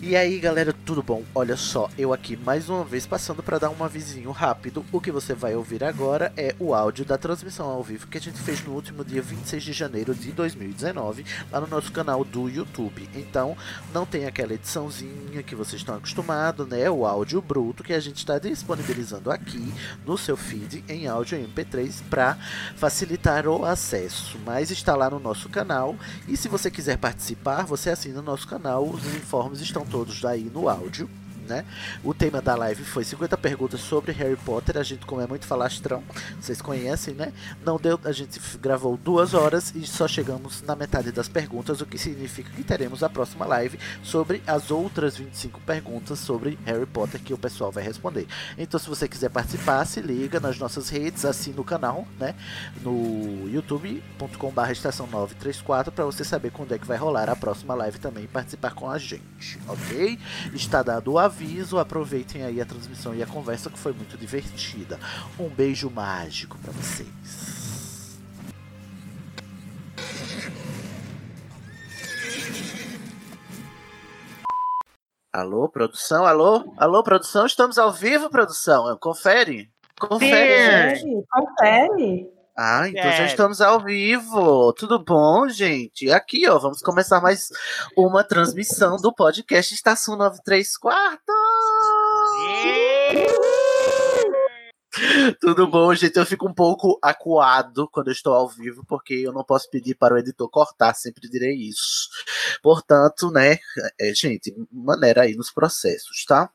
E aí galera, tudo bom? Olha só, eu aqui mais uma vez passando para dar um avisinho rápido. O que você vai ouvir agora é o áudio da transmissão ao vivo que a gente fez no último dia 26 de janeiro de 2019 lá no nosso canal do YouTube. Então não tem aquela ediçãozinha que vocês estão acostumados, né? O áudio bruto que a gente está disponibilizando aqui no seu feed em áudio em MP3 para facilitar o acesso. Mas está lá no nosso canal e se você quiser participar, você assina o nosso canal, os informes estão todos aí no áudio. Né? O tema da live foi 50 perguntas sobre Harry Potter. A gente, como é muito falastrão, vocês conhecem, né? Não deu, a gente f- gravou duas horas e só chegamos na metade das perguntas, o que significa que teremos a próxima live sobre as outras 25 perguntas sobre Harry Potter que o pessoal vai responder. Então, se você quiser participar, se liga nas nossas redes, assina o canal, né? No youtube.com/barra estação 934 para você saber quando é que vai rolar a próxima live também e participar com a gente, ok? Está dado o aviso, aproveitem aí a transmissão e a conversa que foi muito divertida. Um beijo mágico para vocês. Alô, produção? Alô? Alô, produção? Estamos ao vivo, produção? Confere. Confere. gente. Confere, confere. Ah, então já Sério. estamos ao vivo. Tudo bom, gente? Aqui, ó, vamos começar mais uma transmissão do podcast Estação 934. Tudo bom, gente? Eu fico um pouco acuado quando eu estou ao vivo, porque eu não posso pedir para o editor cortar, sempre direi isso. Portanto, né, é, gente, maneira aí nos processos, tá?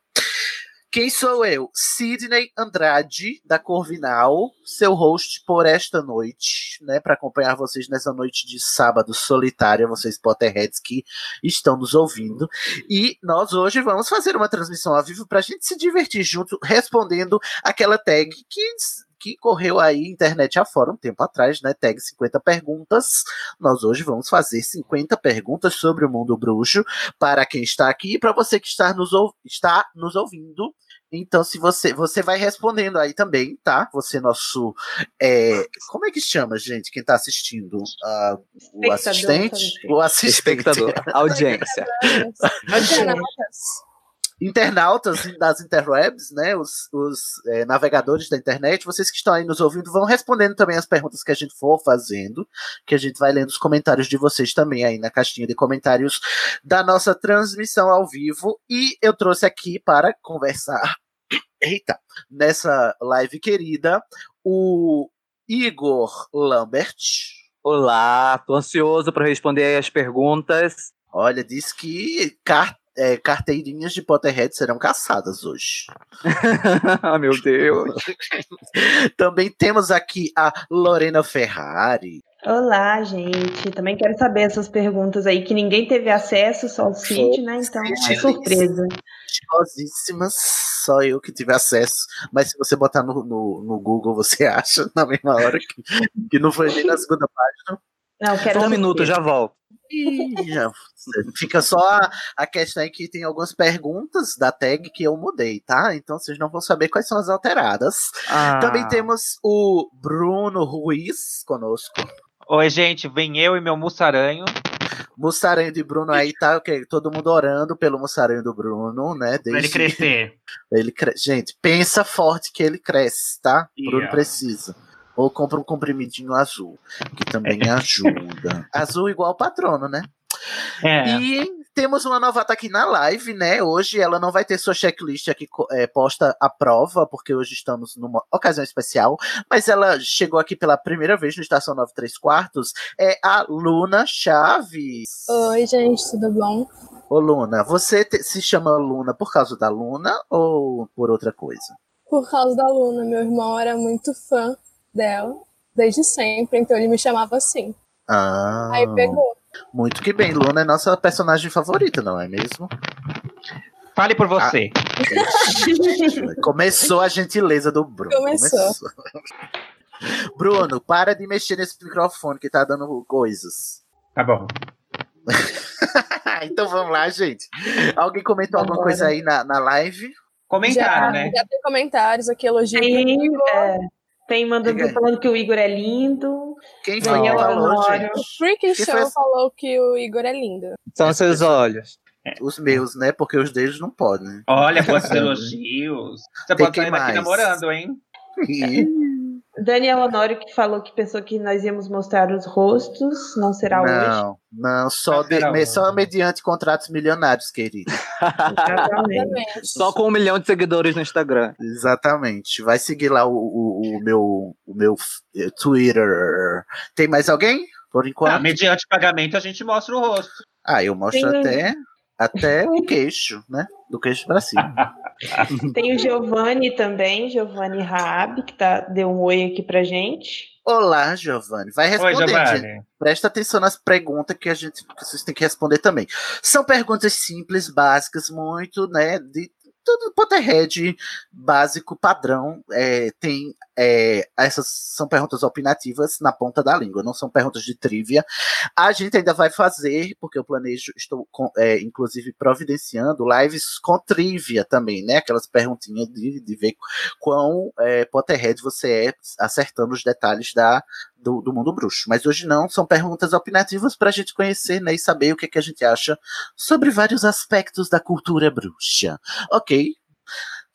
Quem sou eu? Sidney Andrade, da Corvinal, seu host por esta noite, né? Para acompanhar vocês nessa noite de sábado solitária, vocês Potterheads que estão nos ouvindo. E nós hoje vamos fazer uma transmissão ao vivo para a gente se divertir junto, respondendo aquela tag que, que correu aí internet afora um tempo atrás, né? Tag 50 perguntas. Nós hoje vamos fazer 50 perguntas sobre o mundo bruxo para quem está aqui e para você que está nos, ou- está nos ouvindo. Então, se você você vai respondendo aí também, tá? Você nosso é, como é que chama, gente? Quem está assistindo? Ah, o Espectador, assistente, talvez. o assistente, Espectador, audiência. Internautas. internautas das interwebs, né, os, os, eh, navegadores da internet, vocês que estão aí nos ouvindo, vão respondendo também as perguntas que a gente for fazendo, que a gente vai lendo os comentários de vocês também aí na caixinha de comentários da nossa transmissão ao vivo. E eu trouxe aqui para conversar, eita, nessa live querida, o Igor Lambert. Olá, tô ansioso para responder aí as perguntas. Olha, diz que car- eh, carteirinhas de Potterhead serão caçadas hoje. Ah, Meu Deus. Também temos aqui a Lorena Ferrari. Olá, gente. Também quero saber essas perguntas aí que ninguém teve acesso, só o Cid, né? Então, é surpresa. Chosíssima, só eu que tive acesso. Mas se você botar no, no, no Google, você acha na mesma hora que, que não foi nem na segunda Não, quero Só um saber. minuto, já volto. página. Fica só a, a questão aí que tem algumas perguntas da tag que eu mudei, tá? Então vocês não vão saber quais são as alteradas. Ah. Também temos o Bruno Ruiz conosco. Oi, gente, vem eu e meu mussaranho. Mussaranho de Bruno aí tá, ok? Todo mundo orando pelo Mussaranho do Bruno, né? Pra ele desde- crescer. Ele cre- Gente, pensa forte que ele cresce, tá? Bruno Yeah. precisa. Ou compra um comprimidinho azul, que também ajuda. azul igual o patrono, né? É. E Temos uma nova ataque na live, né? Hoje ela não vai ter sua checklist aqui co- é, posta à prova, porque hoje estamos numa ocasião especial. Mas ela chegou aqui pela primeira vez no Estação 93 Quartos. É a Luna Chaves. Oi, gente, tudo bom? Ô, Luna, você te- se chama Luna por causa da Luna ou por outra coisa? Por causa da Luna, meu irmão era muito fã dela, desde sempre, então ele me chamava assim. Ah, Aí pegou. muito que bem. Luna é nossa personagem favorita, não é mesmo? Fale por você. Ah. Começou a gentileza do Bruno. Começou. Bruno, para de mexer nesse microfone que tá dando coisas. Tá bom. então vamos lá, gente. Alguém comentou alguma Vambora. coisa aí na, na live? Comentaram, já, né? já tem comentários aqui, elogio. Tem, é, tem mandando, Diga. falando que o Igor é lindo. Quem foi que Daniela falou, Honório. gente? Freak Que Show foi essa- falou que o Igor é lindo. São seus olhos. Os meus, né? Porque os deles não podem. Olha, quantos elogios. Você Tem pode quem estar aqui mais? namorando, hein? E Daniel Honório que falou que pensou que nós íamos mostrar os rostos, não será tá hoje. Não, não, só, Não será de- me- hoje. só mediante contratos milionários, querido. Exatamente. Exatamente. Só com um milhão de seguidores no Instagram. Exatamente. Vai seguir lá o, o- o meu, o meu f- eh, Twitter. Tem mais alguém? Por Ah, enquanto? mediante pagamento, a gente mostra o rosto. Ah, eu mostro Tem- até, até o queixo, né? Do queixo pra cima. Tem o Giovanni também, Giovanni Raab, que tá, deu um oi aqui pra gente. Olá, Giovanni. Vai Oi, responder, gente. Giovanni. Presta atenção nas perguntas que a gente que vocês têm que responder também. São perguntas simples, básicas, muito, né? De tudo Potterhead básico, padrão. É, tem é, essas são perguntas opinativas na ponta da língua, não são perguntas de trivia. A gente ainda vai fazer, porque eu planejo, estou com- é, inclusive providenciando lives com trivia também, né? Aquelas perguntinhas de, de ver quão é, Potterhead você é, acertando os detalhes da do, do mundo bruxo. Mas hoje não, são perguntas opinativas para a gente conhecer né, e saber o que, que a gente acha sobre vários aspectos da cultura bruxa. Ok?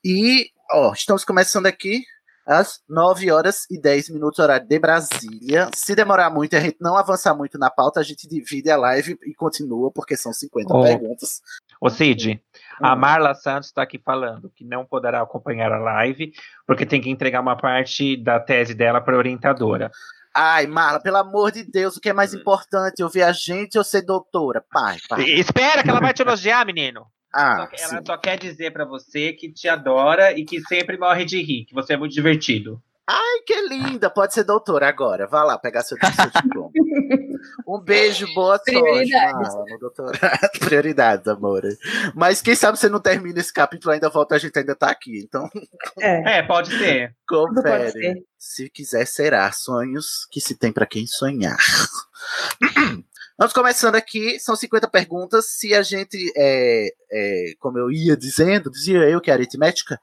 E, ó, estamos começando aqui às 9 horas e 10 minutos, horário de Brasília. Se demorar muito e a gente não avançar muito na pauta, a gente divide a live e continua, porque são 50 Oh. perguntas. Ô, Cid, a Marla Santos está aqui falando que não poderá acompanhar a live, porque tem que entregar uma parte da tese dela para a orientadora. Ai, Marla, pelo amor de Deus, o que é mais Hum. importante? Ouvir a gente ou ser doutora? Pai, pai. E- Espera que ela vai te elogiar, menino. Só Ah, que sim. ela só quer dizer pra você que te adora e que sempre morre de rir, que você é muito divertido. Ai, que linda! Pode ser doutora agora. Vá lá pegar seu, seu diploma. Um beijo, boa sorte. Prioridades. Marla, no doutorado. Prioridades, amor. Mas quem sabe você não termina esse capítulo, ainda volta, a gente ainda tá aqui. Então, É, É, pode ser. tudo pode ser. confere. Se quiser, será. Sonhos que se tem pra quem sonhar. Vamos começando aqui, são 50 perguntas. Se a gente, é, é, como eu ia dizendo, dizia eu que é aritmética,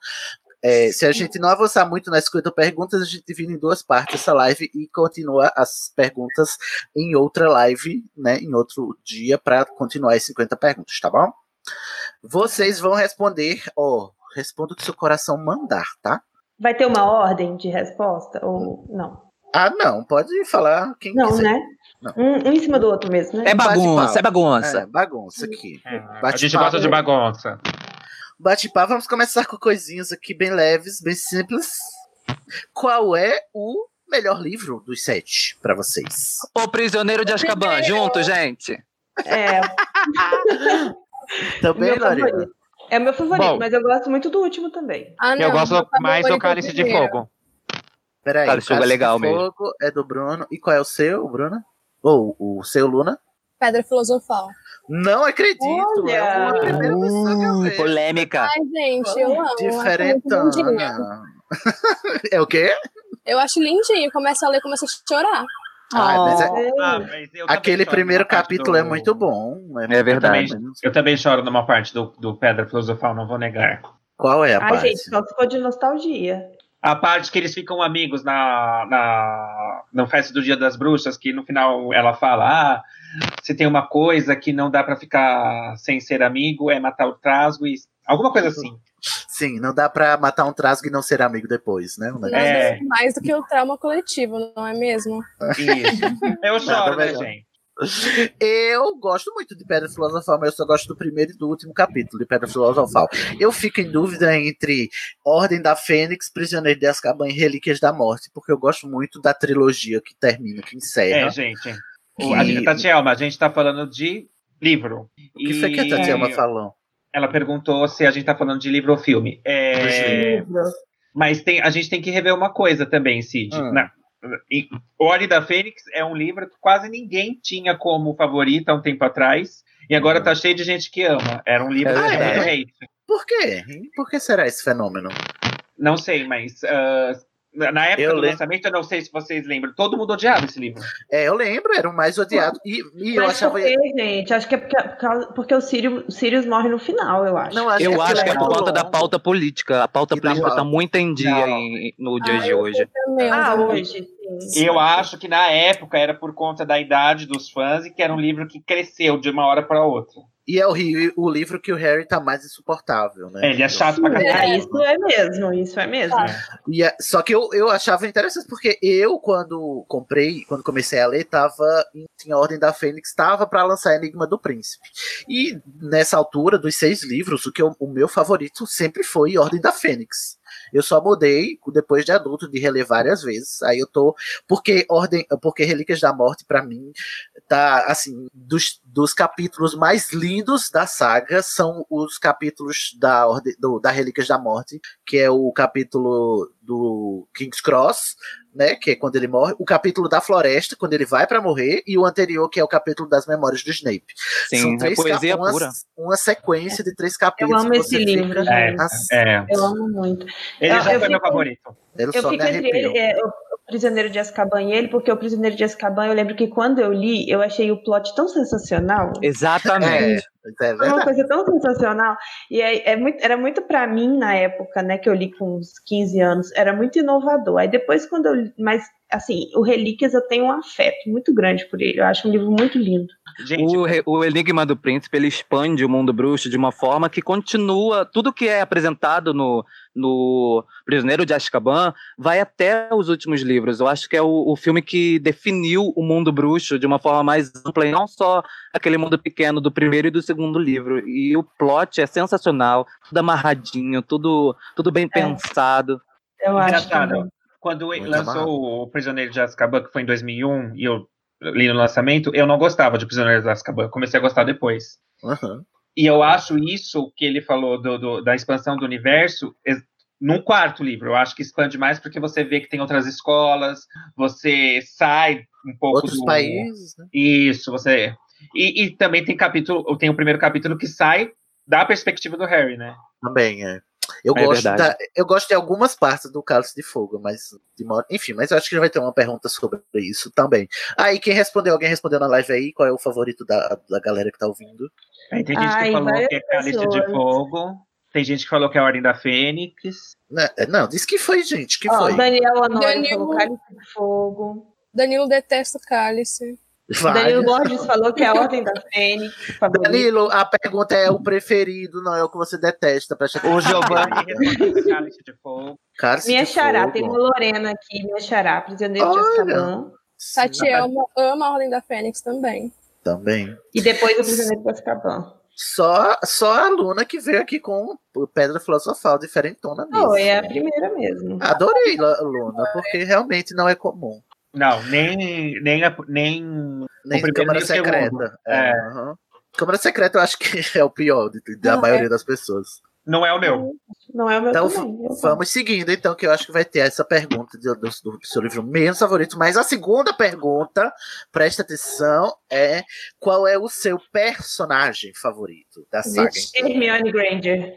é, se a gente não avançar muito nas 50 perguntas, a gente divide em duas partes essa live e continua as perguntas em outra live, né, em outro dia, para continuar as 50 perguntas, tá bom? Vocês vão responder, ó, responda o que seu coração mandar, tá? Vai ter uma ordem de resposta ou não? Ah, não, pode falar quem Não, quiser. né? Não. Um, um em cima do outro mesmo, né? É Bate-papo. bagunça, é bagunça. É, bagunça aqui. a gente gosta de bagunça. Bate-papo, vamos começar com coisinhas aqui bem leves, bem simples. Qual é o melhor livro dos sete pra vocês? O É. prisioneiro de Azkaban, junto, gente. É, o Também, meu Lorena? favorito. É o meu favorito, Bom. mas eu gosto muito do último também. Ah, Eu não, meu gosto mais favorito do é o Cálice de primeiro. Fogo. Peraí, Cálice de Fogo é Cálice legal de mesmo. Fogo é do Bruno. E qual é o seu, Bruno? Ou o seu, Luna? Pedra filosofal. Não acredito! É uma Olha! primeira missão que eu Uh, vejo. polêmica. Ai, gente, eu amo. eu acho muito lindinho. Diferentona. é o quê? Eu acho lindinho. Começo a ler, começo a chorar. Ah, mas é- É, mas eu também aquele choro numa primeiro parte capítulo do- é muito bom. É verdade. Eu também choro numa parte do, do Pedra Filosofal, não vou negar. Qual é a Ai, parte? gente, só se for de nostalgia. A parte que eles ficam amigos na, na, na festa do Dia das Bruxas, que no final ela fala: ah, se tem uma coisa que não dá pra ficar sem ser amigo, é matar o trasgo e. Alguma coisa assim. Sim, não dá pra matar um trasgo e não ser amigo depois, né? Um negócio- É. Nada mais do que o trauma coletivo, não é mesmo? Isso. Eu choro, né, melhor. gente? Eu gosto muito de Pedra Filosofal, mas eu só gosto do primeiro e do último capítulo de Pedra Filosofal. Eu fico em dúvida entre Ordem da Fênix, Prisioneiro de Azkaban e Relíquias da Morte, porque eu gosto muito da trilogia que termina, que encerra. É, gente. O, a, Que- Tatielma, a gente tá falando de livro. O que foi que a Tatiana falou? Ela perguntou se a gente tá falando de livro ou filme. É, mas tem, a gente tem que rever uma coisa também, Cid. Ah. Hum. Na, em- o Ordem da Fênix é um livro que quase ninguém tinha como favorito há um tempo atrás. E agora tá cheio de gente que ama. Era um livro É que tinha muito Uhum. verdade. hate. Por quê? Por que será esse fenômeno? Não sei, mas. ah, na na época Eu do lembro. lançamento, eu não sei se vocês lembram. Todo mundo odiava esse livro. É, eu lembro, era o mais odiado. E, e eu Mas achava. por que, gente? Acho que é porque, por causa- porque o Sirius, Sirius morre no final, eu acho. Não, acho eu que acho que é aquilo por muito conta da longo. pauta política. A pauta E da política pauta. tá muito em dia Não. em- no dia Ah, de eu hoje. Também, Ah, eu- hoje, sim. Eu acho que na época era por conta da idade dos fãs e que era um livro que cresceu de uma hora para outra. E é o, ri- o livro que o Harry tá mais insuportável, né? É, ele é chato pra Eu- É, caralho. isso é mesmo, isso é mesmo. Ah. E é- só que eu, eu achava interessante, porque eu, quando comprei, quando comecei a ler, tava em, tinha Ordem da Fênix, tava pra lançar Enigma do Príncipe. E nessa altura, dos seis livros, o, que eu- o meu favorito sempre foi Ordem da Fênix. Eu só mudei depois de adulto de reler várias vezes. Aí eu tô. Porque Ordem. Porque Relíquias da Morte, pra mim, tá assim, dos, dos capítulos mais lindos da saga são os capítulos da, Ordem, do, da Relíquias da Morte, que é o capítulo do King's Cross, né, que é quando ele morre, o capítulo da Floresta, quando ele vai pra morrer, e o anterior, que é o capítulo das Memórias do Snape. Sim, é cap- poesia uma, pura. uma sequência de três Eu capítulos. amo que esse você livro, fica- gente. Nossa, É, Eu amo muito. ele Eu- já eu foi meu fico- favorito. ele Eu só me fico entre arrepiou. ele, é, o o Prisioneiro de Azkaban e ele, porque o Prisioneiro de Azkaban, eu lembro que quando eu li, eu achei o plot tão sensacional. Exatamente. É Foi uma verdade. coisa tão sensacional. E é, é muito- era muito pra mim na época, né, que eu li com uns 15 anos, era muito inovador. Aí depois quando eu li, mas assim, o Relíquias eu tenho um afeto muito grande por ele. Eu acho um livro muito lindo. Gente, O, re- o Enigma do Príncipe ele expande o mundo bruxo de uma forma que continua. Tudo que é apresentado no, no Prisioneiro de Azkaban vai até os últimos livros. Eu acho que é o, o filme que definiu o mundo bruxo de uma forma mais ampla, e não só aquele mundo pequeno do primeiro e do segundo livro. E o plot é sensacional, tudo amarradinho, tudo, tudo bem pensado. Eu acho. Engraçado. também. quando Muito lançou amado. o Prisioneiro de Azkaban, que foi em 2001, e eu li no lançamento, eu não gostava de Prisioneiro de Azkaban. Eu comecei a gostar depois. Aham. Uhum. E eu acho isso que ele falou do- do- da expansão do universo es- num quarto livro. Eu acho que expande mais porque você vê que tem outras escolas, você sai um pouco Outros Uhum. do. países, né? Isso, você. E, e também tem capítulo, tem o primeiro capítulo que sai da perspectiva do Harry, né? Também, é. Eu, É gosto da, verdade. eu gosto de algumas partes do Cálice de Fogo, mas de modo, enfim, mas eu acho que já vai ter uma pergunta sobre isso também. Aí, quem respondeu? Alguém respondeu na live aí? Qual é o favorito da, da galera que tá ouvindo? Aí tem gente Ai, que falou várias que é Cálice de pessoas. Fogo, tem gente que falou que é a Ordem da Fênix. Né? Não, disse que foi, gente, que Ó, foi. Daniel Honório Danilo- falou Cálice de Fogo. Danilo detesta o cálice. Vai. Danilo Borges falou que é a Ordem da Fênix. favorito. Danilo, a pergunta é o preferido, não é o que você detesta. Presta atenção. O Giovanni- Ele respondeu que é Cálice de Fogo. Cálice Minha de xará, Fogo. tem uma Lorena aqui, minha xará, Prisioneiro de Olha. Azkaban. Sim, Tatielma ama a Ordem da Fênix também. Também. E depois o Prisioneiro de Azkaban. Só, só a aluna que veio aqui com o Pedra Filosofal, diferentona mesmo. Não, é a primeira mesmo. Adorei, Lu- Luna, porque realmente não é comum. Não, nem, nem, a- nem Nem O primeiro Câmara nem o segundo. Secreta. É, É. aham. Câmara Secreta eu acho que é o pior de- de- da Ah, maioria das pessoas. não é o meu. Não é o meu Então, também. eu gosto. Vamos seguindo, então, que eu acho que vai ter essa pergunta de- do, do seu livro menos favorito. Mas a segunda pergunta, presta atenção, é qual é o seu personagem favorito da saga? Vixe. Hermione Granger.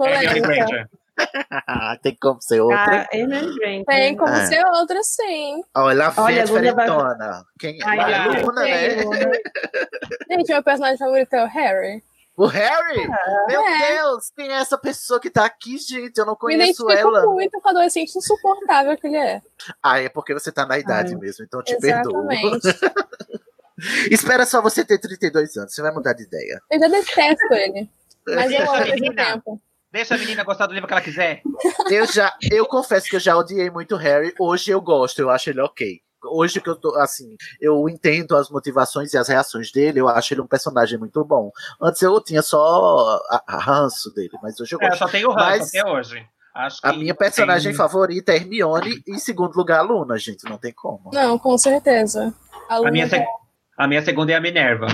É Harry Polêmica. Granger. Tem como ser outra? Ah, Hermione Granger. Tem como É. ser outra, sim. Olha, ela veio Olha, a Luna vai- diferentona. Quem é? Ai, a não, Luna, Tem, né? Luna. Gente, meu personagem favorito é o Harry. O Harry! Ah, Meu É. Deus, quem é essa pessoa que tá aqui, gente? Eu não Me conheço identifico ela. muito com o adolescente insuportável que ele é. Ah, é porque você tá na Ah, idade mesmo, então eu te perdoo. Exatamente. Espera só você ter 32 anos, você vai mudar de ideia. Eu já detesto ele. Mas eu amo ao mesmo Menina. tempo. Deixa a menina gostar do livro que ela quiser. Eu já, eu confesso que eu já odiei muito o Harry, hoje eu gosto, eu acho ele ok. hoje que eu tô, assim, eu entendo as motivações e as reações dele, eu acho ele um personagem muito bom. Antes eu tinha só a- a ranço dele, mas hoje eu É, gosto. só tem o ranço Mas- até hoje. Acho A que minha personagem tem- favorita é Hermione e em segundo lugar a Luna, gente, não tem como. Não, com certeza. A A Luna minha, se- a minha segunda é a Minerva.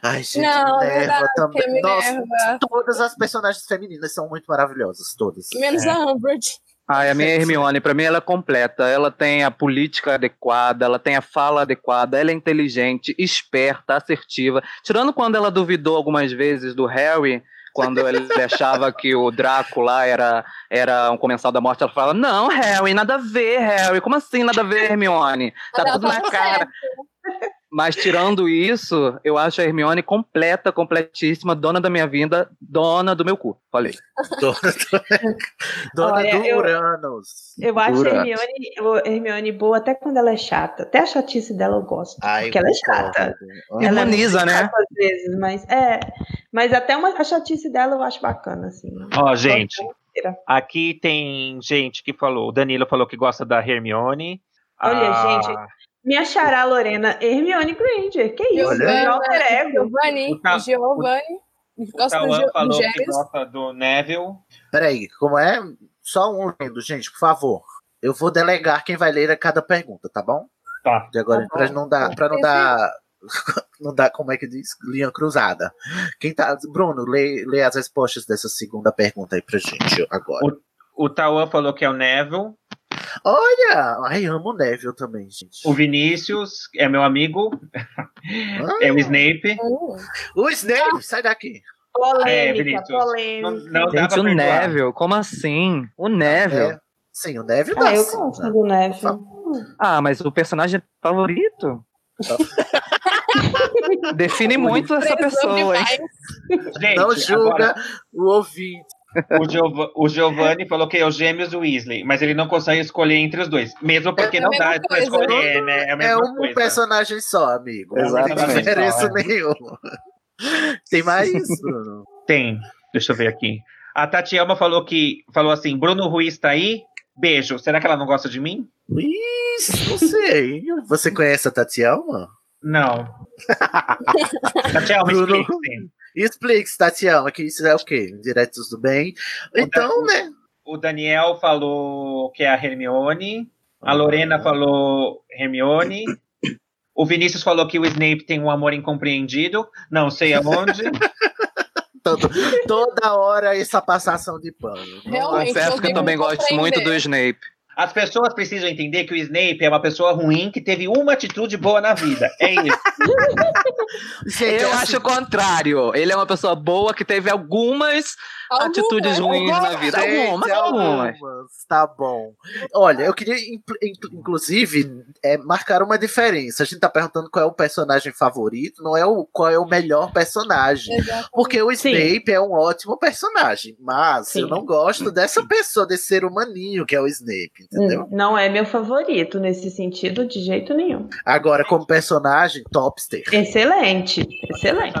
Ai, gente, Não, Minerva é verdade, que é também. Nossa, Minerva. todas as personagens femininas são muito maravilhosas, todas. Menos É. a Umbridge. Ah, é a minha Hermione, pra mim ela é completa. Ela tem a política adequada, ela tem a fala adequada, ela é inteligente, esperta, assertiva. Tirando quando ela duvidou algumas vezes do Harry, quando ele achava que o Drácula era, era um comensal da morte, ela fala: Não, Harry, nada a ver, Harry. Como assim nada a ver, Hermione? Tá Ela tudo na fala cara. certo. Mas tirando isso, eu acho a Hermione completa, completíssima, dona da minha vida, dona do meu cu. Falei. Dona, Dona Olha, do eu- Uranus. Eu acho a Uranos. Hermione, o- Hermione boa até quando ela é chata. Até a chatice dela eu gosto. Ai, porque ela é concordo. chata. Ela é Harmoniza, né? chata às vezes, mas é. Mas até uma, a chatice dela eu acho bacana, assim. Ó, gente, besteira. aqui tem gente que falou, o Danilo falou que gosta da Hermione. Ah, Olha, A- gente, Me achará, Lorena, Hermione Granger. Que isso? Olha. Meu alter ego. Giovanni, O Ta- Giovanni. O Gosto do Tauan Gio- do falou que Gêmeos. gosta do Neville. Peraí, como é? Só um lendo, gente, por favor. Eu vou delegar quem vai ler a cada pergunta, tá bom? Tá. De agora, Tá bom. pra não dar. Pra não Sim, dar. Não dar, como é que diz? Linha cruzada. Quem tá. Bruno, lê, lê as respostas dessa segunda pergunta aí pra gente agora. O Tauan falou que é o Neville. Olha! Ai, amo o Neville também, gente. O Vinícius é meu amigo. É o Snape. Hum. Ah, O Snape, sai daqui. É, Polêmica, Vinícius. Não, polêmica. não dá Gente, pra o perdoar. Neville, como assim? O Neville. É, sim, o Neville dá Ah, eu sim, gosto né? do Neve. Ah, mas o personagem favorito? Define muito essa Preso pessoa, hein? demais. Gente, Não julga agora, o ouvinte. o, Giov o Giovanni falou que é o Gêmeos Weasley, mas ele não consegue escolher entre os dois. Mesmo porque É a não mesma dá pra coisa, escolher, né? É a É mesma um coisa. personagem só, amigo. Não Exatamente. tem interesse Não, é. nenhum. Tem mais, um. Bruno? Tem. Deixa eu ver aqui. A Tatielma falou que falou assim: Bruno Ruiz tá aí? Beijo. Será que ela não gosta de mim? Isso, não sei. Você conhece a Tatielma? Não. Tatielma, Bruno explique. Explique, Tatielma, que isso é o quê? Diretos do bem. Então, né? O Daniel falou que é a Hermione. A Lorena falou Hermione. O Vinícius falou que o Snape tem um amor incompreendido. Não sei aonde. Todo- toda hora essa passação de pano. Realmente, Confesso que eu um também gosto muito do Snape. As pessoas precisam entender que o Snape é uma pessoa ruim que teve uma atitude boa na vida. É isso. Gente, Eu assim, acho o contrário. Ele é uma pessoa boa que teve algumas é, atitudes ruins na vida. Gente, Algumas, algumas. algumas, Tá bom. Olha, eu queria, impl- in- inclusive, é, marcar uma diferença. A gente tá perguntando qual é o personagem favorito, não é o qual é o melhor personagem. Porque o Sim. Snape é um ótimo personagem, mas eu Sim. não gosto dessa pessoa, desse ser humaninho que é o Snape, entendeu? Não é meu favorito nesse sentido, de jeito nenhum. Agora, como personagem, topster. É. Excelente, excelente.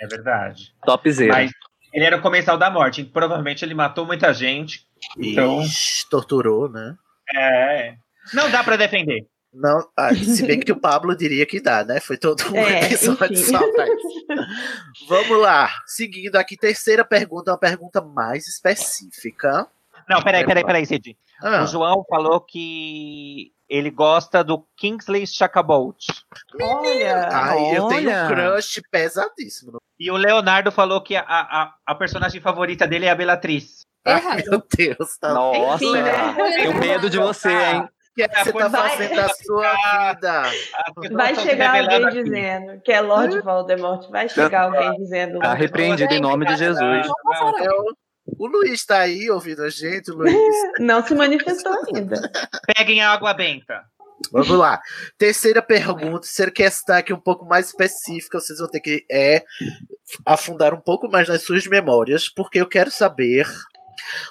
É verdade. Topzera. Mas ele era o comensal da morte. Provavelmente ele matou muita gente. Então- Ixi, torturou, né? É. Não dá pra defender. Não, ah, se bem que o Pablo diria que dá, né? Foi todo um É, episódio enfim. só pra isso. Vamos lá. Seguindo aqui, terceira pergunta, uma pergunta mais específica. Não, peraí, peraí, peraí, Cid. Ah, O João falou que ele gosta do Kingsley Shacklebolt. Ah, Olha, ai, eu tenho um Olha. crush pesadíssimo. no- E o Leonardo falou que a, a, a personagem favorita dele é a Belatriz. Ai, Errado. meu Deus, tá Nossa. enfim, né? Tenho medo de você, hein? O que é que você tá Vai- fazendo da sua vida? Vai Tô chegar revelando alguém aqui. dizendo que é Lord Voldemort. Vai chegar alguém dizendo. Tá repreendido em nome de Jesus. Não, É o, o Luiz tá aí ouvindo a gente, Luiz. Não se manifestou ainda. Peguem a água benta. Vamos lá. Terceira pergunta, terceira questão aqui um pouco mais específica, vocês vão ter que é, afundar um pouco mais nas suas memórias, porque eu quero saber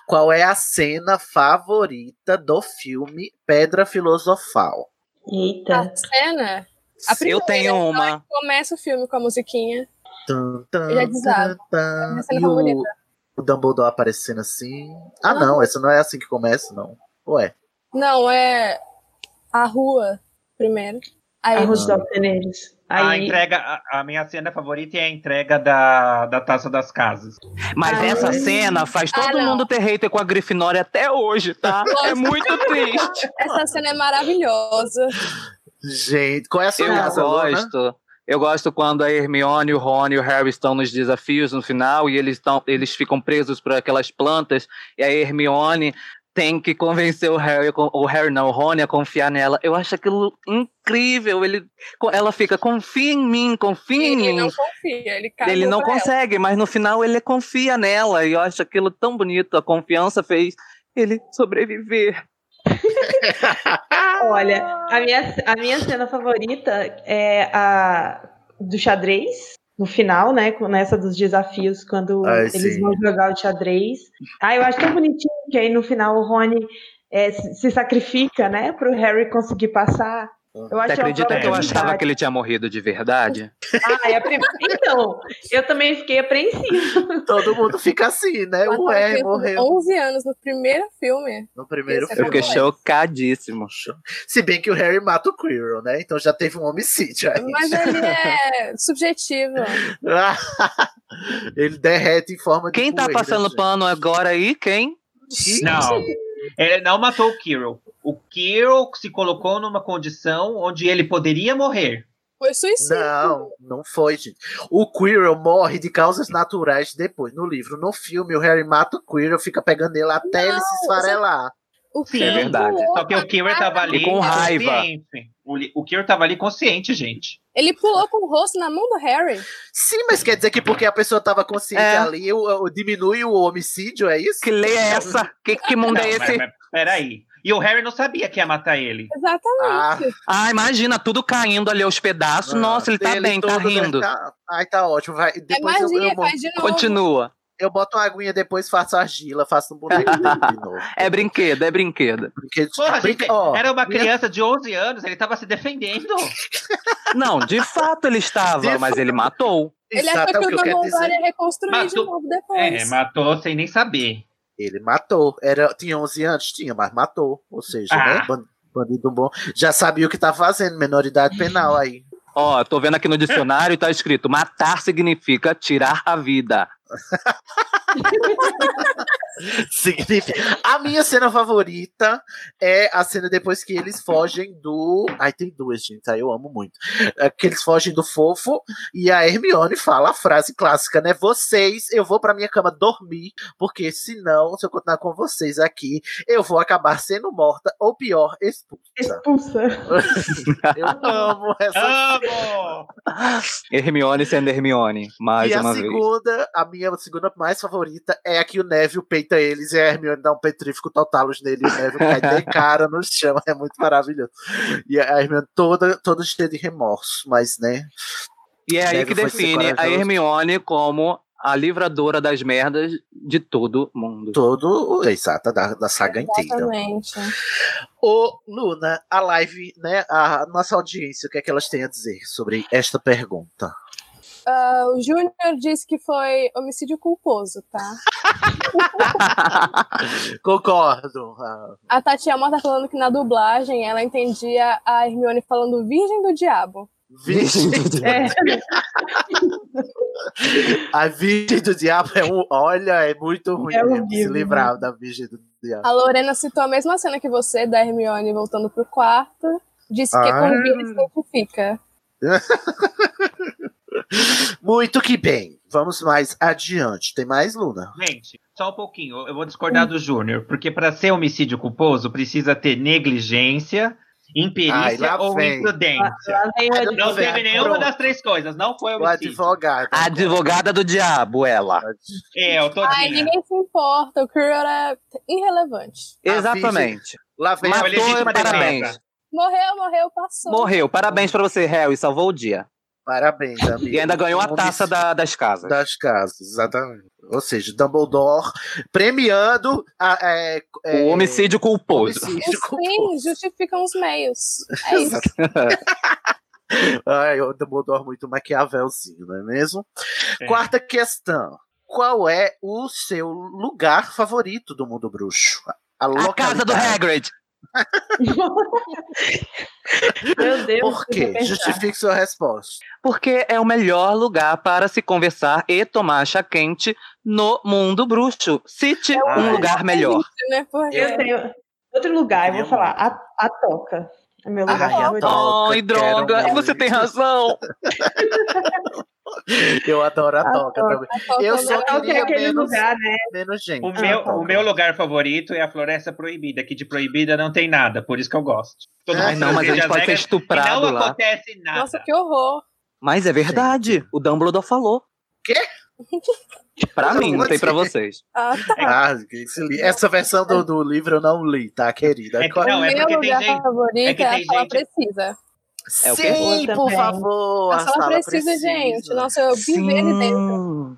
qual é a cena favorita do filme Pedra Filosofal. Eita. A cena. A Eu primeira, tenho então, uma. que Começa o filme com a musiquinha. Tum, tum, Eu já desabo. tum, tum. Minha É cena E o, favorita. o Dumbledore aparecendo assim. Ah, Não. não, essa não é assim que começa, não. Ué. Não, é a rua. primeiro. A Aí Roosevelt Teneres. A Aí, entrega, a, a minha cena favorita é a entrega da, da taça das casas. Mas Ah, essa não. cena faz Ah, todo não. mundo ter hater com a Grifinória até hoje, tá? É muito triste. essa cena é maravilhosa. Gente, qual é a sua Eu casa, né? Lona? gosto. Eu gosto quando a Hermione, o Rony e o Harry estão nos desafios no final e eles, tão, eles ficam presos por aquelas plantas e a Hermione tem que convencer o Harry, o Harry não, o Rony a confiar nela. Eu acho aquilo incrível. Ele, ela fica, confia em mim, confia em Ele mim. não confia, ele cagou Ele não pra ela. consegue, mas no final ele confia nela e eu acho aquilo tão bonito. A confiança fez ele sobreviver. olha, a minha, a minha cena favorita é a do xadrez, no final, né? com- Nessa dos desafios, quando Ai, eles sim. vão jogar o xadrez. Ah, eu acho tão bonitinho que aí no final o Rony é, se se sacrifica, né? Pro Harry conseguir passar. Eu acho Você acredita uma que eu oportunidade. achava que ele tinha morrido de verdade? Ah, é a prim- Então, eu também fiquei apreensiva. Todo mundo fica assim, né? Mataram a Ué, criança de morreu 11 anos no primeiro filme. no primeiro Esse é Eu fiquei Foi. filme. chocadíssimo. Se bem que o Harry mata o Quirrell, né? Então já teve um homicídio aí. Mas ele é subjetivo. Ele derrete em forma de Quem tá poeira, passando gente. pano agora aí? Quem? Ih, Não, ele não matou o Kirill. O Kirill se colocou numa condição onde ele poderia morrer. Foi suicídio. Não, não foi, gente. O Quirrell morre de causas naturais depois, no livro. No filme, o Harry mata o Quirrell, fica pegando ele até ele se esfarelar. O Sim, Kirill é verdade. pulou, Só que o Kirill tava ali E com raiva. consciente. O, li- o Kirill tava ali consciente, gente. Ele pulou com o rosto na mão do Harry. Sim, mas quer dizer que porque a pessoa tava consciente É. ali, o, o- diminui o homicídio, é isso? Que lei é essa? Que, que mundo é Não, esse? mas- mas peraí. E o Harry não sabia que ia matar ele. Ah, Exatamente. É Ah, imagina, tudo caindo ali aos pedaços. Nossa, ele tá dele bem, tá todo, né? rindo. Tá- Ai, tá ótimo. Vai. é Depois eu, magia, eu, monto- faz de novo. Continua. eu boto uma aguinha, depois faço argila, faço um boneco dele de novo. É brinquedo, é brinquedo. Porque, Porra, brinca- gente, ó, era uma minha- criança de 11 anos, ele tava se defendendo. Não, de fato ele De estava, mas ele matou. Ele assim. Exato, é achou o que que o eu quero Dumbledore dizer. ia reconstruir Mas de tu- novo depois. É, matou sem nem saber. Ele matou. Era, tinha 11 anos? Tinha, mas matou. Ou seja, Ah. né? ban- Bandido bom. Já sabia o que tá fazendo, menoridade penal aí. Ó, tô vendo aqui no dicionário, tá escrito: matar significa tirar a vida. Significa. A minha cena favorita é a cena depois que eles fogem do. Ai, tem duas, gente. Aí eu amo muito. É que eles fogem do fofo e a Hermione fala a frase clássica, né? Vocês, eu vou pra minha cama dormir, porque senão, se eu continuar com vocês aqui, eu vou acabar sendo morta ou pior, expulsa. Expulsa. Eu amo essa Amo! Hermione sendo Hermione, mais e a uma vez. segunda, a minha segunda mais favorita é a que o Neville peita eles e a Hermione dá um petrífico totalos nele e o Neville cai de cara no chão, é muito maravilhoso. E a Hermione toda, toda cheia de remorso, mas né, E é aí Deve que foi ser define a corajoso. Hermione como a livradora das merdas de todo mundo. todo, exata, da, da saga inteira. Exatamente. Ô Luna, a live, né, a nossa audiência, o que é que elas têm a dizer sobre esta pergunta? Ah, o Júnior disse que foi homicídio culposo, tá? Concordo. ah, A Tatiana tá falando que na dublagem ela entendia a Hermione falando Virgem do Diabo. Virgem, É, a Virgem do Diabo é um, olha, é muito ruim É mesmo se horrível, livrar da Virgem do Diabo. A Lorena citou a mesma cena que você, da Hermione voltando pro quarto. Disse que é Ah. combina e santifica. Muito que bem. Vamos mais adiante. Tem mais, Luna? Gente, só um pouquinho, eu vou discordar do Júnior, porque para ser homicídio culposo precisa ter negligência, Ai, imperícia lá ou vem. imprudência. lá vem o Não, Não vem, teve nenhuma pronto. das três coisas, não foi O homicídio. advogado. A advogada do diabo, ela. É, eu tô Ai, dizendo. ninguém se importa, o Kirill era irrelevante. A Exatamente. Lá vem Mas- Matou, legítima defesa. parabéns. Morreu, morreu, passou. Morreu, parabéns pra você, Harry, salvou o dia. Parabéns, amigo. E ainda ganhou a Homicídio taça da- das casas. das casas. Exatamente. Ou seja, Dumbledore premiando a, é, é, O homicídio culposo. homicídio Os culposo. fins justificam os meios. É isso. Ai, o Dumbledore muito maquiavelzinho, não é mesmo? É. Quarta questão. Qual é o seu lugar favorito do mundo bruxo? A casa do localidade. Hagrid. Meu Deus. Por eu vou quê? pensar. Justifique sua resposta. Porque é o melhor lugar para se conversar e tomar chá quente no mundo bruxo. Cite Ah, um é. lugar melhor. Né? Porque Eu tenho outro lugar, eu vou falar. A, a Toca. É meu lugar Ai, a favorito. Toca. Oh, e droga, quero você muito. tem razão. Eu adoro a Adoro. toca também. falta Eu o só lugar- Toca é queria aquele menos- lugar, né? Menos gente. O, Ah, meu, tá. o meu lugar favorito é a Floresta Proibida, que de proibida não tem nada, por isso que eu gosto. É. Todo Ai, não, mas a seja gente pode ser regras e estuprado não lá. acontece nada. Nossa, que horror. Mas é verdade, o Dumbledore falou. Quê? Pra Não, mim, não tem pra vocês. Ah, tá. é Ah, esse li- essa versão do, do livro eu não li, tá, querida? É que Qual- não, é meu porque tem lugar gente- é que favorito é, tem a sala gente- precisa. É o quê? Sim, Eu por também. favor. a sala, precisa, gente. Nossa, eu vivi ele dentro.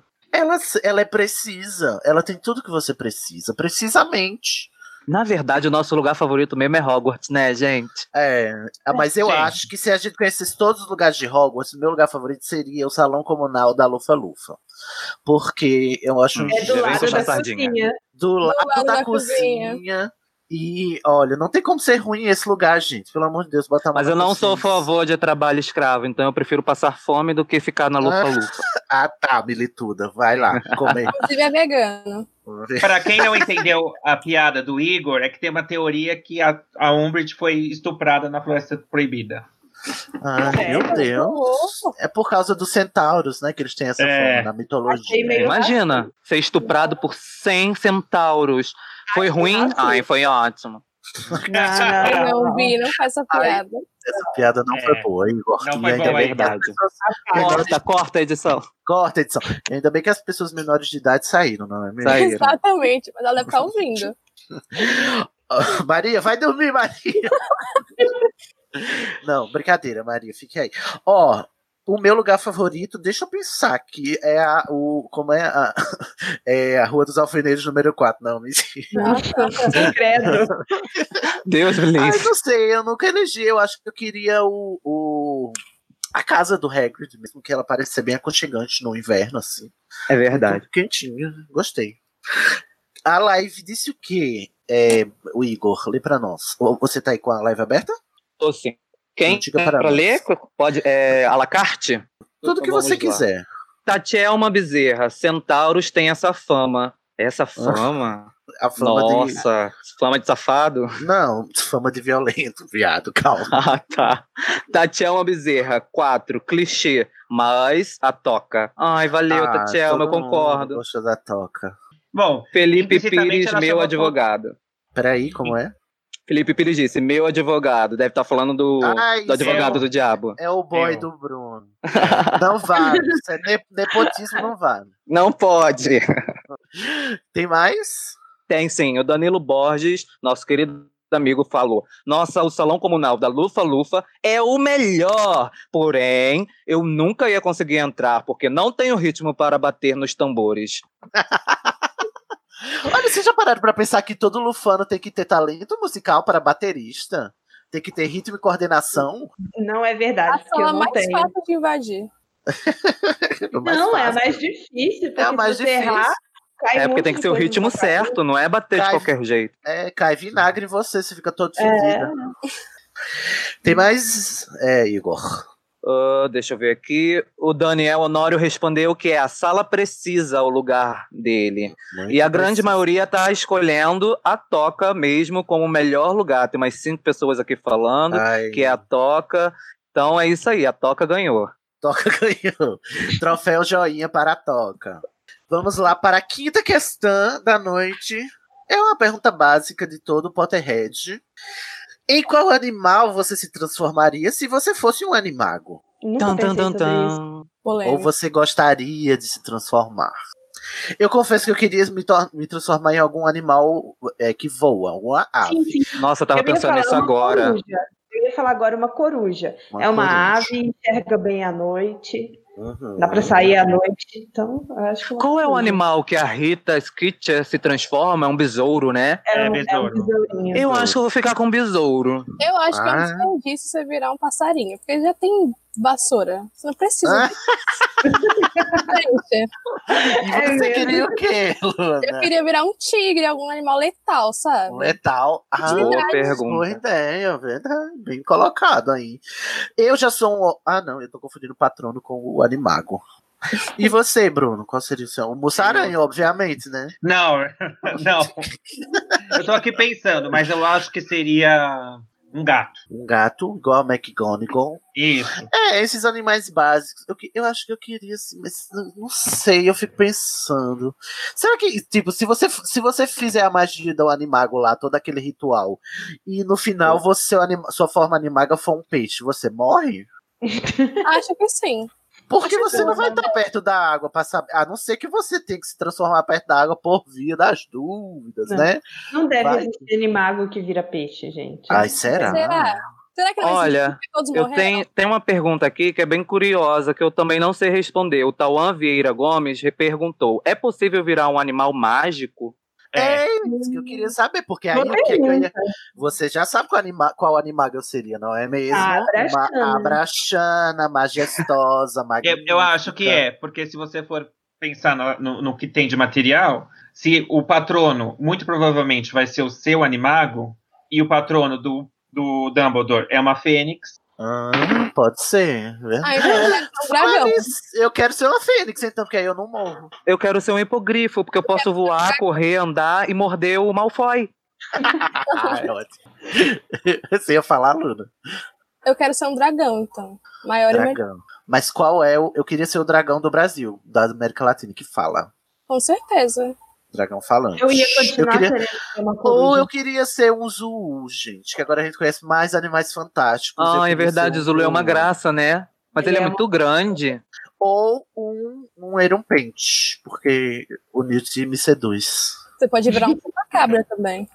Sim. Ela, ela é precisa. Ela tem tudo que você precisa. Precisamente. Na verdade, o nosso lugar favorito mesmo é Hogwarts, né, gente? É, ah, mas eu Gente. acho que se a gente conhecesse todos os lugares de Hogwarts, o meu lugar favorito seria o Salão Comunal da Lufa Lufa. Porque eu acho Hum. um É do Já vem lado puxar da a sardinha. cozinha. do lado, lado da, da cozinha. cozinha. E olha, não tem como ser ruim esse lugar, gente. Pelo amor de Deus, bota a mão Mas na eu não sou a consciência. favor de trabalho escravo, então eu prefiro passar fome do que ficar na lupa-lupa. Ah, tá, milituda. Vai lá, comer. Inclusive é vegano. Pra quem não entendeu a piada do Igor, é que tem uma teoria que a, a Umbridge foi estuprada na Floresta Proibida. É, Ai, meu Que Deus. horror. É por causa dos centauros, né? Que eles têm essa É. forma na Achei mitologia. meio Imagina, ser estuprado por 100 centauros. Foi Ai, ruim? nossa. Ai, foi ótimo. Não, não, Eu não. não Ah, vi, não faz essa tá piada. Essa piada não É. foi boa, Igor. Não E foi ainda boa, bem que Verdade. as pessoas- Corta, tá, corta a edição. Corta a edição. E Ainda bem que as pessoas menores de idade saíram, não é Tá né? mesmo? Saíram. Exatamente, mas ela deve estar ouvindo. Ah, Maria, vai dormir, Maria. Não, brincadeira, Maria, fique aí. Ó, o meu lugar favorito, deixa eu pensar, que é a, o, como é a, é a Rua dos Alfeneiros número 4, não, mentira. Nossa, credo. Deus me Ai, livre. não sei, Ah, eu nunca elegi, eu acho que eu queria o, o- a casa do Hagrid mesmo, que ela parece ser bem aconchegante no inverno, assim. É verdade. Quentinho, gostei. A live disse o quê? É, o Igor, lê pra nós. O- Você tá aí com a live aberta? Tô sim. Quem Diga tem para pra nós. ler? Pode, é, à la carte? Tudo que Então, Vamos você lá. quiser. Tatielma Bezerra, centauros tem essa fama. Essa fama? A Ah. fama de. Nossa, fama de safado? Não, fama de violento, viado, calma. Ah, tá. Tatielma Bezerra, 4, clichê, mas a toca. Ai, valeu, Ah, Tatielma, eu todo mundo concordo. Gosta da toca. Bom, Felipe Implicitamente, Pires, ela meu chamou advogado. Peraí, como é? Felipe Pires disse, meu advogado. Deve estar falando do, Ai, do advogado seu- do diabo. É o boy Eu. do Bruno. Não vale. Isso é ne- nepotismo não vale. Não pode. Tem mais? Tem sim, o Danilo Borges, nosso querido amigo, falou: Nossa, o salão comunal da Lufa Lufa é o melhor. Porém, eu nunca ia conseguir entrar, porque não tenho ritmo para bater nos tambores. Olha, vocês já pararam pra pensar que todo lufano tem que ter talento musical para baterista? Tem que ter ritmo e coordenação? Não é A verdade, porque sala eu não mais tenho. fácil de invadir. O mais Não, é a fácil. mais difícil. Porque É a mais se você difícil. errar, cai É um porque monte tem que de ser o coisa ritmo na sua cabeça. certo, não é bater de Cai- qualquer jeito. É, cai vinagre em você, você fica todo É. fedido. Tem mais, é, Igor? Ah, deixa eu ver aqui. O Daniel Honório respondeu que é a sala precisa o lugar dele. E a grande maioria tá escolhendo a Toca mesmo como o melhor lugar. Tem mais cinco pessoas aqui falando. Ai. que é a Toca. Então é isso aí, a Toca ganhou. Toca ganhou. Troféu joinha para a Toca. Vamos lá para a quinta questão da noite. É uma pergunta básica de todo Potterhead. Em qual animal você se transformaria se você fosse um animago? Nunca Tan, tan, pensei tan, sobre isso. tan. Ou Polêmico. você gostaria de se transformar? Eu confesso que eu queria me, tor- me transformar em algum animal é, que voa, uma ave. Sim, sim. Nossa, eu Ah, tava Eu ia pensando falar nisso uma agora. coruja. Eu ia falar agora uma coruja. é uma ave, enxerga bem à noite. coruja. Uhum. Dá pra sair à noite. Então, eu acho que. uma Qual é o coruja. animal que a Rita Skeeter se transforma? É um besouro, né? É, um- É, é um besouro. besourinho. Eu acho que eu vou ficar com um besouro. Eu acho que é Ah. um desperdício você virar um passarinho, porque já tem vassoura. Você não precisa. Ah. Hã? Gente, E É você mesmo. queria o quê, eu Luana? queria virar um tigre, algum animal letal, sabe? Letal. Ah, Boa Verdade. boa pergunta. ideia, verdade. Bem colocado aí. Eu já sou um. Ah, não, eu tô confundindo o patrono com o animago. E você, Bruno? Qual seria o seu? O Moçaranha, obviamente, né? Não, não. Eu tô aqui pensando, mas eu acho que seria um gato. Um gato, igual a McGonagall. Isso. É, esses animais básicos. Eu, que- eu acho que eu queria, assim, mas não- não sei, eu fico pensando. Será que, tipo, se você, f- se você fizer a magia do animago lá, todo aquele ritual, e no final você, o anima- sua forma animaga for um peixe, você morre? Acho que sim. Porque Acho você não que vai não, estar perto da água pra saber. A não ser que você tenha que se transformar perto da água por via das dúvidas, Não. né? Não deve Vai. existir animago que vira peixe, gente. Ai, Tá. será? Será? Será que não é Olha, existe porque todos Eu morreram? tenho, tem uma pergunta aqui que é bem curiosa, que eu também não sei responder. O Tauan Vieira Gomes perguntou: é possível virar um animal mágico? É, isso que eu queria saber, porque aí Boa o que, é que eu ia. pergunta. Você já sabe qual, anima... qual animago eu seria, não é mesmo? Abraxana. Uma abraxana, majestosa, Eu, magnífica. eu acho que é, porque se você for pensar no, no- no que tem de material, se o patrono, muito provavelmente, vai ser o seu animago, e o patrono do, do Dumbledore é uma fênix. Ah, pode ser. verdade. Ah, então eu quero ser um dragão. Mas eu quero ser uma fênix, então, porque aí eu não morro. Eu quero ser um hipogrifo, porque eu posso voar, correr, andar e morder o Malfoy. Ah, é ótimo. Você ia falar, Luna? Eu quero ser um dragão, então. Maior e melhor. Dragão. Mas qual é o. Eu queria ser o dragão do Brasil, da América Latina, que fala. Com certeza. Dragão falante. Eu ia continuar um Eu queria- querendo ser uma Ou coruja. eu queria ser um Zulu, gente, que agora a gente conhece mais animais fantásticos. Eu Ah, é queria verdade, ser um Zulu é uma graça, né? Mas ele, Ele é, é muito grande. Ou um, um Eron Pente, porque o Newt me seduz. Você pode virar um cabra também.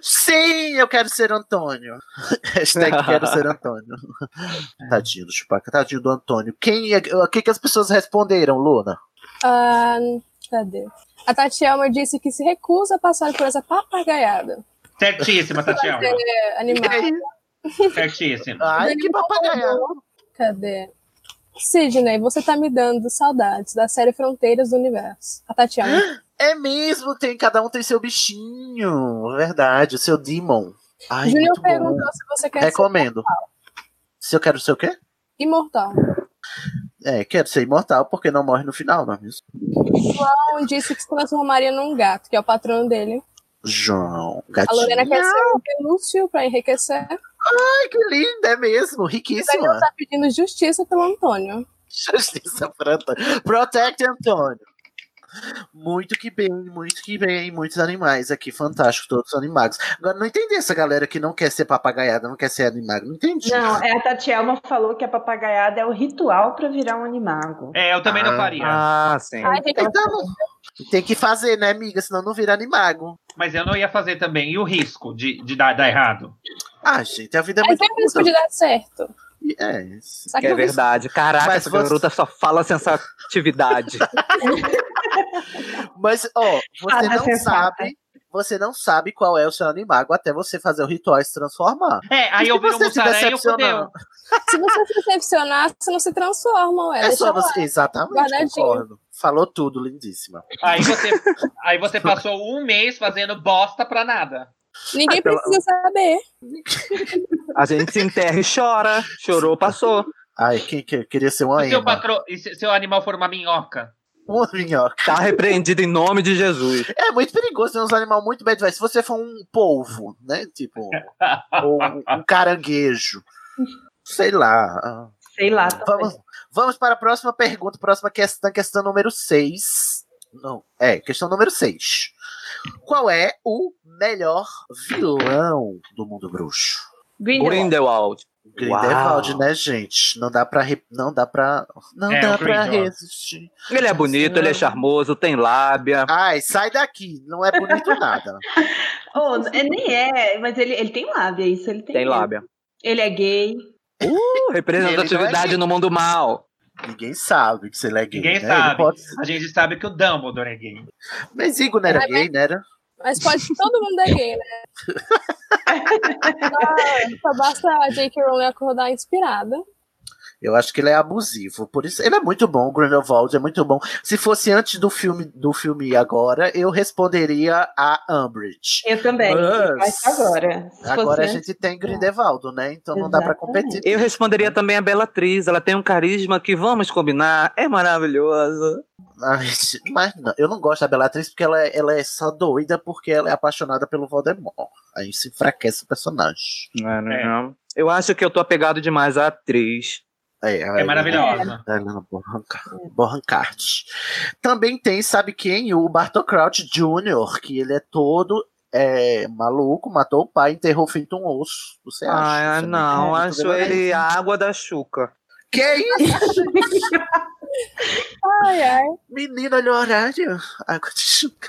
Sim, eu quero ser Antônio. Hashtag quero ser Antônio. Tadinho do Chupaca, tadinho do Antônio. Quem, é- o que, que as pessoas responderam, Luna? Ah, cadê? A Tatielma disse que se recusa a passar por essa papagaiada. Certíssima, Tatiana. É, E animal. aí? Certíssima. Ai, que papagaia. Cadê? Sidney, você tá me dando saudades da série Fronteiras do Universo. A Tatiana. É mesmo, tem, cada um tem seu bichinho. Verdade, o seu demon. Ai, Julião muito bom. perguntou se você quer ser Recomendo. Se eu quero ser o quê? imortal. É, quero ser imortal, porque não morre no final, não é mesmo? Então disse que se transformaria num gato, que é o patrono dele. João, A gatinho. Lorena quer ser um pelúcio pra enriquecer. Ai, que linda, é mesmo, Daniel riquíssima. tá pedindo justiça pelo Antônio. Justiça pra Antônio. Protect Antônio. Muito que bem, muito que bem. Muitos animais aqui, fantástico, todos animados. Agora, não entendi essa galera que não quer ser papagaiada, não quer ser animado. Não entendi. Não, é a Tatielma falou que a papagaiada é o ritual pra virar um animago. É, eu também não Ah. faria. Ah, sim. Ai, gente, Então, não- tem que fazer, né, amiga? Senão não vira animago. Mas eu não ia fazer também. E o risco de, de dar, dar errado? Ah, gente, a vida é mas muito. sempre isso podia dar certo. curta. É, isso. Só que É eu vi- verdade. Caraca, Mas essa você- garota só fala sensatividade. Mas, ó, você Ah, não você sabe. Você não sabe qual é o seu animago até você fazer o ritual e se transformar. É, aí E eu se viro você um se mussarela decepcionar? fudeu. Se você se decepcionar, você não se transforma, ué. É Deixa só eu lá. você. Exatamente, guardadinho. concordo. Falou tudo, lindíssima. Aí você, aí você passou um mês fazendo bosta pra nada. Ninguém Ah, pela- precisa saber. A gente se enterra e chora. Chorou, passou. Ai, quem que queria ser uma E seu, ema? patro, e se seu animal for uma minhoca? Uma minhoca. Tá repreendido em nome de Jesus. É muito perigoso, tem uns animais muito bad vibes. Se você for um polvo, né? Tipo, ou um, um caranguejo. Sei lá. ah. Sei lá. talvez. Vamos, vamos para a próxima pergunta, próxima questão, questão número 6. Não, é, questão número 6. Qual é o melhor vilão do mundo bruxo? Grindelwald. Grindelwald. Grindelwald, né, gente? Não dá pra. re- Não dá pra. Não É, dá o pra Grindelwald. resistir. Ele é bonito, ele é charmoso, tem lábia. Ai, sai daqui. Não é bonito nada. Oh, n- é, nem é, mas ele, ele tem lábia, isso ele tem. Tem mesmo. lábia. Ele é gay. Uh, representatividade Ele no mundo mal. Ninguém sabe que se ele é gay. Ninguém né? Ele sabe. pode... A gente sabe que o Dumbledore é gay. Mas Igor não era Mas- gay, não era? Mas pode todo mundo é gay, né? Só, só basta a J.K. Rowling acordar inspirada. Eu acho que ele é abusivo. Por isso, ele é muito bom, o Grindelwald é muito bom. Se fosse antes do filme do filme agora, eu responderia a Umbridge. Eu também. Mas- Mas agora. se Agora a fosse gente tem Grindelwald, né? Então não dá pra competir. Eu responderia também a Belatriz. Ela tem um carisma que vamos combinar. É maravilhoso. Ai, Ah, Mas não, eu não gosto da Bellatrix porque ela, é- ela é só doida porque ela é apaixonada pelo Voldemort. Aí se enfraquece o personagem. É. Eu acho que eu tô apegado demais à atriz. É, É maravilhosa. Helena Bonham, Car- Bonham Carter. Também tem, sabe quem? O Bartol Crouch Jr., que ele é todo é, maluco, matou o pai, enterrou o filho de um osso. Você acha? Ah, Você não, entende? acho Tudo bem? ele a água da chuca. Que isso? Ai, ai. Menina, olha o horário. Água de chuca.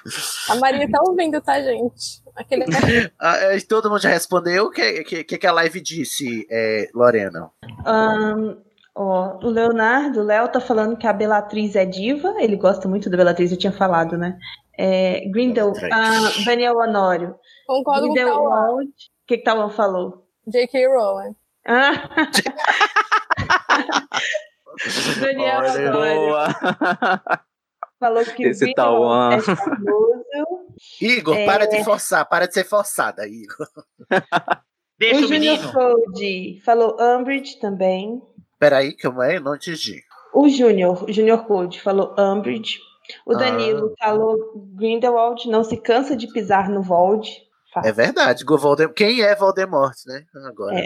A Maria tá ouvindo, tá, gente? Aquele Ah, é, todo mundo já respondeu. O que, que, que a live disse, é, Lorena? Ahn, ó, o Leonardo, o Léo tá falando que a Belatriz é diva, ele gosta muito da Belatriz, eu tinha falado, né? É, Grindel, Belatriz. ah, Daniel Honório, concordo com o é Cauã. Grindelwald, o que que Tauan falou? J.K. Rowling. Ah. Daniel Olha. Honório Boa. falou que Esse o Tauan. Grindelwald é charmoso. Igor, É. para de forçar, para de ser forçada, Igor. Deixa O o Junior menino. Fold falou Umbridge também. Peraí, que eu é, não entendi. O Júnior, o Júnior Code, falou Umbridge. O Ah. Danilo falou Grindelwald, não se cansa de pisar no Vold. É verdade, Go Voldem- quem é Voldemort, né? Agora. É.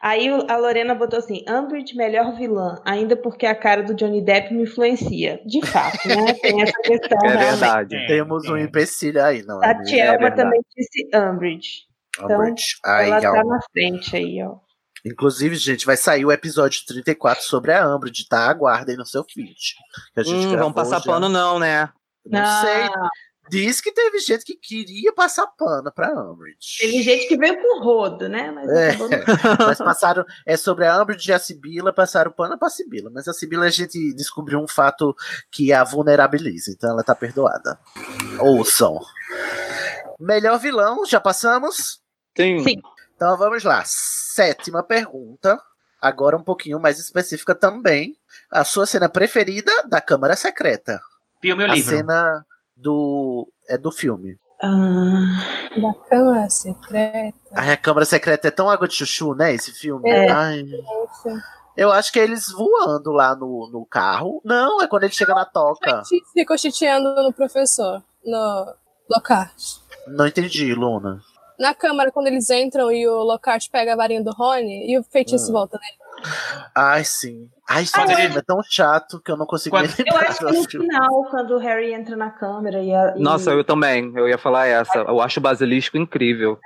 Aí o- a Lorena botou assim: Umbridge, melhor vilã, ainda porque a cara do Johnny Depp me influencia. De fato, né? Tem essa questão. É realmente. verdade. É, Temos um é. empecilho aí, não é? Tati mesmo? É Elma verdade. também disse Umbridge. então, Umbridge. Ai, Ela tá Alma. na frente aí, ó. Inclusive, gente, vai sair o episódio 34 sobre a Umbridge, tá? Aguardem no seu feed. Que a gente Hum, gravou vão passar já. pano, não, né? Não sei. Ah. Diz que teve gente que queria passar pano pra Umbridge. Teve gente que veio com rodo, né? Mas É. acabou não. Mas passaram. É sobre a Umbridge e a Sibila, passaram pano pra Sibila. Mas a Sibila a gente descobriu um fato que a vulnerabiliza, então ela tá perdoada. Ouçam. Melhor vilão, já passamos? Sim. Sim. Então vamos lá. Sétima pergunta. Agora um pouquinho mais específica também. A sua cena preferida da Câmara Secreta. Filme ou a livro? cena do. É do filme. Ah, Da Câmara Secreta. Ai, a Câmara Secreta é tão água de chuchu, né? Esse filme. É. Ai. Eu acho que é eles voando lá no, no carro. Não, é quando ele chega na toca. Gente, Ficou chiteando no professor, no Lockhart. Não entendi, Luna. Na câmara, quando eles entram e o Lockhart pega a varinha do Rony e o feitiço Hum. volta nele. Ai, sim. Ai, esse Quando filme ele- é tão chato que eu não consigo Quando- nem eu lembrar acho que do no filme. final, quando o Harry entra na câmera e. a- e- Nossa, eu também. Eu ia falar essa. Eu acho o basilisco incrível.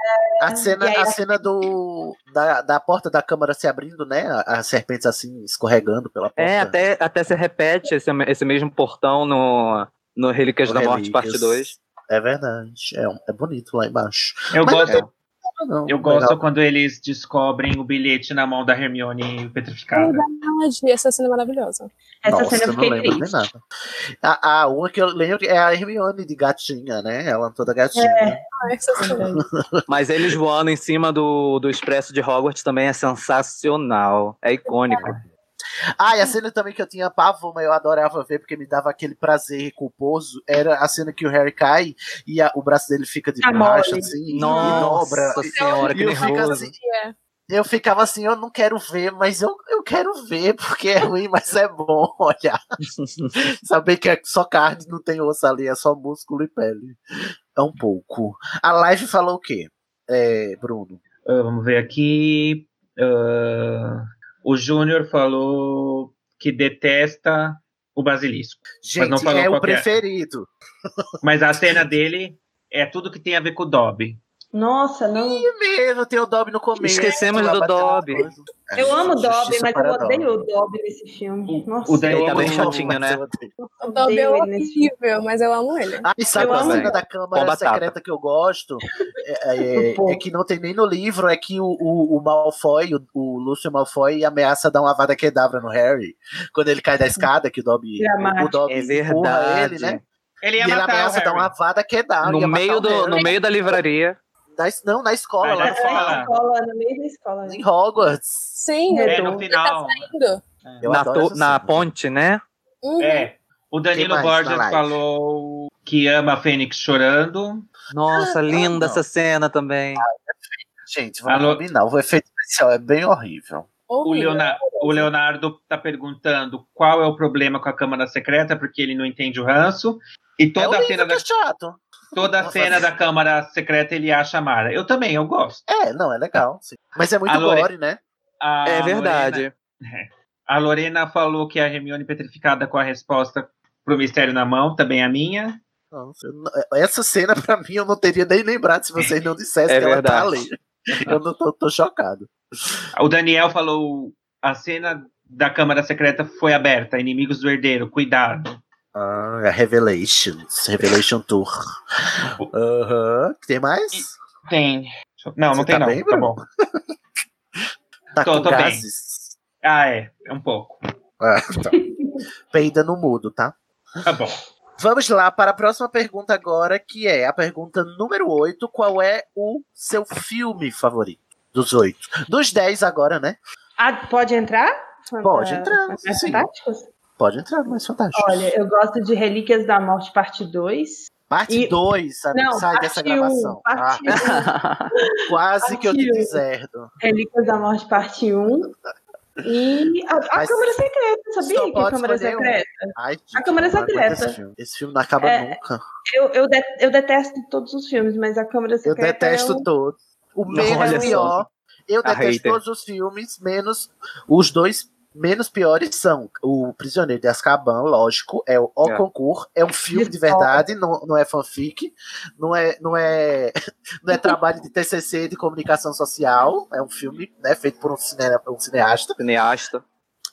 A cena, E aí a a- cena do, da, da porta da câmara se abrindo, né? A- As serpentes assim escorregando pela porta. É, até, até se repete esse, esse mesmo portão no, no Relíquias da Morte, parte 2. É verdade. É, um- é bonito lá embaixo. Eu Mas gosto, não é nada, não. eu gosto quando eles descobrem o bilhete na mão da Hermione petrificada. Verdade, essa cena é maravilhosa. Essa Nossa, cena eu eu não fiquei lembro é nem triste. nada. A, a uma que eu lembro é a Hermione de gatinha, né? Ela toda gatinha. É. Ah, essa cena. Mas eles voando em cima do, do Expresso de Hogwarts também é sensacional. É icônico. Ah, e a cena também que eu tinha pavor, mas eu adorava ver porque me dava aquele prazer culposo. Era a cena que o Harry cai e a- o braço dele fica de Tá baixo, mole. assim, e dobra. Nossa senhora, E que eu fico nervoso. assim, é. eu ficava assim, eu não quero ver, mas eu, eu quero ver, porque é ruim, mas é bom olhar. Saber que é só carne, não tem osso ali, é só músculo e pele. É um pouco. A live falou o quê, é, Bruno? Ah, vamos ver aqui. Ah, o Júnior falou que detesta o basilisco. Gente, não falou é o qual que é. preferido. Mas a cena dele é tudo que tem a ver com o Dobby. Nossa, não. E mesmo, tem o Dobby no começo. Esquecemos lá do batendo Dobby. coisa. Eu amo o Dobby, É Justiça mas para eu odeio o Dobby nesse filme. Nossa, o Daniel Ele Eu tá amo bem o chatinho, né? O Dobby é Odeio ele nesse horrível, mas eu amo ele. Ah, e sabe Eu uma amo. cena da Câmara Com batata. Secreta que eu gosto? Um É, é- Pô. é que não tem nem no livro, é que o, o, o Malfoy, o, o Lúcio Malfoy, ameaça dar uma vada quedavra no Harry. Quando ele cai da escada, que o Dobby, o Dramático. Dobby É empurra verdade. ele, né? Tá Ele E ia ele matar o ameaça Harry. dar uma vada quedavra. No ia matar meio, o do, Harry. no meio É da livraria. Na, es- não, na escola, Ah, lá Tá na no final, escola. escola, no meio da escola. em Hogwarts. Sim, tá É, tá Edu. no final. Lindo. Eu na, adoro to- essa na cena. Ah, ponte, né? Uhum. É. Quem O Danilo mais na Borges live? falou que ama a Fênix chorando. Nossa, não. linda essa cena também. Gente, vamos Alô? combinar. O efeito especial é bem horrível. O Horrível. Leonardo, o Leonardo tá perguntando qual é o problema com a Câmara Secreta, porque ele não entende o ranço. E toda é a horrível, cena, da, que chato. toda a Nossa, cena assim. da Câmara Secreta ele acha a Mara. Eu também, eu gosto. É, não, é legal. sim. Mas é muito A Lore- gore, né? A é Ah, Lorena- verdade. a Lorena falou que é a Hermione petrificada com a resposta pro mistério na mão, também a minha. Nossa, eu não- é, essa cena, pra mim, eu não teria nem lembrado se vocês não dissessem É que ela tá verdade. ali. Eu não tô, tô chocado. O Daniel falou a cena da Câmara Secreta foi aberta, inimigos do herdeiro, cuidado. Ah, é Revelations. Revelation Tour. Aham. Tem mais? Tem. Não, não Você tem tá não. bem, tá Bruno? bom. Tá Tô- com tô bem. gases? Ah, é, é um pouco. Ah, tá. Peida no mudo, tá? Tá bom. Vamos lá para a próxima pergunta agora, que é a pergunta número 8. Qual é o seu filme favorito? Dos oito. Dos dez agora, né? Ah, pode entrar? Pode entrar, Fanta- sim. Fantásticos? Pode entrar, mas tá fantástico. Olha, eu gosto de Relíquias da Morte, parte 2. parte e- 2, não, sai parte dessa 1. gravação. Ah, Parte 1. quase que eu te partiu. deserdo. Relíquias da Morte, parte 1. E a, a Mas Câmara Secreta, só sabia que a pode Câmara escolher um. Secreta? Ai, gente, A Câmara eu não aguento Secreta. Esse filme. Esse filme não acaba É, nunca. Eu, eu, de- eu detesto todos os filmes, mas a Câmara Eu Secreta. detesto é o- todos. O menos Olha só. pior. Eu A detesto hater. todos os filmes, menos os dois menos piores são o Prisioneiro de Azkaban, lógico, é o O É. Concur, é um filme de verdade, não, não é fanfic, não é não é não é trabalho de TCC de comunicação social, é um filme né, feito por um, cine- um cineasta. Cineasta.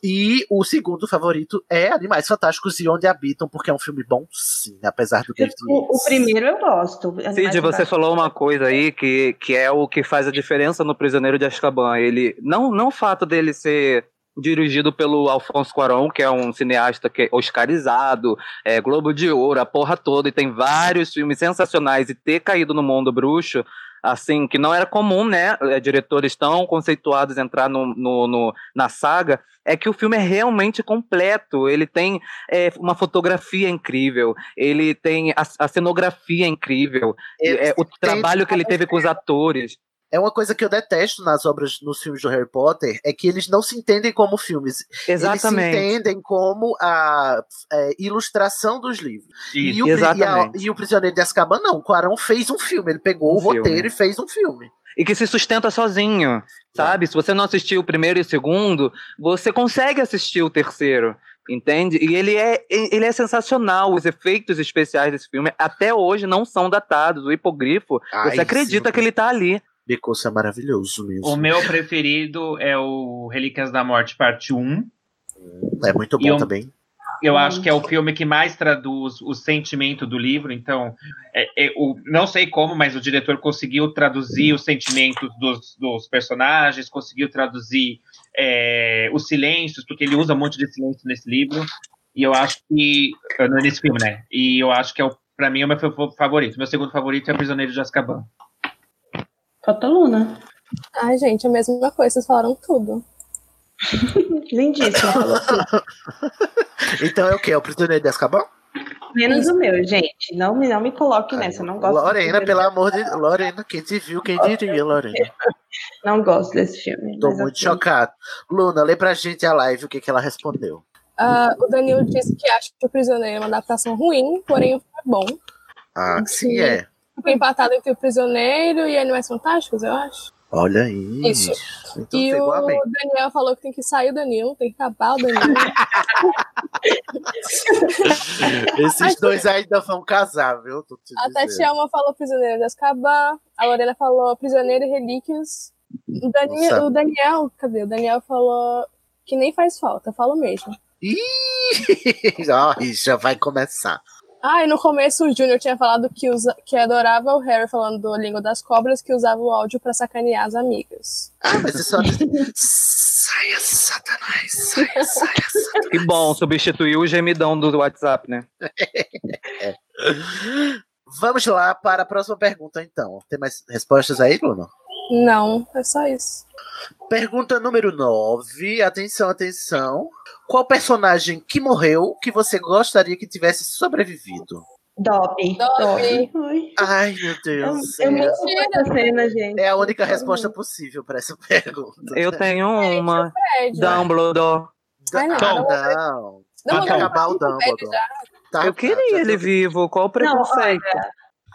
E o segundo favorito é Animais Fantásticos e Onde Habitam, porque é um filme bom, sim, apesar do David tipo, O, o Yates. primeiro eu gosto. Animais Cid, você Fantásticos. falou uma coisa aí que, que é o que faz a diferença no Prisioneiro de Azkaban. Ele, não, não o fato dele ser dirigido pelo Alfonso Cuarón, que é um cineasta que é oscarizado, é, Globo de Ouro, a porra toda, e tem vários filmes sensacionais, e ter caído no mundo bruxo, assim, que não era comum, né, é, diretores tão conceituados entrar no, no- no- na saga, é que o filme é realmente completo, ele tem é, uma fotografia incrível, ele tem a, a cenografia incrível, É, é, o trabalho que ele teve com os atores. É uma coisa que eu detesto nas obras, nos filmes do Harry Potter, é que eles não se entendem como filmes. Eles se Exatamente. entendem como a é, ilustração dos livros. Isso. E o, pri- e, a, exatamente. e o Prisioneiro de Azkaban, não. O Quarão fez um filme. Ele pegou Um o roteiro filme. e fez um filme. E que se sustenta sozinho, É. sabe? Se você não assistiu o primeiro e o segundo, você consegue assistir o terceiro, entende? E ele é, ele é sensacional. Os efeitos especiais desse filme até hoje não são datados. O hipogrifo, você acredita que ele tá ali. Becoço é maravilhoso mesmo. O meu preferido é o Relíquias da Morte, parte 1. É muito e bom um- também. Eu acho que é o filme que mais traduz o sentimento do livro. Então, é- é o- não sei como, mas o diretor conseguiu traduzir os sentimentos dos, dos personagens, conseguiu traduzir é, os silêncios, porque ele usa um monte de silêncio nesse livro. E eu acho que. Não, Nesse filme, né? E eu acho que é o. Pra mim, é o meu fa- favorito. Meu segundo favorito é o Prisioneiro de Azkaban. Falta Luna. Ai, gente, a mesma coisa, vocês falaram tudo. Lindíssimo. falou tudo. Então é o quê? É o Prisioneiro de Azkaban? Menos o meu, gente. Não me, não me coloque nessa. Eu não gosto. desse Lorena, filme. pelo amor de... Lorena, quem te viu, quem diria, Lorena. Não gosto desse filme. Tô mas muito assim, chocado. Luna, lê pra gente a live o que, que ela respondeu. Ah, o Uhum. Danilo disse que acha que o Prisioneiro é uma adaptação ruim, porém o filme é bom. Ah, sim, Sim. é. Ficou empatado entre o Prisioneiro e Animais Fantásticos, eu acho. Olha aí. Isso. Então e pegou o a mim. Daniel falou que tem que sair o Danilo, tem que acabar o Danilo. Esses dois ainda vão casar, viu? Tô te a dizendo. Tatiana falou Prisioneiro de Azkaban, a Lorena falou Prisioneiro e Relíquias. O, Dani- Nossa. o Daniel, cadê? O Daniel falou que nem faz falta, falo mesmo. é Ó, e já vai começar. Ah, e no começo o Júnior tinha falado que, usa, que adorava o Harry falando do Língua das Cobras, que usava o áudio pra sacanear as amigas. Ah, mas isso Saia, Satanás! Saia, saia, Satanás! Que bom, substituiu o gemidão do WhatsApp, né? Vamos lá para a próxima pergunta, então. Tem mais respostas aí, Bruno? Não, é só isso. Pergunta número 9. Atenção, atenção. Qual personagem que morreu que você gostaria que tivesse sobrevivido? Dobby. Dobby. Ai, Ai, meu Eu, Deus. eu do céu. morro com essa cena, gente. é a única resposta possível para essa pergunta. Eu tenho uma. Fred. Dumbledore. Vai não. Ah, Então, não. Não, Tem que não, não. acabar o Dumbledore. Tá, Eu tá, queria já ele vivo. Qual o preconceito?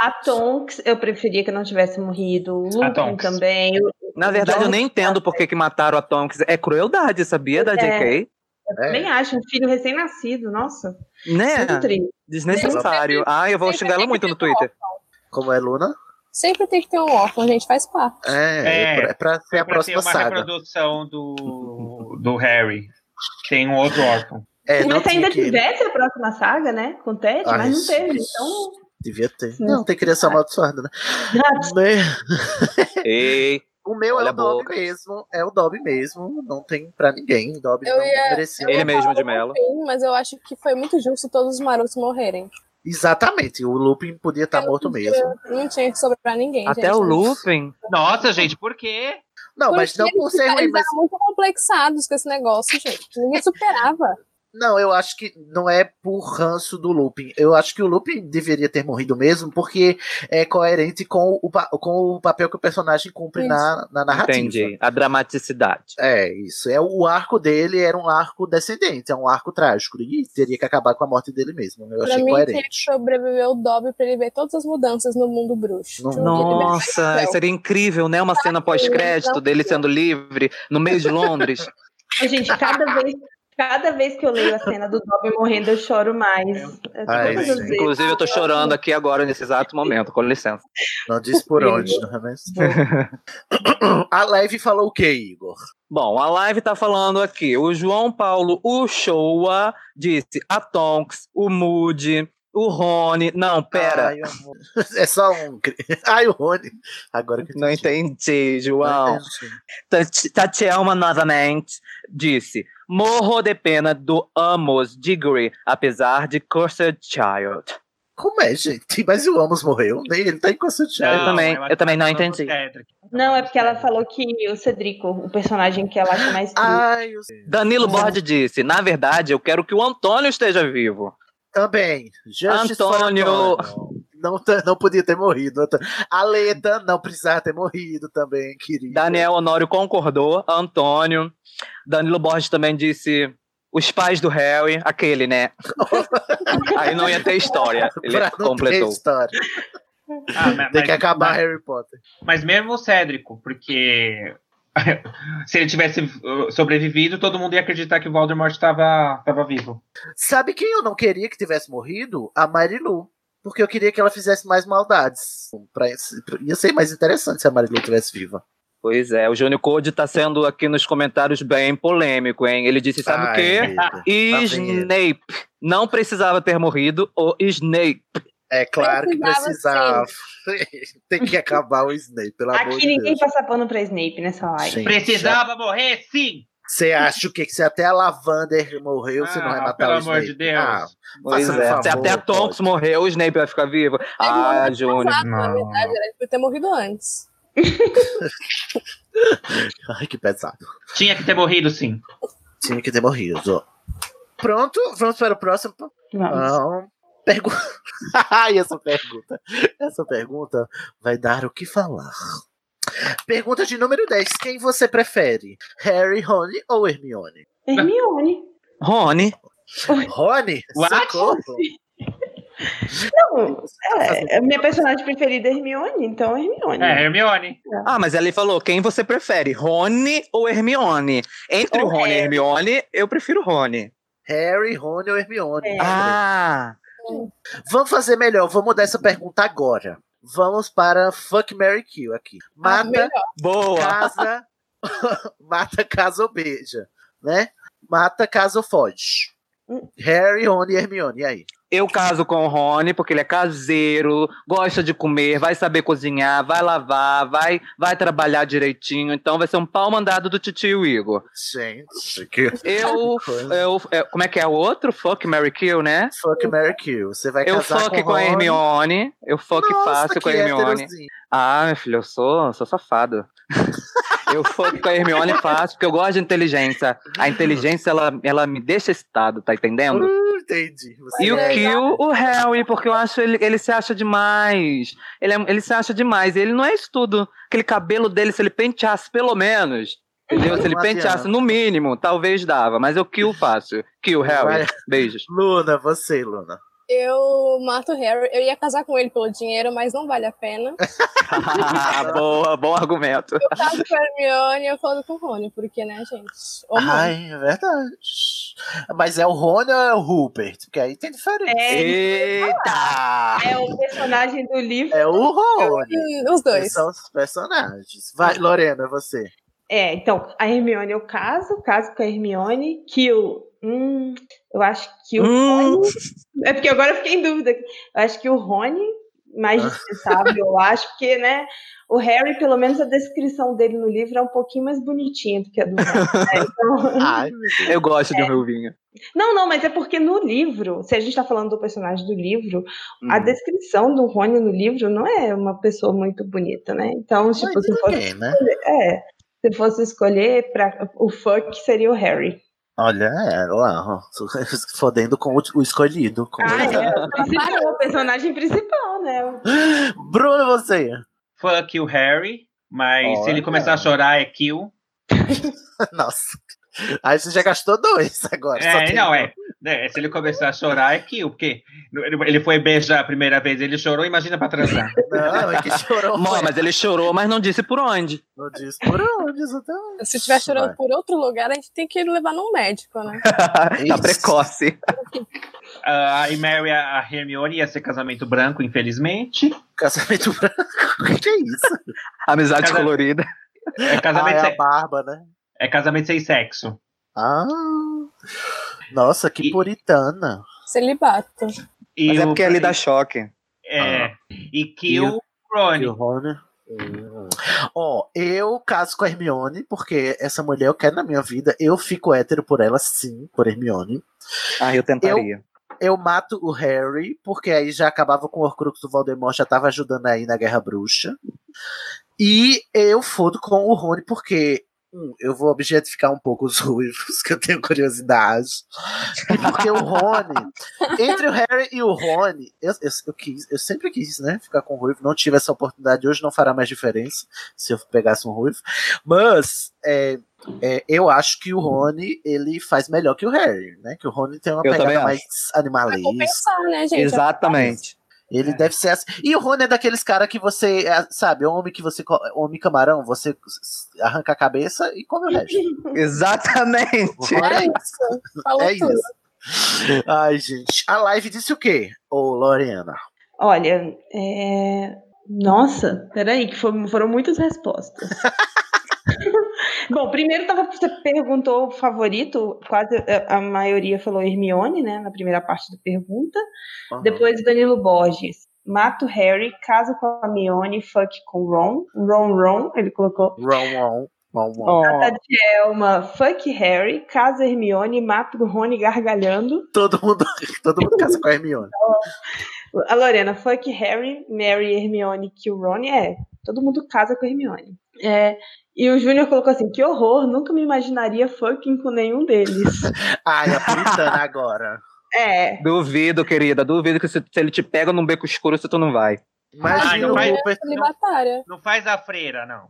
A Tonks, eu preferia que não tivesse morrido. O A Lupin Tonks. também. Eu, Na verdade, eu nem entendo por que que mataram a Tonks. É crueldade, sabia? Da É. JK. eu É. também acho. Um filho recém-nascido, nossa. é Muito Né? triste. Desnecessário. Ah, eu vou Sempre xingar ela tem que muito ter no Twitter. Como é, Luna? Sempre tem que ter um órfão, gente, faz parte. É, É, é, pra- é pra ser a Pra ter próxima uma saga. reprodução do, do Harry. Tem um outro órfão. É, não Mas se tinha ainda que- Ah, tivesse a próxima saga, né? Com o Ted, Ai, mas não teve. Jesus. Então, Devia ter. Sim. Não, tem criança amaldiçoada, né? Né? Ei. O meu Olha é a o Dobby boca. mesmo. É o Dobby mesmo. Não tem pra ninguém. Dobby Eu não ia- merecia. eu ia Ele mesmo falar de do Mello. Lupin, Mas eu acho que foi muito justo todos os marotos morrerem. Exatamente. O Lupin podia estar Eu Tá morto não mesmo. tinha- Não tinha que sobrar ninguém. Até gente. o Lupin. Nossa, gente, por quê? Não, mas Porque não por ser ruim, Eles mas eram muito complexados com esse negócio, gente. Ninguém superava. Não, eu acho que não é por ranço do Lupin. Eu acho que o Lupin deveria ter morrido mesmo, porque é coerente com o, pa- com o papel que o personagem cumpre na, na narrativa. Entendi. A dramaticidade. É, isso. É, o arco dele era um arco descendente, é um arco trágico. E teria que acabar com a morte dele mesmo. Eu Pra achei mim, tinha coerente. que sobreviver o Dobby pra ele ver todas as mudanças no mundo bruxo. Tipo, Não- Tinha que libertar Nossa, Isabel. seria incrível, né? Uma cena pós-crédito dele sendo livre no meio de Londres. Mas, gente, cada vez, cada vez que eu leio a cena do Dobby morrendo, eu choro mais. É só Ai, pra sim. dizer. Inclusive, eu tô chorando aqui agora, nesse exato momento, com licença. Não diz por onde, não é mesmo? a Leve falou o quê, Igor? Bom, a live tá falando aqui. O João Paulo Uchoa disse a Tonks, o Moody, o Rony. Não, pera. Ai, amor. É só um. cri- Ai, o Rony. Agora que eu não entendi, João. Não entendi. Tati- Tatielma novamente disse: Morro de pena do Amos Diggory, apesar de Cursed Child. Como é, gente? Mas o Amos morreu, nem ele tá em Constantine. Eu também- ela eu tá também não falando do Ah, entendi. Cedric. Não, é porque ela falou que o Cedrico, o personagem que ela acha mais triste. Ai, eu Danilo Borde disse: Na verdade, eu quero que o Antônio esteja vivo. também. Justice for Antônio. Antônio. Não, t- não podia ter morrido. Antônio. A Leda não precisava ter morrido também, querida. Daniel Honório concordou, Antônio. Danilo Borges também disse. Os pais do Harry, aquele, né? Aí não ia ter história. Ele Pra não ter completou. história. Ah, mas- Tem que mas- acabar mas- Harry Potter. Mas mesmo o Cédrico, porque se ele tivesse uh, sobrevivido, todo mundo ia acreditar que o Voldemort estava tava vivo. Sabe quem eu não queria que tivesse morrido? A Marilu. Porque eu queria que ela fizesse mais maldades. Pra, pra- ia ser mais interessante se a Marilu estivesse viva. Pois é, o Júnior Code tá sendo aqui nos comentários bem polêmico, hein? Ele disse: sabe o Ai, quê? querida. E Lá vem ele. Snape. Não precisava ter morrido o Snape. É claro que Precisava, precisava. Tem que acabar o Snape, pelo amor Aqui de ninguém Deus. passa pano pra Snape nessa live. Gente, Precisava morrer, sim! Você acha o quê? Que se até a Lavander morreu, você não vai Ah, matar pelo o amor Snape? de Deus. Ah, Pois Faça um é. Se favor, até a Tonks morreu, o Snape vai ficar vivo. Ah, Júnior. Exato, na Não. verdade, era pra ter morrido antes. ai, que pesado. Tinha que ter morrido, sim. Tinha que ter morrido. Pronto, vamos para o próximo. Vamos. Não. Pergunta. Ai, essa pergunta. Essa pergunta vai dar o que falar. Pergunta de número 10. Quem você prefere? Harry, Rony ou Hermione? Hermione. Rony. Rony? What? Socorro. Não, é, é minha personagem preferida é Hermione, então é Hermione. É, Hermione. Ah, mas ele falou: quem você prefere, Rony ou Hermione? Entre o Ou Rony e Harry. Hermione, eu prefiro Rony. Harry, Rony ou Hermione? É. Ah! Vamos fazer melhor, vamos mudar essa pergunta agora. Vamos para Fuck Mary Kill aqui. Ah, Mata, melhor. Boa! casa. mata, casa ou beija. Né? Mata, casa ou foge. Harry, Rony e Hermione, e aí? Eu caso com o Rony, porque ele é caseiro, gosta de comer, vai saber cozinhar, vai lavar, vai, vai trabalhar direitinho. Então vai ser um pau mandado do titio Igor. Gente, que Eu. coisa. eu é, como é que é o outro? Fuck Mary Kill, né? Fuck Mary Kill. Você vai É Eu casar fuck com, com, a Rony. Hermione. Eu fuck Nossa, fácil com a que Hermione. héterozinho. Ah, meu filho, eu sou, sou safado. Eu foto com a Hermione fácil, porque eu gosto de inteligência. A inteligência, ela, ela me deixa excitado, tá entendendo? Uh, entendi. Você E o é- Kill, o Harry, porque eu acho ele, ele se acha demais. Ele, é- ele se acha demais. Ele não é isso tudo. Aquele cabelo dele, se ele penteasse pelo menos. Entendeu? Se ele Não adianta. penteasse no mínimo, talvez dava. Mas eu kill fácil. Kill, Vai. Harry. Beijos. Luna, você, Luna. Eu mato o Harry. Eu ia casar com ele pelo dinheiro, mas não vale a pena. Boa, bom argumento. Eu caso com a Hermione e eu falo com o Rony, porque, né, gente? Ô, Rony. Ai, é verdade. Mas é o Rony ou é o Rupert? Porque aí tem diferença. É, Eita! é o personagem do livro. É o Rony. Hum, Os dois. São os personagens. Vai, Lorena, você. É, então, a Hermione eu caso, caso com a Hermione, Kill. Hum, eu acho que o Hum. Rony. É porque agora eu fiquei em dúvida. Eu acho que o Rony, mais dispensável, eu acho, porque, né? O Harry, pelo menos a descrição dele no livro é um pouquinho mais bonitinha do que a do Rony. né? Uhum. Então- Ai, meu Deus. Eu gosto de um Ruvinho. Não, não, mas é porque no livro, se a gente tá falando do personagem do livro, Hum. a descrição do Rony no livro não é uma pessoa muito bonita, né? Então, Mas é. tipo, se fosse, ninguém, né? é, se fosse escolher, pra, o fuck seria o Harry. Olha ela, ó, fodendo com o, o escolhido. com- Ah, é. o principal, o personagem principal, né? é. Bruno, você. Fuck o Harry, mas se ele Olha. começar a chorar é kill. Nossa. Aí você já gastou dois agora. só É, tem não, um. é, né, Se ele começar a chorar é kill, porque ele- ele foi beijar a primeira vez, ele chorou, imagina pra transar. Não, é que chorou. Mó, foi. mas ele chorou, mas não disse por onde. Não diz por onde, tá? exatamente. Se tiver chorando Vai. por outro lugar, a gente tem que levar num médico, né? tá Isso. precoce. Ah, e Mary, a Hermione ia ser casamento branco, infelizmente. Casamento branco. Que é isso? Amizade Cada- colorida. É Ah, casamento, é a sem, barba, né? é casamento sem sexo. Ah. Nossa, que E- puritana. Celibato. E Mas é o- porque ele dá choque. é, e Ah. E kill o- Rony. E o Rony? né? Ó, eu caso com a Hermione, porque essa mulher eu quero na minha vida. Eu fico hétero por ela, sim, por Hermione. Ah, eu tentaria. Eu mato o Harry, porque aí já acabava com o Horcrux do Voldemort, já tava ajudando aí na Guerra Bruxa. E eu fodo com o Rony, porque hum, eu vou objetificar um pouco os ruivos, que eu tenho curiosidade. E porque o Rony, entre o Harry e o Rony, eu, eu, eu quis, eu sempre quis, né, ficar com o ruivo. Não tive essa oportunidade hoje, não fará mais diferença se eu pegasse um ruivo. Mas é, é, eu acho que o Rony, ele faz melhor que o Harry, né? Que o Rony tem uma Eu também pegada acho. mais É Pra animalista. compensar, né, gente? Exatamente. Ele deve ser assim. E o Rony é daqueles cara que você, é, sabe, homem que você, co- homem camarão, você s- arranca a cabeça e come o resto. O Exatamente. Rony é É isso. Falou É tudo. isso. Ai, gente. A live disse o quê, ô Lorena? Olha, é... nossa, peraí, que foram, foram muitas respostas. Bom, primeiro tava, você perguntou o favorito, quase é, a maioria falou Hermione, né, na primeira parte da pergunta. Aham. Depois Danilo Borges, mato Harry, caso com a Hermione, fuck com Ron, Ron Ron, ele colocou. Wrong, wrong, wrong, wrong. Oh, Elma, fuck Harry, casa Hermione, mato Rony gargalhando. Todo mundo, todo mundo casa com a Hermione. A Lorena, fuck Harry, Mary, Hermione, que o Rony é. Todo mundo casa com a Hermione. É, e o Júnior colocou assim: que horror, nunca me imaginaria fucking com nenhum deles. Ai, a puritana agora. é. duvido, querida. Duvido que se, se ele te pega num beco escuro, se tu não vai. Ai, Imagina não o vai- Rupert. Celibatária. Não faz a freira, não.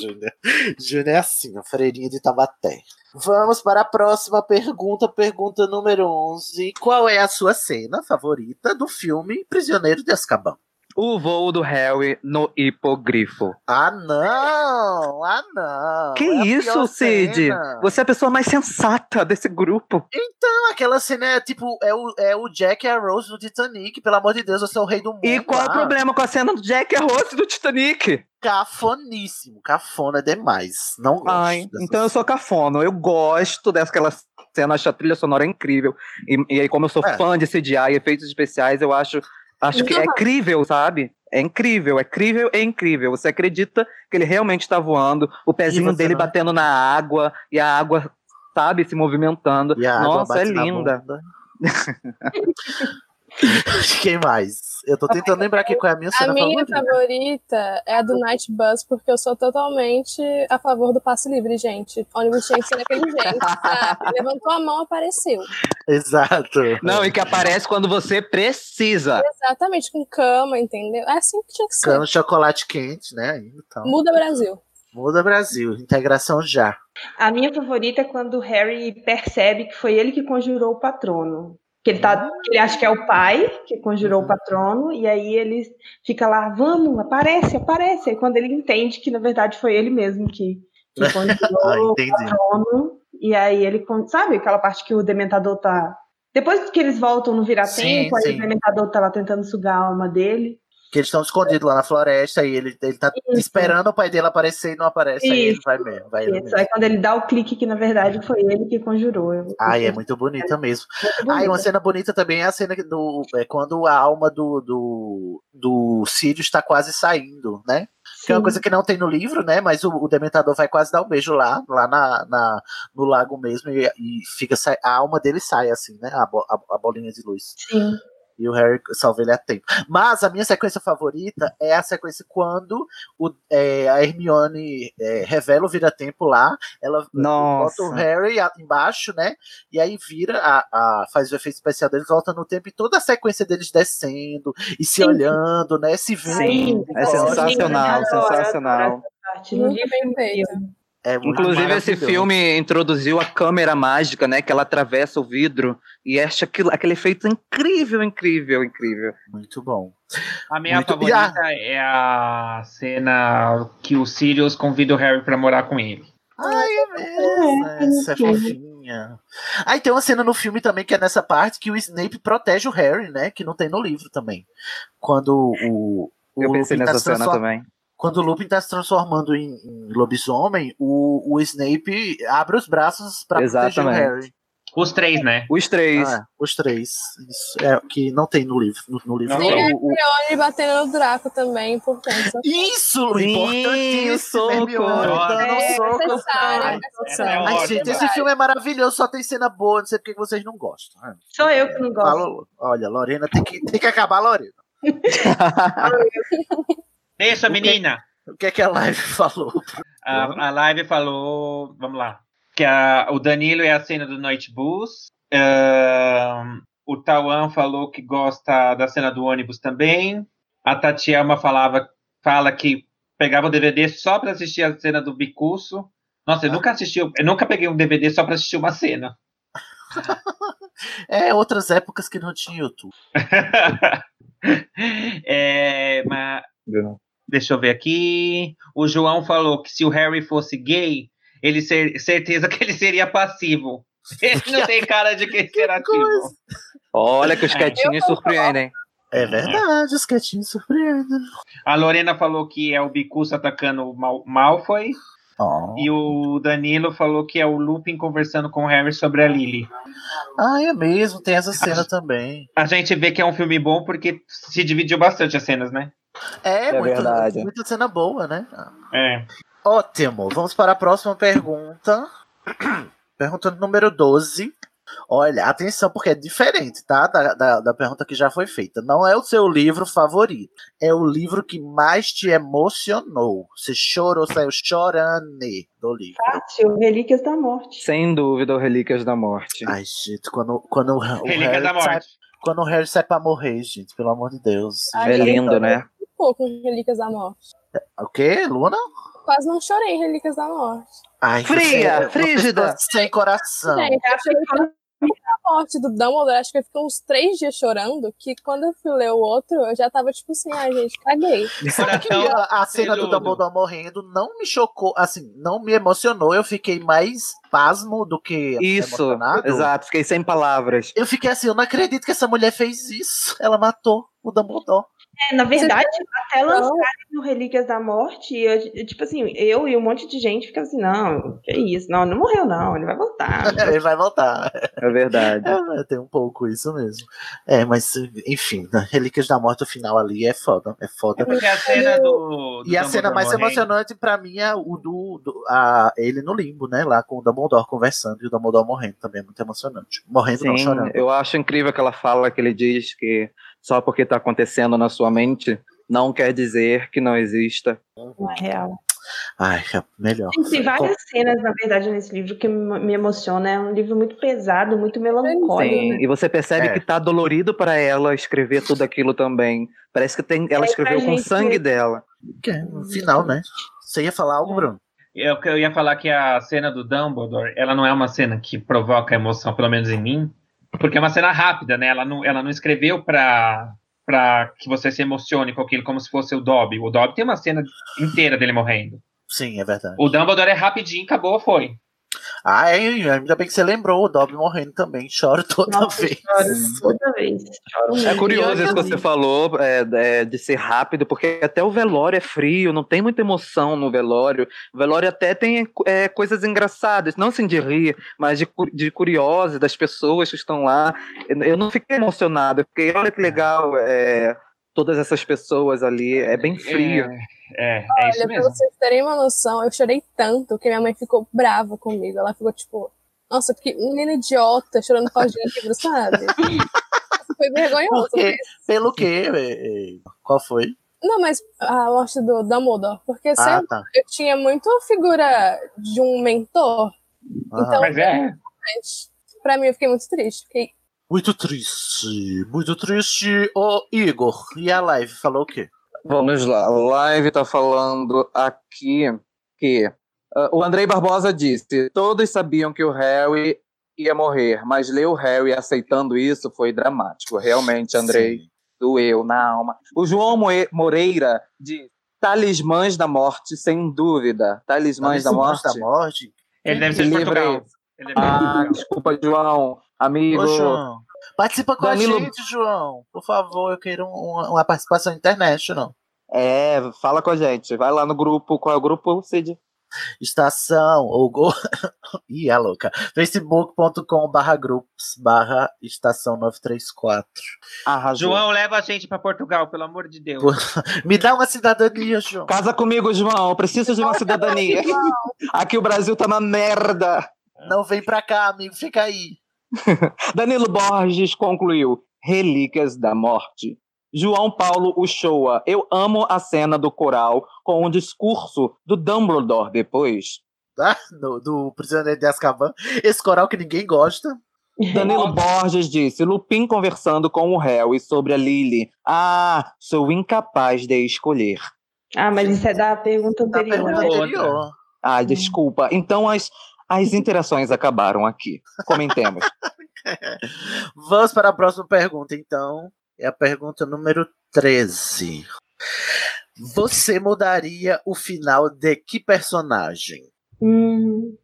Júnior. Júnior é assim, a freirinha de Tabaté. Vamos para a próxima pergunta, pergunta número 11. Qual é a sua cena favorita do filme Prisioneiro de Azkaban? O voo do Harry no hipogrifo. Ah, não! Ah, não! que É a pior isso, Cid? cena. Você é a pessoa mais sensata desse grupo. Então, aquela cena é tipo, é o, é o Jack e a Rose no Titanic, pelo amor de Deus, você é o rei do mundo. E qual ah. o problema com a cena do Jack Rose do Titanic? Cafoníssimo, cafona demais. Não gosto. Ai, dessa então eu sou cafona. Eu gosto daquela cena, acho a trilha sonora incrível. E, e aí, como eu sou É. fã de CGI e efeitos especiais, eu acho, acho que é incrível, sabe? É incrível, é incrível, é incrível. Você acredita que ele realmente está voando, o pezinho você dele não? batendo na água e a água, sabe, se movimentando. E a água Nossa, é bate na linda. bunda. Quem mais? Eu tô tentando lembrar aqui qual é a minha A cena minha favorita. favorita é a do Night Bus, porque eu sou totalmente a favor do passe livre, gente. Ônibus tinha que ser daquele jeito, sabe? Levantou a mão, apareceu. Exato. Não, e que aparece quando você precisa. Exatamente, com cama, entendeu? É assim que tinha que ser. Cano Tá chocolate quente, né? ainda, Então. Muda Brasil. Muda Brasil, integração já. A minha favorita é quando o Harry percebe que foi ele que conjurou o patrono. Que ele, tá, que ele acha que é o pai que conjurou o patrono, e aí ele fica lá, vamos, aparece, aparece. Aí quando ele entende que na verdade foi ele mesmo que, que Ah, conjurou o entendi. patrono, um, e aí ele, con- sabe aquela parte que o dementador tá. Depois que eles voltam no Sim, Viratempo, aí sim. o dementador tá lá tentando sugar a alma dele. Que eles estão escondidos lá na floresta e ele, ele tá Isso. esperando o pai dele aparecer e não aparece. Aí ele Isso. vai mesmo. Vai ele Isso. Aí mesmo. quando ele dá o clique que na verdade foi ele que conjurou. Eu- Ai, é muito bonita mesmo. muito Ah, e bonito. uma cena bonita também é a cena do. É quando a alma do, do, do Sirius está quase saindo, né? Que é uma Sim. coisa que não tem no livro, né? Mas o, o Dementador vai quase dar um beijo lá, lá na, na- no lago mesmo, e, e fica sai- a alma dele sai, assim, né? A, bo- a- a bolinha de luz. Sim. E o Harry salva ele a tempo. Mas a minha sequência favorita é a sequência quando o- é, a Hermione é, revela o vira-tempo lá. Ela Nossa. bota o Harry a- embaixo, né? E aí vira, a, a- faz o efeito especial deles, volta no tempo e toda a sequência deles descendo e se Sim. olhando, né? Se vendo. Sim, É Nossa, sensacional, eu adoro, sensacional. adoro parte. No Muito livro bem feito. É muito Inclusive, esse maravilhoso. filme introduziu a câmera mágica, né? Que ela atravessa o vidro e acha aquilo, aquele efeito incrível, incrível, incrível. Muito bom. A minha Muito- favorita é a cena que o Sirius convida o Harry pra morar com ele. Ai, é mesmo. Essa é fofinha. Aí tem uma cena no filme também que é nessa parte que o Snape protege o Harry, né? Que não tem no livro também. Quando o. o Eu pensei Lupin tá nessa se cena transform- também. Quando o Lupin tá se transformando em, em lobisomem, o, o Snape abre os braços pra proteger o Exatamente. Harry. Os É. três, né? Os três. Ah, os três. Isso é o que não tem no livro. No, no livro. Não o- tem. o- Olha, ele batendo no Draco também, é importante. Isso! Sim, importantíssimo, soco. Hermione, dando um É, soco. necessária, Ai, necessária. é Ai, Ótimo. gente, esse filme é maravilhoso, só tem cena boa, não sei porque vocês não gostam. Ah, Sou eu que não gosto. Falou, olha, Lorena tem que, tem que acabar, Lorena. Deixa, O quê? menina! O que é que a live falou? A, a live falou. Vamos lá. Que a- o Danilo é a cena do Night Bus. Ahn, o Tauan falou que gosta da cena do ônibus também. A Tatielma falava, fala que pegava o DVD só pra assistir a cena do bicurso. Nossa, eu nunca assisti, eu nunca peguei um DVD só pra assistir uma cena. É, outras épocas que não tinha YouTube. É, mas né? Deixa eu ver aqui. O João falou que se o Harry fosse gay, ele ser, certeza que ele seria passivo. Ele não tem cara de quem ser ativo. Olha que os quietinhos surpreendem. É Uhum. verdade, os quietinhos surpreendem. A Lorena falou que é o Bicus atacando o Mal Malfoy. Ó. E o Danilo falou que é o Lupin conversando com o Harry sobre a Lily. Ah, é mesmo, tem essa cena também. A gente vê que é um filme bom porque se dividiu bastante as cenas, né? É, É muita, verdade. muita cena boa, né? Ah. É. Ótimo, vamos para a próxima pergunta. Pergunta número 12. Olha, atenção, porque é diferente, tá? Da, da, da pergunta que já foi feita. Não é o seu livro favorito. É o livro que mais te emocionou. Você chorou, saiu chorane do livro. Fácil, Relíquias da Morte. Sem dúvida, o Relíquias da Morte. Ai, gente, quando, quando o Relíquias Harry da sai, morte. quando o Harry sai pra morrer, gente, pelo amor de Deus. Ai, é lindo, né? Um pouco em Relíquias da Morte. O quê, Luna? Quase não chorei em Relíquias da Morte. Ai, Fria, você- é você frígida. tá Sem coração. Gente, É, eu chorei tanto na morte do Dumbledore, acho que eu fiquei uns três dias chorando, que quando eu fui ler o outro, eu já tava tipo assim, ai gente, caguei. Sabe que Coração a, a cena do peludo. Dumbledore morrendo não me chocou, assim, não me emocionou. Eu fiquei mais pasmo do que Isso, é emocionado. exato. Fiquei sem palavras. Eu fiquei assim, eu não acredito que essa mulher fez isso. Ela matou o Dumbledore. É, na verdade, até lançarem no Relíquias da Morte, eu- eu, tipo assim, eu e um monte de gente ficava assim, não, que isso, não, ele não morreu não, ele vai voltar. Ele vai voltar. É verdade. É, tem um pouco isso mesmo. É, mas enfim, na Relíquias da Morte, o final ali é foda. É foda. É porque a cena do. do E a cena Dumbledore mais morrendo- emocionante pra mim é o do, do- a, ele no limbo, né? Lá com o Dumbledore conversando e o Dumbledore morrendo também. É muito emocionante. Morrendo, não Sim, chorando. eu acho incrível aquela fala que ele diz que só porque tá acontecendo na sua mente não quer dizer que não exista. Não é real. Ai, é melhor. Tem, tem várias cenas, na verdade, nesse livro que me me emociona. É um livro muito pesado, muito melancólico. né? Sim, E você percebe É. que tá dolorido pra ela escrever tudo aquilo também. Parece que tem, É, pra ela escreveu com o gente- sangue dela. Que é no final, né? Você ia falar algo, Bruno? Eu, eu ia falar É que a cena do Dumbledore, ela não é uma cena que provoca emoção, pelo menos em mim, porque é uma cena rápida, né? Ela não, ela não escreveu pra, pra que você se emocione com aquilo, como se fosse o Dobby. O Dobby tem uma cena inteira dele morrendo. Sim, é verdade. O Dumbledore é rapidinho, acabou, foi. Ah, é, ainda bem que você lembrou, o Dobby morrendo também. Choro toda Nossa, eu vez. choro toda vez. Choro É muito. curioso isso que você falou, é, é, de ser rápido, porque até o velório é frio, não tem muita emoção no velório. O velório até tem é, coisas engraçadas, não assim de rir, mas de, cu- de curiosas, das pessoas que estão lá. Eu- Eu não fiquei emocionado, eu fiquei, olha que legal, é, todas essas pessoas ali, é bem frio. É, é, é isso Olha, pra mesmo. vocês terem uma noção, eu chorei tanto que minha mãe ficou brava comigo. Ela ficou tipo, nossa, que menina idiota chorando com a gente, sabe? Isso Foi vergonhoso. Por quê? Pelo quê? é, é, Qual foi? Não, mas a morte do Dumbledore, porque sei Ah, lá, tá. eu tinha muito a figura de um mentor, Aham. Mas é, mas pra mim eu fiquei muito triste. Fiquei, Muito triste, muito triste. Ô, Igor, e a live? Falou o quê? Vamos lá, a live tá falando aqui que ah, o Andrei Barbosa disse: todos sabiam que o Harry ia morrer, mas ler o Harry aceitando isso foi dramático. Realmente, Andrei, Sim. doeu na alma. O João Moe- Moreira disse: talismãs da morte, sem dúvida. Talismãs, da, Talismãs morte. da morte? né? ele deve ser de Livre. Portugal. Ele deve ser de Ah, Portugal. desculpa, João, amigo. Ô, João. Participa com Danilo- a gente, João. Por favor, eu quero um- uma, uma participação international. É, fala com a gente. Vai lá no grupo. Qual é o grupo, Cid? Estação, ou go... Ih, a louca. facebook.com barra groups barra estação 934. Arrasou. João, leva a gente pra Portugal, pelo amor de Deus. Por- Me dá uma cidadania, João. Casa comigo, João. Eu preciso de uma cidadania. Aqui o Brasil tá na merda. Não vem pra cá, amigo, fica aí. Danilo Borges concluiu: Relíquias da Morte. João Paulo Uchoa. Eu amo a cena do coral com o discurso do Dumbledore depois. Tá? No- do Prisioneiro de Azkaban. Esse coral que ninguém gosta. Danilo Borges disse: Lupin conversando com o Harry sobre a Lily. Ah, sou incapaz de escolher. Ah, mas isso é da pergunta Da anterior. pergunta né? outra. tá anterior. Ah, desculpa. Então as, as interações acabaram aqui. Comentemos. Vamos para a próxima pergunta, então. É a pergunta número 13. Você mudaria o final de que personagem? Hum,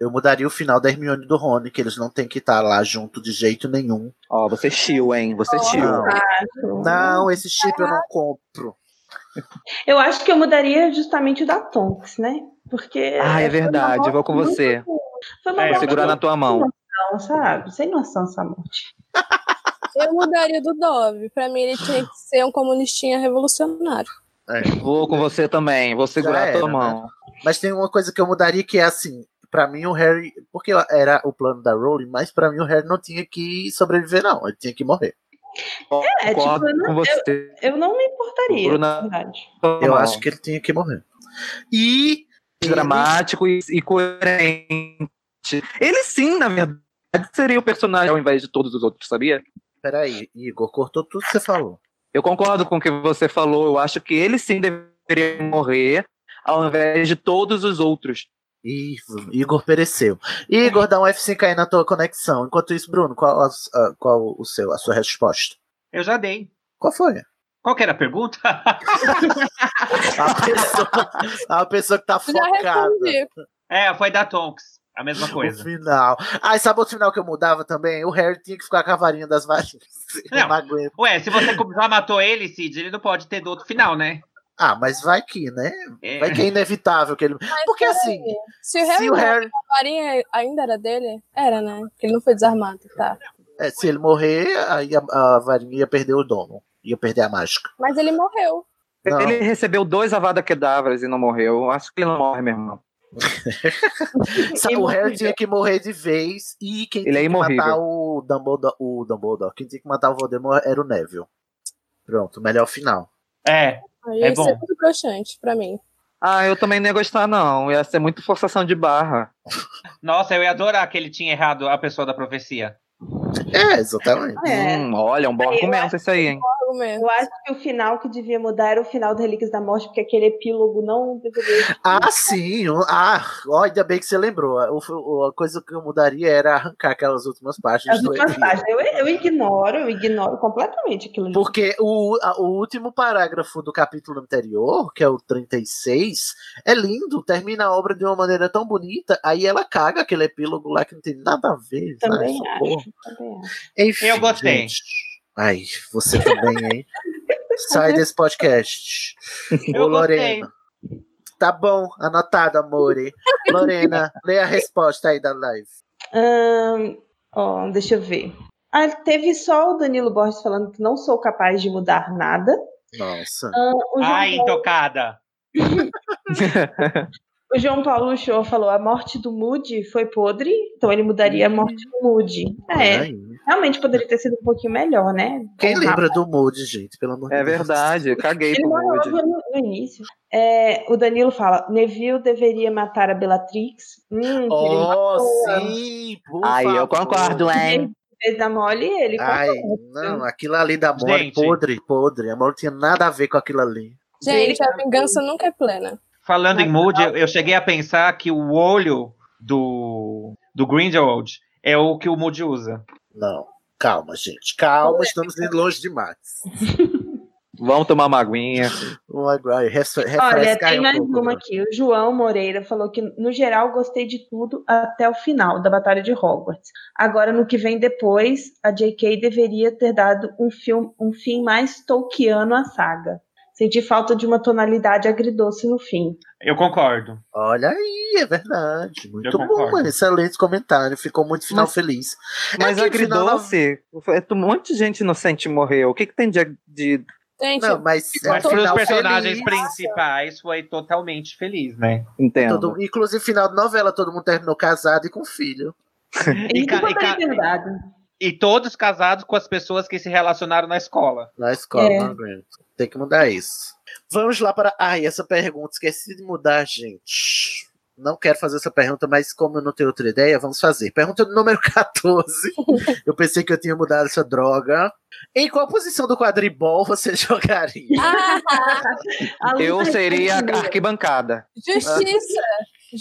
Eu mudaria o final da Hermione e do Rony, que eles não têm que estar lá junto de jeito nenhum. Ó, você chiu, hein? Você chiu. Não, acho- não esse chip eu não compro. Eu acho que eu mudaria justamente o da Tonks, né? Porque. Ah, é foi uma verdade, morte vou com muito- você. Foi uma É, morte Segurar na tua mão. sem noção, sabe? Sem noção essa morte. eu mudaria do Dove. Pra mim ele tinha que ser um comunistinha revolucionário. Vou com você também, vou segurar Já a era, tua mão. Mas tem uma coisa que eu mudaria que é assim, pra mim o Harry, porque era o plano da Rowling, mas pra mim o Harry não tinha que sobreviver não, ele tinha que morrer. É, tipo, Concordo eu não- com você. Eu não me importaria, Bruna- na verdade. Eu acho que ele tinha que morrer. E Dramático e, e coerente. Ele sim, na verdade, seria o personagem ao invés de todos os outros, sabia? Peraí, Igor, cortou tudo que você falou. Eu concordo com o que você falou, eu acho que ele sim deveria morrer ao invés de todos os outros. Ih, Igor pereceu. Igor, dá um F5 aí na tua conexão. Enquanto isso, Bruno, qual, a, a- qual o seu, a sua resposta? Eu já dei. Qual foi? Qual que era a pergunta? A tá pessoa, a pessoa que tá Já focada. respondi. é, foi da Tonks. A mesma O coisa. final. Ai, sabe outro final que eu mudava também? O Harry tinha que ficar com a varinha das varinhas. Eu Não. não aguento. Ué, se você já matou ele, Cid, ele não pode ter do outro final, né? Ah, mas vai que, né? É. Vai que é inevitável que ele. Mas Porque peraí, assim, Se o Harry, se o Harry. a varinha ainda era dele? Era, né? Porque ele não foi desarmado, tá. é, se ele morrer, aí a, a varinha ia perder o dono. Ia perder a mágica. Mas ele morreu. Não. Ele recebeu dois Avada Kedavras e não morreu. Acho que ele não morre, meu irmão. Sabe, o Harry tinha que morrer de vez e quem Ele tinha é que matar imorrível. o Dumbledore, o Dumbledore. Quem tinha que matar o Voldemort era o Neville. Pronto, melhor final. É, Aí É isso é bom. muito broxante pra mim. Ah, eu também não ia gostar, não. Ia ser muito forçação de barra. Nossa, eu ia adorar que ele tinha errado a pessoa da profecia. É, exatamente. É. Hum, olha, um bom Aí, eu argumento esse aí, hein? Argumento. Eu acho que o final que devia mudar era o final do Relíquias da Morte, porque aquele epílogo não deveria. Ah, sim. o- Ah, ó, ainda bem que você lembrou. O- o- a coisa que eu mudaria era arrancar aquelas últimas partes As do últimas epílogo. páginas. Eu, eu ignoro, eu ignoro completamente aquilo. ali. Porque o, a- o último parágrafo do capítulo anterior, que é o 36, é lindo, termina a obra de uma maneira tão bonita, aí ela caga aquele epílogo lá que não tem nada a ver. Também né? acho. Socorro. Também acho. Enfim, Eu gostei. gente. Ai, você também, hein? Sai desse podcast. Ô, Eu gostei. Lorena. Tá bom, anotado, amore. Lorena, lê a resposta aí da live. Ahn, ó, deixa eu ver. Ah, teve só o Danilo Borges falando que não sou capaz de mudar nada. Nossa. O é João, Ai, Paulo, intocada. o João Paulo Show falou: a morte do Moody foi podre, então ele mudaria a morte do Moody. Ah, É, Aí. realmente poderia ter sido um pouquinho melhor, né? Quem Um lembra do Mood, gente? Pelo amor de É Deus. verdade, caguei Ele pro morava Moody. no, no início. É, o Danilo fala: Neville deveria matar a Bellatrix. Hum, querido, Oh, Boa. sim, por Ai, eu favor. concordo, hein? fez da mole ele. Ai, concorda. não, aquilo ali da Mori, Gente. podre, podre. A Mori tinha nada a ver com aquilo ali. Gente, a vingança nunca é plena. Falando em Moody, eu, eu cheguei a pensar que o olho do, do Grindelwald é o que o Moody usa. Não, calma, gente, calma, estamos indo longe demais. Vamos tomar uma aguinha. O Maguire, refre- Olha, Um refresca aí tem um mais pouco, uma né? aqui. O João Moreira falou que, no geral, gostei de tudo até o final da Batalha de Hogwarts. Agora, no que vem depois, a J.K. deveria ter dado um, filme, um fim mais tolkiano à saga. Senti falta de uma tonalidade agridoce no fim. Eu concordo. Olha aí, é verdade. Muito Eu bom, concordo. mano. excelente comentário. Ficou muito final feliz. Mas aquele final agridoce, foi- um monte de gente inocente morreu. O que, que tem de, de- Gente, Não, mas é um Mas para os final personagens feliz. principais foi totalmente feliz, né? Entendo. Todo- inclusive, final de novela, todo mundo terminou casado e com filho. E Isso ca- também e ca- é verdade. E todos casados com as pessoas que se relacionaram na escola. Na escola, É. não aguento. Tem que mudar isso. Vamos lá para. Ai, essa pergunta, esqueci de mudar, gente. Não quero fazer essa pergunta, mas como eu não tenho outra ideia, vamos fazer. Pergunta número 14. eu pensei que eu tinha mudado essa droga. Em qual posição do quadribol você jogaria? A ah, tá luta Eu seria respondida. arquibancada. justiça.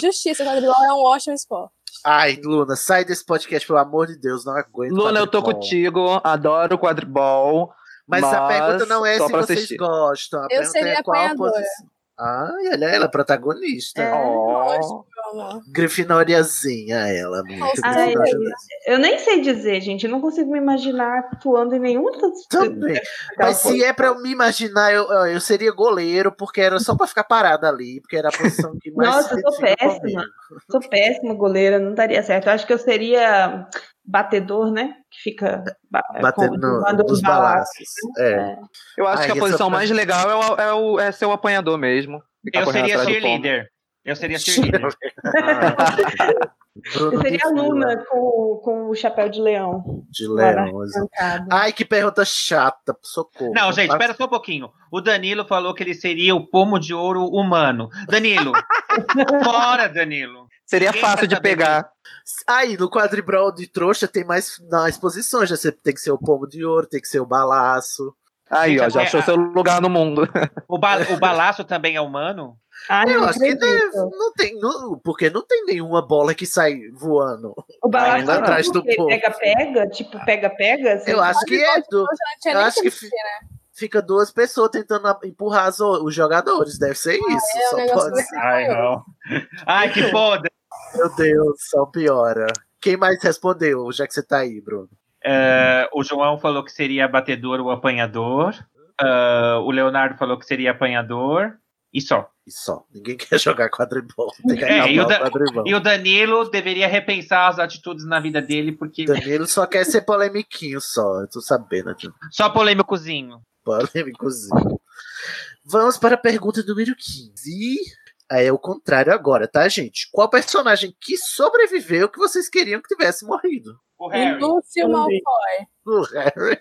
Justiça. Quadribol é um ótimo esporte. Ai, Luna, sai desse podcast, pelo amor de Deus, não aguento. Luna, eu tô quadribol. contigo, adoro quadribol. Mas, a mas pergunta não é se só pra vocês assistir. gostam. A Eu pergunta seria é qual apanhadora. posição. Ai, olha ela, protagonista. É. Ó, Meu amor. Grifinóriazinha ela, muito Ah, Ai, Não, Grifinória. eu nem sei dizer, gente. Eu não consigo me imaginar atuando em nenhum das Também. Mas se é pra eu me imaginar, eu, eu seria goleiro, porque era só pra ficar parada ali, porque era a posição que mais. Nossa, se eu sou identifica péssima. comigo. Sou péssima goleira, não daria certo. Eu acho que eu seria batedor, né? Que fica ba- é, Batendo com- no, manda os nos balaços. balanços. É. Eu acho Ai, que a essa posição pra- mais legal é, o, é, o- é ser o apanhador mesmo. Ficar Eu correndo seria atrás do pomo. cheerleader. Eu seria cheerleader. Bruno Eu seria de Vila, aluna com, com o chapéu de leão. De Maravilha. Leão. exato. trancado. Ai, que pergunta chata, socorro. Não, gente, Mas- espera só um pouquinho. O Danilo falou que ele seria o pomo de ouro humano. Danilo! fora, Danilo! Seria Ninguém fácil vai de saber pegar. Aí, no quadribol de trouxa tem mais nas posições. Já tem que ser o pomo de ouro, tem que ser o balaço. Aí, Gente, ó, já até achou a- seu lugar no mundo. O, ba o balaço também é humano? Ai, Eu Ah, não acho que acredito. deve, não tem, não- porque não tem nenhuma bola que sai voando. O balaço é Ainda atrás do povo. pega-pega, tipo pega-pega. assim. Eu acho que é do, Eu já não tinha Eu nem né? acho que fi- fica duas pessoas tentando a- empurrar as o- os jogadores. Deve ser isso. é um só negócio pode ser. Ai, não. Ai, que foda! Meu Deus, só piora. Quem mais respondeu, já que você tá aí, Bruno? É, o João falou que seria batedor ou apanhador. Ah, o Leonardo falou que seria apanhador. E só. E só. Ninguém quer jogar quadribol. Tem que É, acabar e o o da- quadribol. E o Danilo deveria repensar as atitudes na vida dele, porque Danilo só quer ser polemiquinho só. Eu tô sabendo de um só polêmicozinho. polêmicozinho. Vamos para a pergunta número 15. E aí é o contrário agora, tá, gente? Qual personagem que sobreviveu que vocês queriam que tivesse morrido? O E Harry. Lúcio Malfoy. O Harry.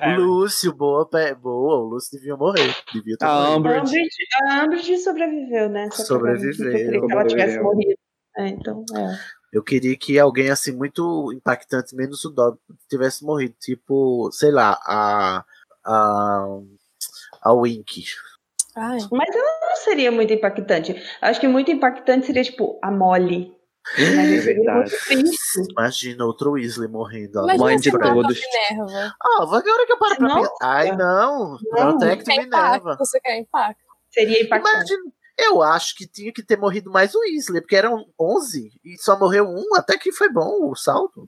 Harry. Lúcio, boa, pe- boa. O Lúcio devia morrer. Devia ter A morrido. Amber- Umbridge. Umbridge- A Umbridge sobreviveu, né? Só que Sobreviveu. Eu queria que ela tivesse Sobreviveu. morrido. É, então, é. Eu queria que alguém assim muito impactante, menos o Dobby, tivesse morrido. Tipo, sei lá, a. a. a Wink. Ai, Mas ela não seria muito impactante. Acho que muito impactante seria, tipo, a Molly. É Mas isso seria muito triste. Imagina outro Weasley morrendo. ó, Imagina Mãe muito de se bravo. mata todos. a Minerva. Ah, vai agora que eu paro pra Nossa. pensar. É. Ai, não. Protect Quer impacto? Minerva. Você quer impacto? Seria impactante. Imagina. Eu acho que tinha que ter morrido mais o Weasley, porque eram 11 e só morreu um, até que foi bom o saldo.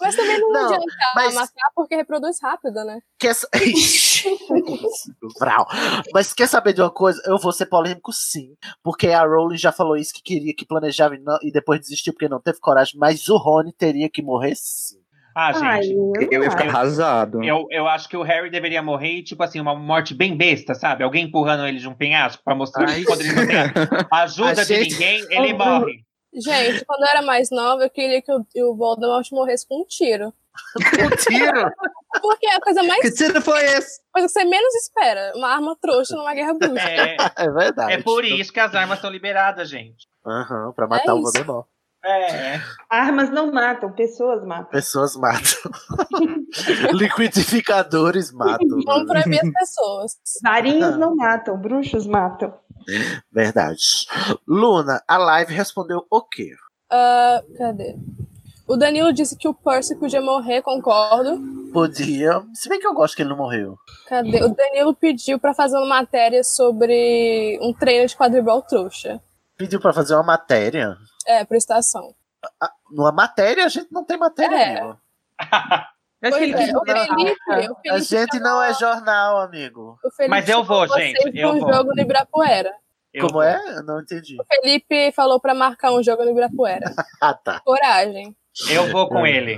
Mas também não, Não, adianta mas- matar porque reproduz rápido, né? Quer... sa- Vral. Mas quer saber de uma coisa? Eu vou ser polêmico sim, porque a Rowling já falou isso que queria, que planejava e, não- e depois desistiu porque não teve coragem, mas o Rony teria que morrer sim. Ah, Ai, gente. eu Eu ia ficar acho. arrasado. Eu, eu acho que o Harry deveria morrer, e, tipo assim, uma morte bem besta, sabe? Alguém empurrando ele de um penhasco pra mostrar Ai, que quando ele não tem ajuda A de gente- ninguém, ele morre. Gente, quando eu era mais nova, eu queria que o, o Voldemort morresse com um tiro. Um tiro! Porque é a coisa mais Que tiro foi esse? coisa que você menos espera. Uma arma trouxa numa guerra bruxa. É, É verdade. é por isso que as armas são liberadas, gente. Aham, pra matar É o isso. Voldemort. É. Armas não matam, pessoas matam. Pessoas matam. Liquidificadores matam. Vamos proibir as pessoas. Ah. Varinhos não matam, bruxos matam. Verdade. Luna, a live respondeu o quê? Ah, cadê? O Danilo disse que o Percy podia morrer, concordo. Podia. Se bem que eu gosto que ele não morreu. Cadê? O Danilo pediu pra fazer uma matéria sobre um treino de quadribol trouxa. Pediu pra fazer uma matéria. É, pro estação. Ah, Numa matéria, a gente não tem matéria, É. amigo. Acho que ele Pois é, quis o dar- Felipe, o A Felipe gente não é jornal, amigo. O Felipe Mas eu vou, chamou gente, vocês pra eu um vou. jogo no Ibirapuera. Eu- Como é? Eu não entendi. O Felipe falou pra marcar um jogo no Ibirapuera. Ah, tá. Coragem. Eu vou com É. ele.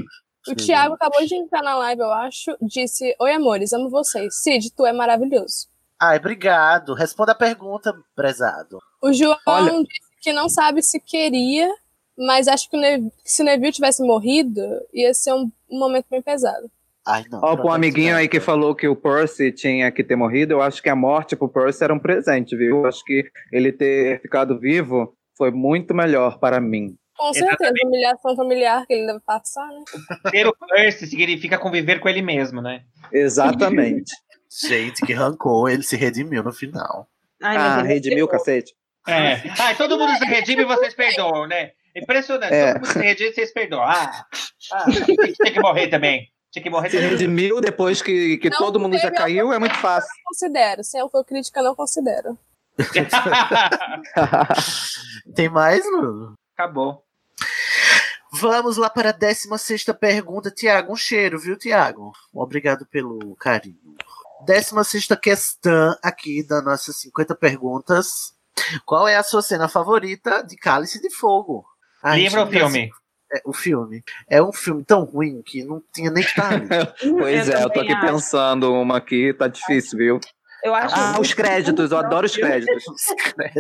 O Sim. Thiago acabou de entrar na live, eu acho. Disse: Oi, amores, amo vocês. Cid, tu é maravilhoso. Ai, obrigado. Responda a pergunta, prezado. O João Olha- disse que não sabe se queria, mas acho que o Ne- que se o Neville tivesse morrido, ia ser um, um momento bem pesado. Ai, não. Ó, pro Pronto, amiguinho tá. aí que falou que o Percy tinha que ter morrido, eu acho que a morte pro Percy era um presente, viu? Eu acho que ele ter ficado vivo foi muito melhor para mim. Com certeza, Exatamente. humilhação familiar que ele deve passar, né? Ter o Percy significa conviver com ele mesmo, né? Exatamente. Gente, que rancor. Ele se redimiu no final. Ai, mas ah, ele- redimiu o cacete. É. Ah, e todo mundo se redime e vocês perdoam, né? Impressionante. É. Todo mundo se redime e vocês perdoam. Ah, ah, tinha que morrer também. Tinha que morrer Se também. redimiu depois que, que Não todo mundo já teve caiu, é muito fácil. Não considero. Se eu for crítica, não considero. Tem mais, Luna? Acabou. Vamos lá para a 16 pergunta, Tiago. Um cheiro, viu, Tiago? Obrigado pelo carinho. 16 questão aqui das nossas 50 perguntas. Qual é a sua cena favorita de Cálice de Fogo? Ai, Livro ou gente, filme? é, o filme. É um filme tão ruim que não tinha nem que estar ali. Pois é, eu tô também aqui acho. pensando uma aqui, tá difícil, viu? Eu acho Ah, os créditos, eu adoro os créditos.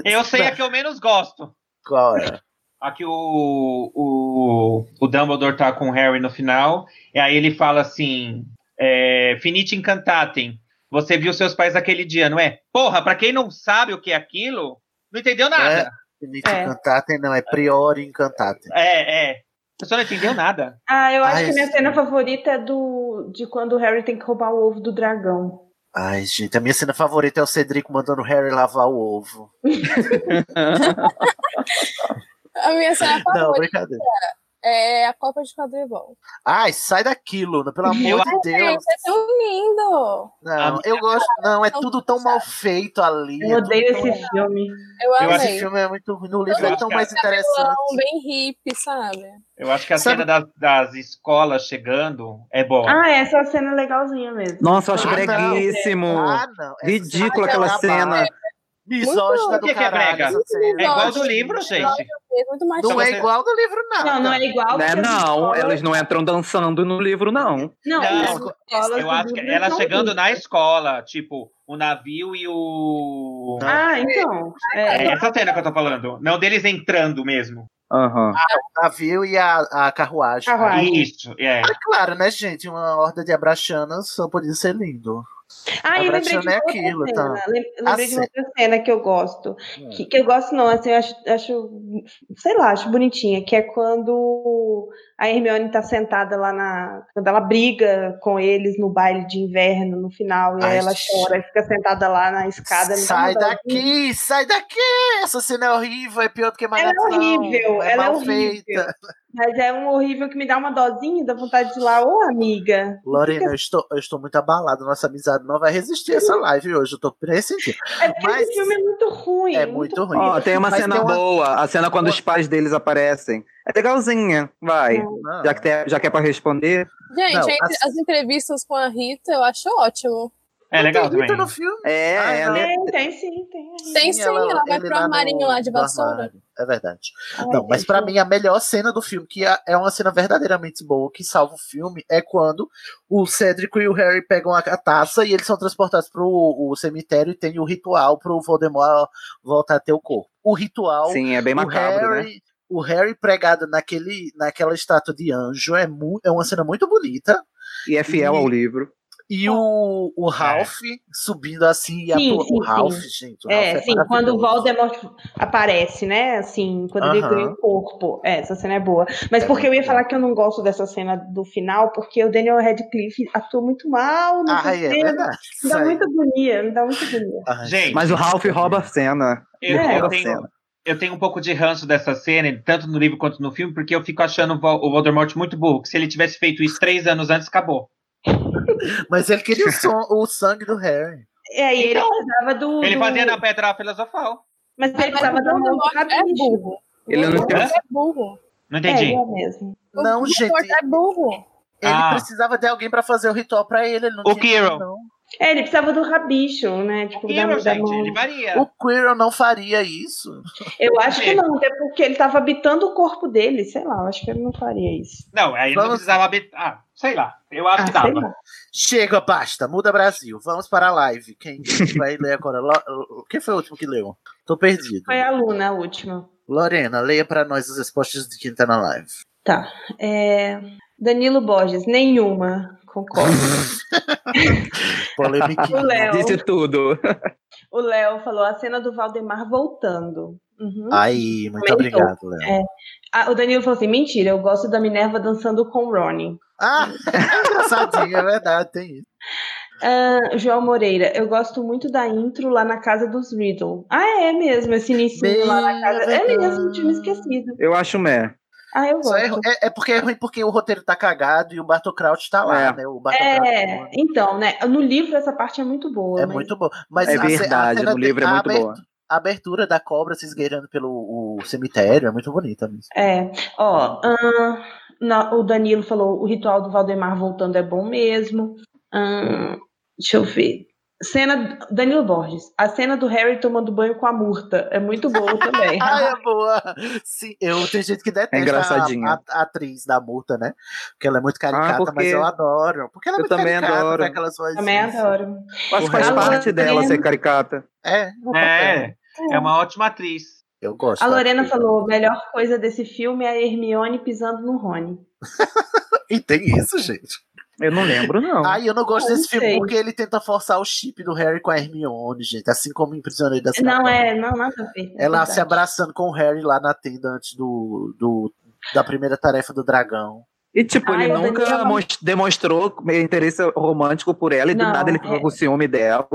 Eu sei a que eu menos gosto. Qual é? A que o, o, o Dumbledore tá com o Harry no final. E aí ele fala assim: é, Finite incantatem. Você viu seus pais aquele dia, não é? Porra, pra quem não sabe o que é aquilo, não entendeu nada. Finito É. Cantatem? Não, é Priori Cantatem. É, é. A pessoa não entendeu nada. Ah, eu acho Ai, que minha sim. cena favorita é do de quando o Harry tem que roubar o ovo do dragão. Ai, gente, a minha cena favorita é o Cedrico mandando o Harry lavar o ovo. A minha cena Não, favorita brincadeira. É a Copa de Quadribol. Ai, sai daqui, Luna, pelo amor de Deus. Gente, é tão lindo! Não, eu gosto. Não, é tudo tão mal feito ali. é Eu tudo odeio tão- esse filme. Eu Eu amei. Esse filme é muito ruim. No livro Eu é acho tão que mais interessante. Cabelão, bem hippie, sabe? Eu acho que a Sabe- cena das, das escolas chegando é boa. Ah, essa é a cena legalzinha mesmo. Nossa, eu acho Ah, não. breguíssimo. Ah, não. Essa Ridícula cena é aquela acabada. cena. Misógina Muito- do Que que é caralho. brega? essa cena. é igual lógico. do livro, gente. É muito mais Não é você- igual do livro, não. Não, não é igual. Né? porque as Não, escolas- elas não entram dançando no livro, não. Não, Não, as escolas Eu acho que do ela Brasil chegando são na escola, tipo, o navio e o. Não. Ah, então. É essa cena que eu tô falando. Não deles entrando mesmo. Aham. O navio e a, a carruagem. Carruagem. Ai. Isso, é. É claro, né, gente? Uma horda de abraxanas só podia ser lindo. Ah, e Agora lembrei de tinha uma não é outra aquilo, cena. tá? Hum. Lem- Lembrei Ah, de uma outra cena que eu gosto. Que, que eu gosto não, assim, eu acho, acho, sei lá, acho bonitinha, que é quando a Hermione tá sentada lá na. Quando ela briga com eles no baile de inverno, no final, e aí Ai, ela gente. chora e fica sentada lá na escada. me dá sai uma dó. daqui, sai daqui! Essa cena é horrível, é pior do que Ela é Malhação, horrível, é ela é mal horrível. feita. Mas é um horrível que me dá uma dozinha, dá vontade de ir lá, ô amiga. Lorena, eu estou, eu estou muito abalado. Nossa amizade não vai resistir a essa live hoje. Eu tô pressentindo. É porque Mas- esse filme é muito ruim. É muito ruim. Ó, tem uma Mas cena tem uma- boa, a cena quando os pais deles aparecem. É legalzinha, vai. Não. Já que, tem- já que é pra responder. Gente, Não, entre- as- as entrevistas com a Rita eu acho ótimo. É legal Tem também. Rita no filme. É, Ah, ela é- Tem, tem sim, tem. Tem sim, ela, vai ele pro no- armarinho lá de no vassoura. armário. É verdade. Ai, Não, mas gente, pra mim a melhor cena do filme, que é- é uma cena verdadeiramente boa, que salva o filme, é quando o Cedric e o Harry pegam a a taça e eles são transportados pro o cemitério e tem o ritual pro Voldemort voltar a ter o corpo. O ritual, Sim, é bem o macabro, né? Harry, o Harry pregado naquele, naquela estátua de anjo é, mu- é uma cena muito bonita. E é fiel E- ao livro. E o, o Ralph subindo assim e a Sim, tua- sim, o Ralph, sim. gente. o Ralph É, sim, quando o maravilhoso. Voldemort aparece, né? Assim, quando ele Aham. ganha o corpo. É, essa cena é boa. Mas É porque eu muito ia boa. falar que eu não gosto dessa cena do final, porque o Daniel Radcliffe atua muito mal nessa Ah, é cena. verdade. me dá muita agonia, me dá muita agonia. Ai, Gente, Mas o Ralph rouba a cena. Eu, É. eu tenho, eu tenho um pouco de ranço dessa cena, tanto no livro quanto no filme, porque eu fico achando o Vo- o Voldemort muito burro. Que se ele tivesse feito isso três anos antes, acabou. Mas ele queria o, som- o sangue do Harry. É, e ele Então, precisava do. Ele do- fazia na pedra filosofal. Mas ele Mas precisava o da mão do Voldemort é rabicho. burro. Ele não Voldemort tem- é burro. Não É, entendi. ele é mesmo. Não, o gente. Voldemort é burro. Ele Ah. precisava de alguém pra fazer o ritual pra ele. ele não O tinha Quirrell. não. É, ele precisava do rabicho, né? Tipo, da, Hero, da gente, mão. ele varia. O Quirrell não faria isso. Eu acho que não, até porque ele estava habitando o corpo dele, sei lá, eu acho que ele não faria isso. Não, aí ele não Vamos- precisava. abrir- Ah, sei lá. Eu acho Ah, que sei dava. lá. Chega, basta. Muda Brasil. Vamos para a live. Quem vai ler agora? Lo- Quem foi o último que leu? Tô perdido. Foi a Luna, a última. Lorena, leia pra nós as respostas de quem tá na live. Tá. É, Danilo Borges, nenhuma. Concordo. O Polêmica. Léo. Disse tudo. O Léo falou a cena do Valdemar voltando. Uhum. Aí, muito Comentou. obrigado, Léo. Ah, o Danilo falou assim: mentira, eu gosto da Minerva dançando com o Ronnie. Ah, engraçadinho, é verdade, tem isso. Ah, João Moreira, eu gosto muito da intro lá na casa dos Riddle. Ah, é mesmo, esse início lá na casa. Bem, é É mesmo, verdade. tinha me esquecido. Eu acho meh. Ah, eu Só gosto. é, ru- é- é porque é ruim porque o roteiro tá cagado e o Barto Kraut tá lá, É. né? O Barto Kraut tá É, então, né? No livro essa parte é muito boa. É mas- muito bom. Mas É a ce- a verdade, cena no livro é tem- a muito aber- boa. A abertura da cobra se esgueirando pelo o cemitério é muito bonita mesmo. É, ó, ahn, na- o Danilo falou, o ritual do Valdemar voltando é bom mesmo. Ahn, deixa eu ver. Cena, Danilo Borges, a cena do Harry tomando banho com a Murta, é muito boa também. Ah, é boa! Sim, eu tenho gente que detesta engraçadinha. a, a- a atriz da multa, né? Porque ela é muito caricata, Ah, porque- mas eu adoro. Porque ela é Eu muito também caricata, adoro. né, aquelas vozinhas. Também adoro. Acho que faz Porra, parte ela- dela um ser caricata. É, o papel. É, é uma ótima atriz. eu gosto. A da Lorena atriz. falou, melhor coisa desse filme é a Hermione pisando no Rony. E tem isso, gente. Eu não lembro, não. Ai, eu não gosto Eu desse não filme sei. porque ele tenta forçar o chip do Harry com a Hermione, gente. Assim como em Prisioneiro da Cidade. Não, é, não, nada a ver. Ela verdade. se abraçando com o Harry lá na tenda antes do, do- da primeira tarefa do dragão. E, tipo, Ai, ele eu nunca também amo. mos- demonstrou interesse romântico por ela e do Não, nada ele fica é. com ciúme dela.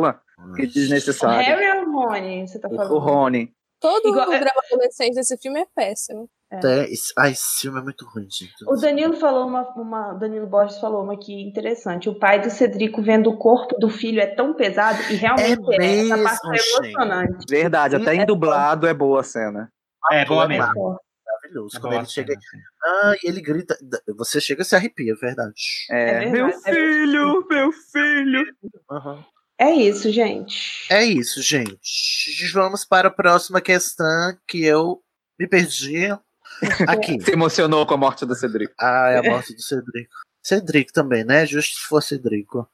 Que O desnecessário. Harry ou o Rony, você tá falando? O Rony. Todo Igual- o drama adolescente desse filme é péssimo. Até esse- Ai, esse filme é muito ruim, gente. O Danilo falou uma, uma- Danilo Borges falou uma aqui interessante. O pai do Cedrico vendo o corpo do filho é tão pesado e realmente É é. Essa mesmo, parte gente. é emocionante. Verdade, até em dublado é boa a cena. É, Boa boa mesmo. Maravilhoso. É né? Quando boa ele chega. cena, sim. Ah, e ele grita. Você chega e se arrepia, é verdade. É, verdade, meu é filho, meu filho. Aham. É isso, gente. É isso, gente. Vamos para a próxima questão que eu me perdi. Aqui. Se emocionou com a morte do Cedric. Ah, é a morte do Cedrico. Cedrico também, né? Justo se for Cedrico.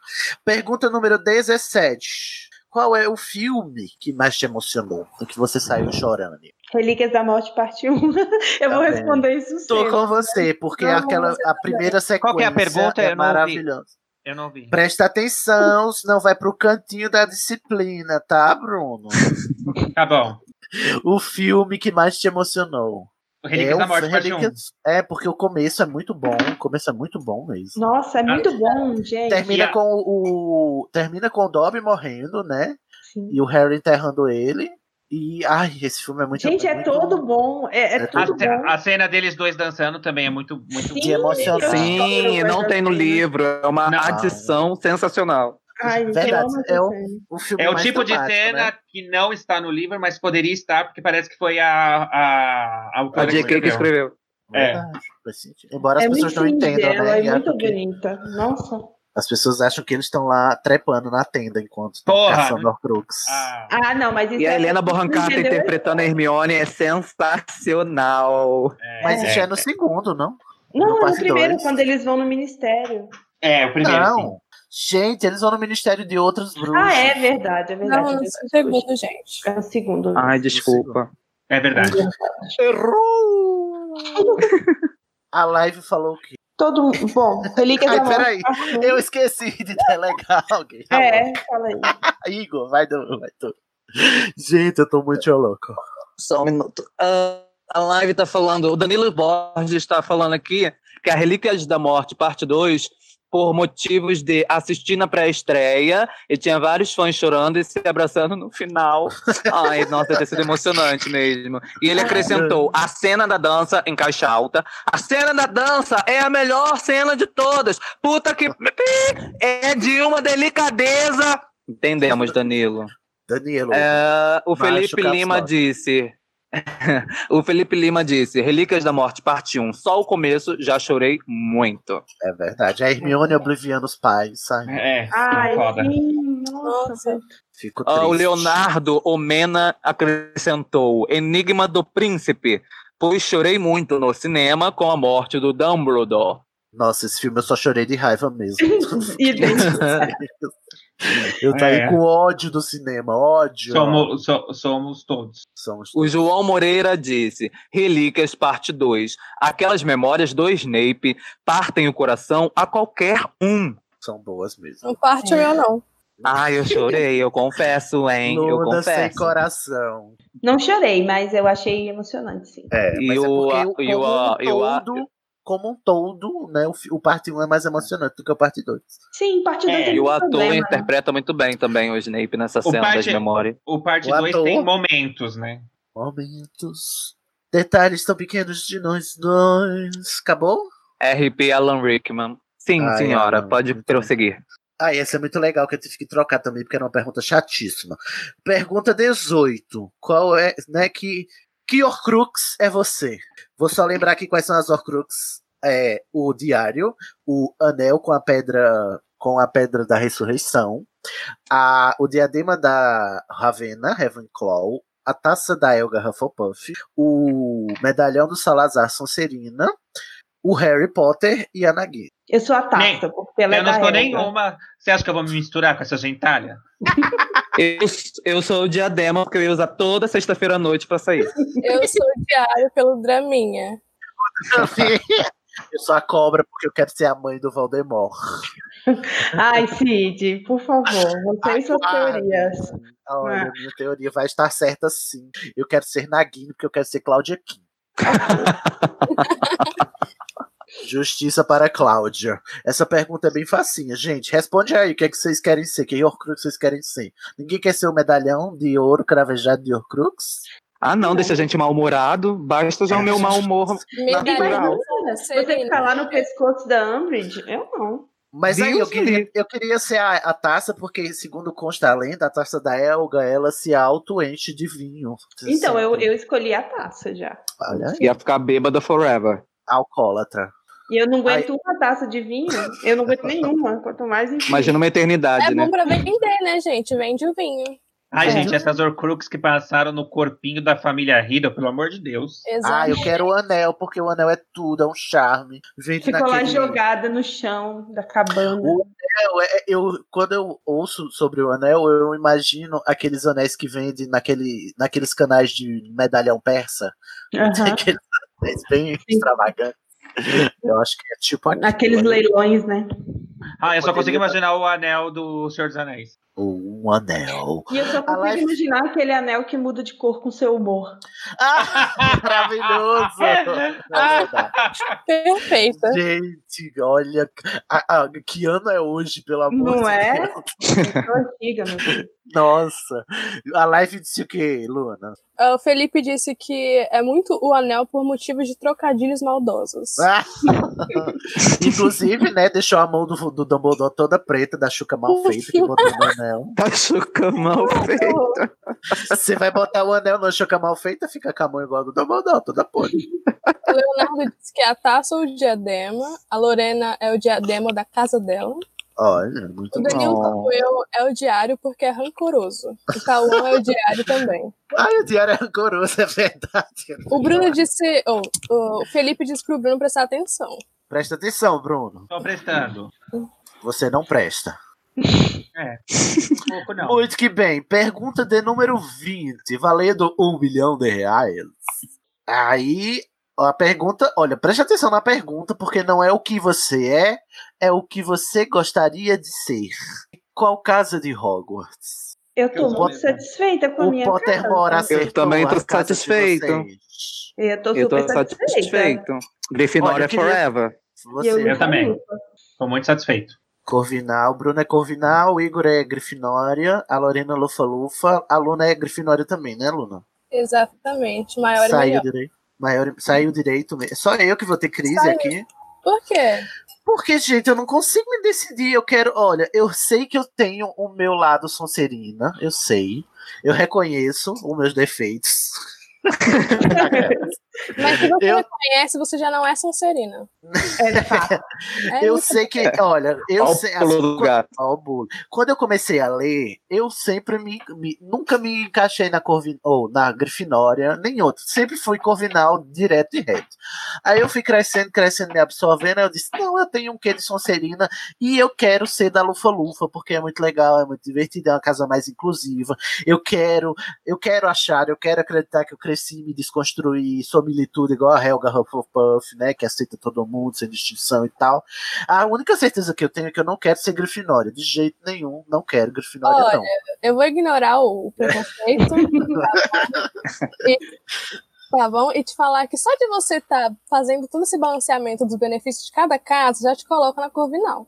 Pergunta número 17. Qual é o filme que mais te emocionou? O que você Hum. saiu chorando? Relíquias da Morte, parte 1. Eu vou bem. responder isso Tá Tô cedo. com você, porque Não, aquela, a primeira sequência Qual que é a pergunta? é Eu não ouvi. maravilhosa. Eu não vi. Presta atenção, senão vai pro cantinho da disciplina, tá, Bruno? Tá bom. o filme que mais te emocionou. O Relíquias é, da o Morte, tá parte 1. Relíquias- é, porque o começo é muito bom. O começo é muito bom mesmo. Nossa, é muito tá bom, gente. Termina e a- com o, o- Termina com o Dobby morrendo, né? Sim. E o Harry enterrando ele. E. Ai, esse filme é muito Gente, é muito todo bom. É, é É tudo A, ce- bom. a cena deles dois dançando também é muito, muito Sim, de emocionar. eu Sim, adoro né? não essa tem no cena. livro. É uma Não. adição sensacional. Ai, gente, eu Verdade, amo essa é o- cena. O filme É o mais tipo de dramático, cena né? que não está no livro, mas poderia estar, porque parece que foi a, a, a A autora J.K. que escreveu. É. Verdade, faz sentido. Embora É as pessoas muito não entendam, singela, né? é E acham muito que- bonita. Nossa. as pessoas acham que eles estão lá trepando na tenda enquanto estão Porra, caçando não- Horcrux. Ah, Ah, não, mas isso E a é- Helena Bonham Carter Entendeu? interpretando a Hermione é sensacional. é, Mas é, isso é no segundo, não? Não, No é no parte primeiro, dois. quando eles vão no ministério. é, o primeiro. sim. Não. Gente, eles vão no Ministério de Outros Bruxos. Ah, é verdade, é verdade. Não, é no verdade. segundo, gente. É o segundo. Ai, desculpa. É verdade. Errou! A live falou o quê? Todo mundo. Bom, Relíquias Ai, da Morte. peraí, parte um. eu esqueci de delegar alguém. É, fala aí. Ah, Igor, vai do. Vai do. Gente, eu tô muito louco. Só um minuto. Ah, a live tá falando, o Danilo Borges está falando aqui que a Relíquias da Morte, parte 2, por motivos de assistir na pré-estreia, e tinha vários fãs chorando e se abraçando no final. Ai, nossa, deve ter sido emocionante mesmo. E ele acrescentou: a cena da dança em caixa alta. A cena da dança é a melhor cena de todas. Puta que. É de uma delicadeza. Entendemos, Danilo. Danilo. É, o Macho Felipe Caps Lima Lock. disse. o Felipe Lima disse: Relíquias da Morte, parte 1. Só o começo já chorei muito. É verdade. A Hermione obliviando os pais, sabe? É, Ai, foda. sim, nossa. Nossa, Fico triste. Ah, o Leonardo Omena acrescentou: Enigma do Príncipe. Pois chorei muito no cinema com a morte do Dumbledore. Nossa, esse filme eu só chorei de raiva mesmo. E Deus, eu tá É. aí com ódio do cinema, ódio. Somos, so- somos todos. Somos- O João Moreira disse: Relíquias, parte 2. Aquelas memórias do Snape partem o coração a qualquer um. São boas mesmo. não parte o meu, não. Ai, eu chorei, eu confesso, hein? eu Luna sem confesso. coração. Não chorei, mas eu achei emocionante, sim. É, E mas é o- porque e o- como e o- um todo, como um todo, né, o, fi- o parte 1 é mais emocionante do que o parte 2. Sim, parte 2 É, é, tem E o muito ator problema. interpreta muito bem também o Snape nessa cena das Patrick- memórias. O parte O 2 ator. tem momentos, né? Momentos, detalhes tão pequenos de nós dois. Acabou? RP Alan Rickman. Sim, Ai, senhora, Alan, pode muito prosseguir. Ah, essa é muito legal, que eu tive que trocar também, porque era uma pergunta chatíssima. Pergunta 18. Qual é, né, que... Que Horcrux é você? Vou só lembrar aqui quais são as Horcrux. É o diário, o anel com a pedra com a pedra da ressurreição, a, o diadema da Ravenna, Ravenclaw, a taça da Elga Hufflepuff, o medalhão do Salazar Sonserina, o Harry Potter e a Nagini. Eu sou a Nem- taça, porque ela é eu não da sou Elga. nenhuma. Você acha que eu vou me misturar com essa gentalha? Eu, eu sou o diadema, porque eu ia usar toda sexta-feira à noite pra sair. Eu sou o diário pelo Draminha. Eu sou a cobra porque eu quero ser a mãe do Voldemort. Ai, Cid, por favor, você e suas claro. teorias. É. Olha, minha teoria vai estar certa sim. Eu quero ser Nagini porque eu quero ser Cláudia Kim. Justiça para Cláudia. Essa pergunta é bem facinha, gente. Responde aí o que, é que vocês querem ser, que Horcrux vocês querem ser. Ninguém quer ser o medalhão de ouro cravejado de Horcrux? Ah, não, deixa a gente mal-humorado. Basta já o meu mau humor. Medalhão. Você ficar lá É no pescoço da Umbridge? Eu não. Mas aí eu Deus me queria, eu queria ser a, a taça, porque, segundo consta a lenda, a taça da Elga, ela se auto-enche de vinho. Então, eu, Sempre. eu escolhi a taça já. Olha aí, Ia ficar bêbada forever. alcoólatra. E eu não aguento uma taça de vinho. Eu não aguento nenhuma, quanto mais enfim. Imagina uma eternidade, É né? bom pra vender, né, gente? Vende o vinho. Ai, É. gente, essas Horcrux que passaram no corpinho da família Riddle, pelo amor de Deus. Ah, Exato. eu quero o anel, porque o anel é tudo, é um charme. Vende Ficou lá naquele... jogada no chão da cabana. O anel, é- eu, quando eu ouço sobre o anel, eu imagino aqueles anéis que vendem naquele, naqueles canais de medalhão persa. Aham. Aqueles anéis bem extravagantes. Eu acho que é tipo aquilo. Naqueles olha. leilões, né? Ah, eu Poderia- só tá- consigo imaginar o anel do Senhor dos Anéis. Um anel. E eu só consigo live- imaginar aquele anel que muda de cor com seu humor. Ah, maravilhoso! É, né? Na verdade. Perfeita. Gente, olha. a- a- que ano é hoje, pelo amor Não de é? Deus? Eu sou antiga, meu filho. Nossa. A live disse o quê, Luana? Ah, O Felipe disse que é muito o anel por motivos de trocadilhos maldosos. Ah, Inclusive, né, deixou a mão do, do Dumbledore toda preta, da chuca mal feita que botou no anel. Tá chocando mal feito. Você vai botar o anel na chuca mal feita, fica com a mão igual a do Dumbledore, toda podre. O Leonardo disse que é a taça ou o diadema. A Lorena é o diadema da casa dela. Olha, muito bom. O Danilo Não. Coelho é o diário porque é rancoroso. O Tauan é o diário também. Ai, o diário é rancoroso, é verdade. O Bruno disse. ou, o Felipe disse pro Bruno prestar atenção. Presta atenção, Bruno. Tô prestando. Você não presta. Um pouco não. Muito que bem. Pergunta de número 20, valendo um milhão de reais. Aí, a pergunta, olha, preste atenção na pergunta, porque não é o que você é, é o que você gostaria de ser. Qual casa de Hogwarts? Eu tô Eu sou muito mesmo. satisfeita com Tipo, a O minha Potter casa. né? mora assim. acertou também tô a casa de satisfeito. vocês. Eu tô Eu super tô satisfeita. satisfeito. Grifinória Olha, é eu queria- forever. E Você, é Eu também. Lufa. Tô muito satisfeito. Corvinal, Bruno é Corvinal, o Igor é Grifinória, a Lorena é Lufa-Lufa, a Luna é Grifinória também, né, Luna? Exatamente. Maior e Saiu melhor. direito. Maior, saiu direito mesmo. Só eu que vou ter crise Saiu. aqui. Por quê? Porque, gente, eu não consigo me decidir. Eu quero. Olha, eu sei que eu tenho o meu lado Sonserina. Eu sei. Eu reconheço os meus defeitos. Mas se você Eu- reconhece, você já não é Sonserina. É fato. É Eu isso. sei que. Olha, eu Ó o sei. pulo assim, do quando- gato. ó, o bullying. Quando eu comecei a ler, eu sempre me. me- nunca me encaixei na Corvin, ou na Grifinória, nem outro. Sempre fui Corvinal direto e reto. Aí eu fui crescendo, crescendo, me absorvendo. Aí eu disse: não, eu tenho um quê de Sonserina e eu quero ser da Lufa-Lufa, porque é muito legal, é muito divertido, é uma casa mais inclusiva. Eu quero, eu quero achar, eu quero acreditar que eu cresci, me desconstruí, sou militudo igual a Helga Hufflepuff, né? Que aceita todo mundo, sem distinção e tal. A única certeza que eu tenho é que eu não quero ser Grifinória. De jeito nenhum, não quero Grifinória, Olha, não. Eu vou ignorar o o preconceito. tá bom? E- Tá bom? E te falar que só de você estar fazendo todo esse balanceamento dos benefícios de cada caso, já te coloca na Corvinal.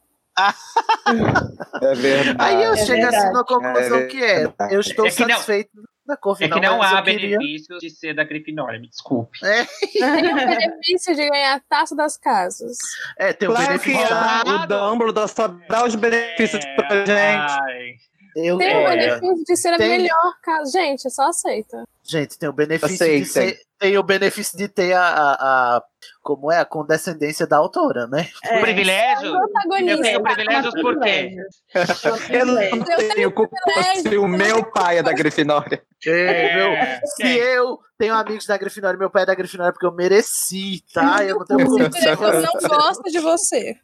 É verdade. Aí eu É chego assim verdade. na conclusão É que é. verdade. Eu estou É que não- satisfeito na É Corvinal, que não mas há eu queria... benefício de ser da Grifinória, me desculpe. Tem o É. benefício de ganhar a taça das casas. É, tem um Claro que benefício. há. é. Claro. o Dumbledore só dá os benefícios É, pra gente. ai. Eu, Tem um o olha, benefício de ser a Tem. melhor casa. Gente, é só aceita. Gente, tem o benefício sei, de ser... Tem o benefício de ter a, a, a- Como é? A condescendência da autora, né? É. privilégio? Eu Protagonista. tenho privilégios por quê? Eu não Eu tenho tenho culpa privilégio, se o eu não meu tenho pai é da Grifinória. É, meu... É, Se quem? eu tenho amigos da Grifinória, meu pai é da Grifinória porque eu mereci, tá? Eu não tenho Você culpa. vê que Eu não gosto de você.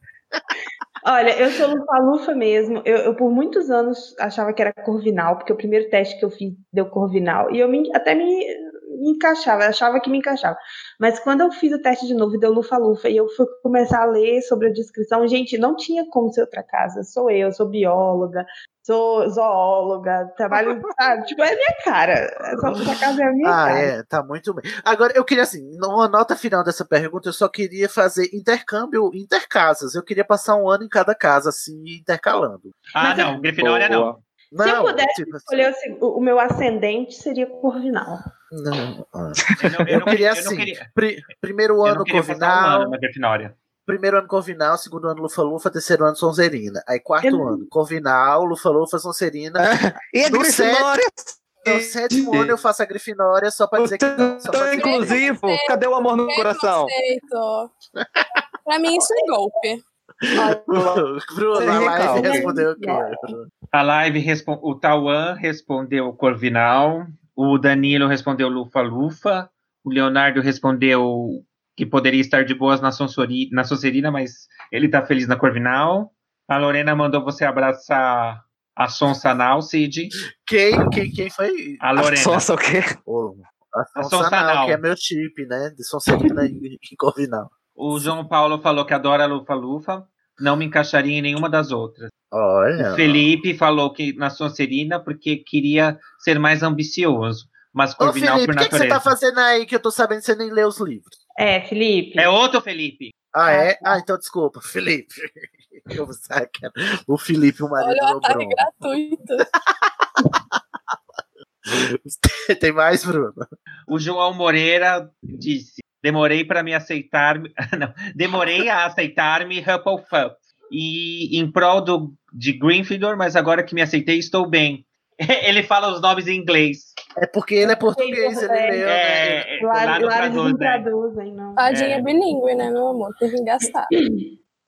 Olha, eu sou lufa-lufa mesmo. Eu, eu, por muitos anos, achava que era corvinal, porque o primeiro teste que eu fiz deu corvinal. E eu me- até me, me encaixava, eu achava que me encaixava. Mas quando eu fiz o teste de novo, e deu lufa-lufa. E eu fui começar a ler sobre a descrição. Gente, não tinha como ser outra casa. Sou eu, sou bióloga, sou zoóloga, trabalho, sabe? Tipo, é a minha cara. Essa outra casa é a minha Ah, cara. é, tá muito bem. Agora, eu queria, assim, numa nota final dessa pergunta, eu só queria fazer intercâmbio intercasas. Eu queria passar um ano em cada casa, assim, intercalando. Ah, não, Grifinória não. Boa. Se eu pudesse tipo assim, escolher o seg- o, o meu ascendente, seria Corvinal. não, ah. Eu, não- Eu não queria eu não assim, queria- pri- primeiro eu não ano queria passar um Corvinal, ano na Grifinória. primeiro ano Corvinal, segundo ano Lufa-Lufa, terceiro ano Sonserina. Aí quarto Eu não- ano Corvinal, Lufa-Lufa, Sonserina. E a No Grifinória? É, No sétimo ano eu faço a Grifinória só pra dizer que não. Só pra Tão dizer que não. inclusivo. Cadê o amor no é coração? Preconceito. Pra mim, isso é golpe. Bruno, a live Recalque. respondeu o quê? Bruno? A live, respon- o Tauan respondeu Corvinal, o Danilo respondeu Lufa-Lufa, o Leonardo respondeu que poderia estar de boas na, Sonsori, na Sonserina, mas ele tá feliz na Corvinal. A Lorena mandou você abraçar a Sonsanal, Cid. Quem, quem, quem foi? A Lorena. Sonsa o quê? Ô, a Sonsanal. Sonsanal, que é meu chip, né? De Sonserina e e Corvinal. O João Paulo falou que adora Lufa-Lufa, não me encaixaria em nenhuma das outras. Olha. Felipe falou que na Sonserina porque queria ser mais ambicioso, mas Ô, Corvinal Felipe, por o que, que natureza. você tá fazendo aí que eu tô sabendo que você nem lê os livros? É, Felipe. É outro Felipe. Ah, é? Ah, então desculpa, Felipe. Eu vou sacar. O Felipe, o marido Olha o do ataque Bruno. gratuito. Tem mais, Bruno? O João Moreira disse: demorei para me aceitar, não, demorei a aceitar-me Hufflepuff e em prol do, de Gryffindor, mas agora que me aceitei estou bem. Ele fala os nomes em inglês. É porque ele é português, ele É, leu, né? É, é, lá Lá, do lá eles não traduz, né? traduzem, não. Tadinha É. bilíngue, né, meu amor? Tem que gastar.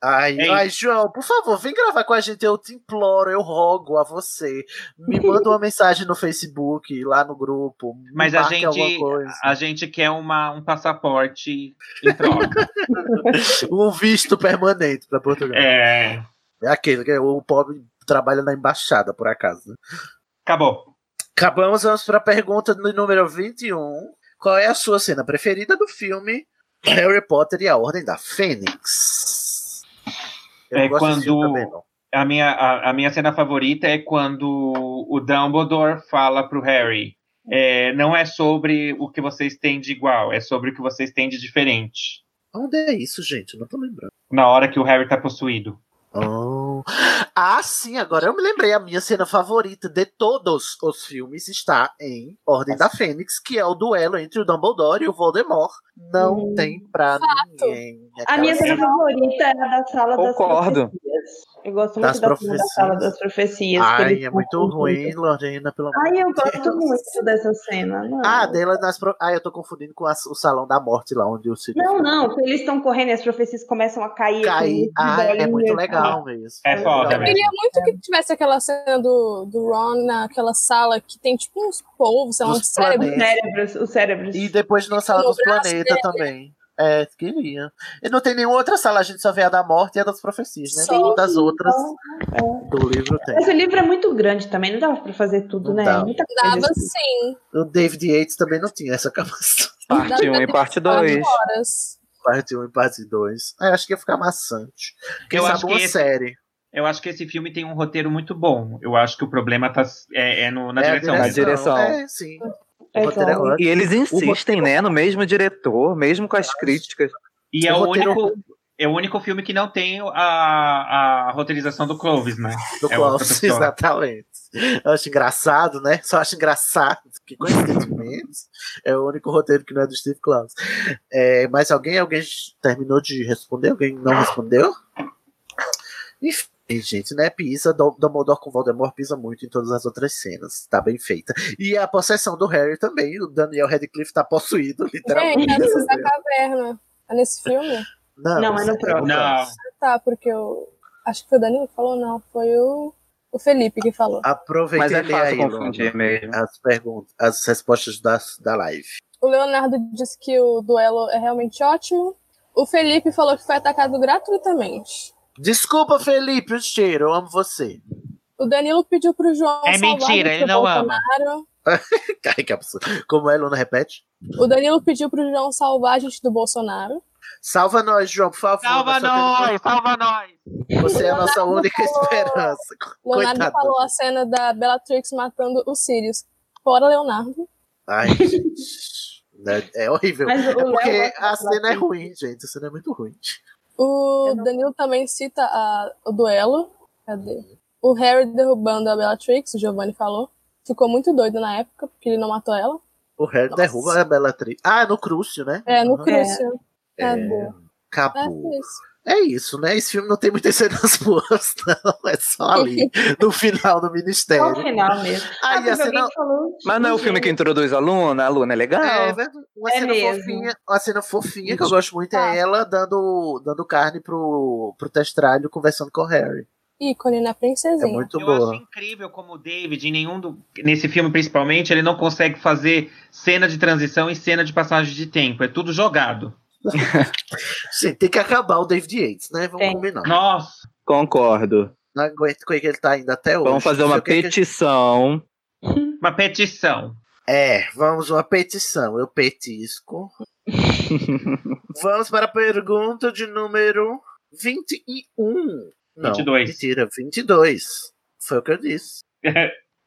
Ai, É ai, João, por favor, vem gravar com a gente. Eu te imploro, eu rogo a você. Me manda uma mensagem no Facebook, lá no grupo. me Mas a marque alguma gente- coisa. A gente quer uma, um passaporte em troca. Um visto permanente pra Portugal. É, É, aquele, que o pobre trabalha na embaixada, por acaso. né? acabou. Acabamos, vamos pra pergunta do número 21. Qual é a sua cena preferida do filme Harry Potter e a Ordem da Fênix? Eu É não gosto desse filme quando- também, não. A minha, a, a minha cena favorita é quando o Dumbledore fala pro Harry. é, não é sobre o que vocês têm de igual, é sobre o que vocês têm de diferente. Onde é isso, gente? Eu não tô lembrando. Na hora que o Harry tá possuído. Oh. Ah, sim, agora eu me lembrei. A minha cena favorita de todos os filmes está em Ordem da Fênix, que é o duelo entre o Dumbledore e o Voldemort. Não Hum. tem pra ninguém. A Aquela minha cena cena- favorita é a da sala Concordo. das profecias. Eu gosto muito Das da, cena da profecias. sala das profecias. que Ai, eles é muito confundem ruim, tudo. Lorena, pelo amor Ai, eu de gosto Deus. muito dessa cena. Não. Ah, dela nas. Pro... Ah, eu tô confundindo com a- o Salão da Morte lá onde o Sirius não, não, quando eles estão correndo e as profecias começam a cair. cai. assim, Ah, é bolinhas. muito legal mesmo. É foda, legal. Eu queria muito que tivesse aquela cena do, do Ron naquela sala que tem tipo uns polvos, sei lá, um Dos cérebro. planetas. Cérebros, os cérebros. E depois na sala No dos braço planetas também. É, queria. E não tem nenhuma outra sala, a gente só vê a da morte e a das profecias, né? Sim, Nenhuma das outras então, é. do livro tem. Mas o livro é muito grande também, não dava pra fazer tudo, Não né? dava. Muita coisa. Dava sim. O David Yates também não tinha essa capacidade. Parte 1 um e parte 2. Horas. Parte 1 e parte 2. É, acho que ia ficar maçante. Quem Eu sabe acho que uma esse- série. Eu acho que esse filme tem um roteiro muito bom. Eu acho que o problema tá, é, é no, na É, a direção. Na direção. É, sim. É, O roteiro é claro. ótimo. E eles insistem, né? No mesmo diretor, mesmo com as críticas. E é O o, roteiro- único, é o único filme que não tem a, a roteirização do Clovis, né? do É outra Clóvis, pessoa. exatamente. Eu acho engraçado, né? Só acho engraçado que, coincidentemente, é o único roteiro que não é do Steve Clóvis. É, mas alguém, alguém terminou de responder? Alguém não respondeu? Enfim, gente, né? Pisa, Dom- Dumbledore com Voldemort pisa muito em todas as outras cenas. Tá bem feita. E a possessão do Harry também. O Daniel Radcliffe tá possuído, Gente, literalmente. a Princesa da Caverna. É nesse filme? Não, Não, mas não é prova. o Não. Clóvis. Tá, porque eu. Acho que foi o Danilo que falou, não. Foi o, o Felipe que falou. Aproveita Mas é e lê aí, fácil Lona, confundir mesmo. as perguntas, as respostas das, da live. O Leonardo disse que o duelo é realmente ótimo. O Felipe falou que foi atacado gratuitamente. Desculpa, Felipe, o cheiro, eu amo você. O Danilo pediu pro João. É salvar mentira, o ele não ama. Bolsonaro. Ai, que absurdo. Como é, Luna, repete? O Danilo pediu pro João salvar a gente do Bolsonaro. Salva nós, João, por favor. Salva nós só nós! Salva nós! temos- Você é a nossa Leonardo única falou- esperança. O Leonardo Coitado. falou a cena da Bellatrix matando o Sirius. Fora Leonardo. Ai, gente. Né, É horrível. Mas o É Léo porque gosta a de cena é Bellatrix. ruim, gente. A cena é muito ruim. O Eu não- Danilo também cita a- o duelo. Cadê? O Harry derrubando a Bellatrix, o Giovanni falou. Ficou muito doido na época, porque ele não matou ela. O Harry Nossa. derruba a Bellatrix. Ah, no Crucio, né? É, no Uhum. Crucio. É, Cadê? É, Acabou. foi isso. É isso, né? Esse filme não tem muitas cenas boas, não. É só ali, no final do Só o Ministério. final mesmo. Ah, Aí teve a alguém cena. que falou- Mas não é o filme que introduz a Luna? A Luna é legal? É, verdade, uma É cena mesmo. tá. fofinha. Uma cena fofinha que eu gosto muito Ah. é ela dando, dando carne pro, pro testralho conversando com o Harry. Ícone na É princesinha. muito Eu boa. acho incrível como o David, em nenhum do- nesse filme principalmente, ele não consegue fazer cena de transição e cena de passagem de tempo. É tudo jogado. Sim, tem que acabar o David Yates, né? Vamos Tem. combinar. Nossa, Concordo. Não aguento com o que ele tá ainda até hoje. Vamos fazer Não sei uma o que que- petição. uma petição. É, vamos uma petição. Eu petisco. vamos para a pergunta de número 21. Não, 22. mentira, 22. Foi o que eu disse.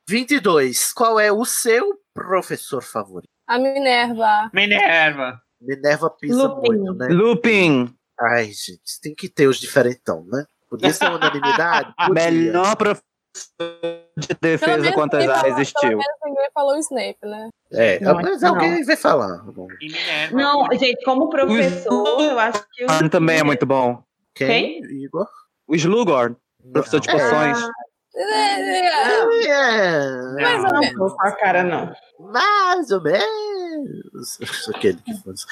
22. Qual é o seu professor favorito? A Minerva. Minerva. Minerva pisa Lupin. muito, né? Lupin, Ai, gente, tem que ter os diferentão, né? Podia ser unanimidade? Podia. melhor professor de Pelo defesa menos contra ninguém já falou- Pelo existiu. menos ninguém falou o Snape, né? É, Não, mas não. alguém vai falar. tá E Minerva. Não, gente, como professor, eu acho que. o- Ah, Também é muito bom. Quem? Igor? O Slugor, professor de Não. poções. É, é, É, é. é, Mas eu não vou com a cara, não. Mais ou menos. Aquele que faz.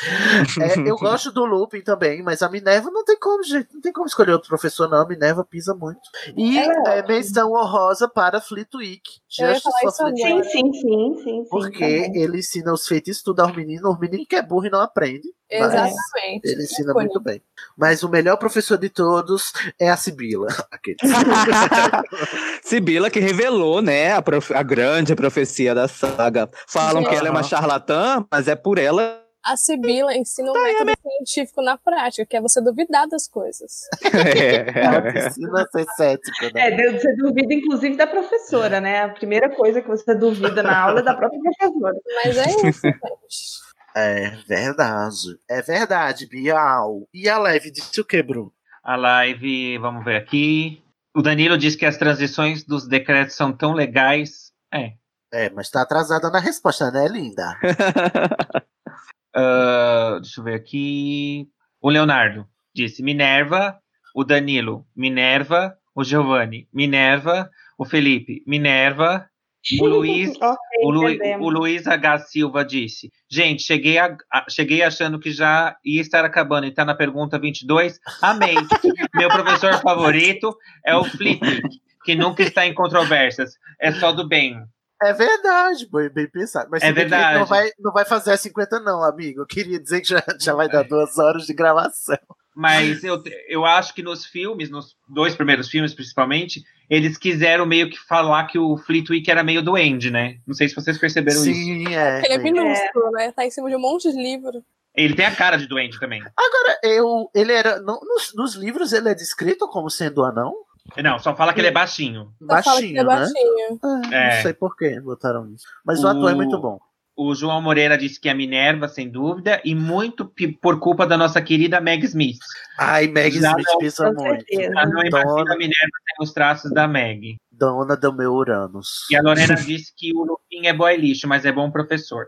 É, eu gosto do Lupin também, mas a Minerva não tem como, gente. Não tem como escolher outro professor, não. A Minerva pisa muito. E é, menção honrosa para Flitwick. Eu ia Justice falar for isso agora. Flitwick. Sim, sim, sim, sim. sim Porque tá bom. ele ensina os feitiços tudo aos meninos. Os meninos que é burro e não aprende. mas Exatamente. Ele ensina Ícone. muito bem. Mas o melhor professor de todos é a Sibila. Aquele. Sibila que revelou, né, a, prof- a grande profecia da saga. Falam que ela é uma charlatã, mas é por ela. A Sibila ensina um método científico na prática, que é você duvidar das coisas. Ela É. ensina a ser cética, né? É, Deus, você duvida, inclusive, da professora, né? A primeira coisa que você duvida na aula é da própria professora. Mas é isso, gente. É verdade. É verdade, Bial. E a Leve disse o que, Bruno? A live, vamos ver aqui. O Danilo diz que as transições dos decretos são tão legais. É. É, mas tá atrasada na resposta, né, linda? Ah, deixa eu ver aqui. O Leonardo disse Minerva. O Danilo, Minerva. O Giovanni, Minerva. O Felipe, Minerva. O Luiz- Ok, O, Lu- entendemos. o Luiz H. Silva disse: Gente, cheguei, a- a- cheguei achando que já ia estar acabando e tá na pergunta 22. Amei. Meu professor favorito é o Flitwick, que nunca está em controvérsias. É só do bem. É verdade, foi bem pensado. Mas É você vê que ele verdade. Não vai, não vai fazer as 50, não, amigo. Eu queria dizer que já, já vai É. dar duas horas de gravação. Mas eu, eu acho que nos filmes, nos dois primeiros filmes principalmente, eles quiseram meio que falar que o Flitwick era meio doente, né? Não sei se vocês perceberam isso. Sim, é. Ele é bem- minúsculo, né? Tá em cima de um monte de livro. Ele tem a cara de doente também. Cara, eu, ele era. não- nos, nos livros ele é descrito como sendo anão? Não, só fala que ele é baixinho. Só fala que ele é Baixinho, né? baixinho. Ah, É. Não sei por que botaram isso. Mas O- o ator é muito bom. O João Moreira disse que é Minerva, sem dúvida, e muito pi- por culpa da nossa querida Meg Smith. Ai, Meg Já Smith não, pisa com muito. certeza. A não imagina Dona, a Minerva sem os traços da Meg. dona do meu Uranus. E a Lorena disse que o Lupin é boy lixo, mas é bom professor.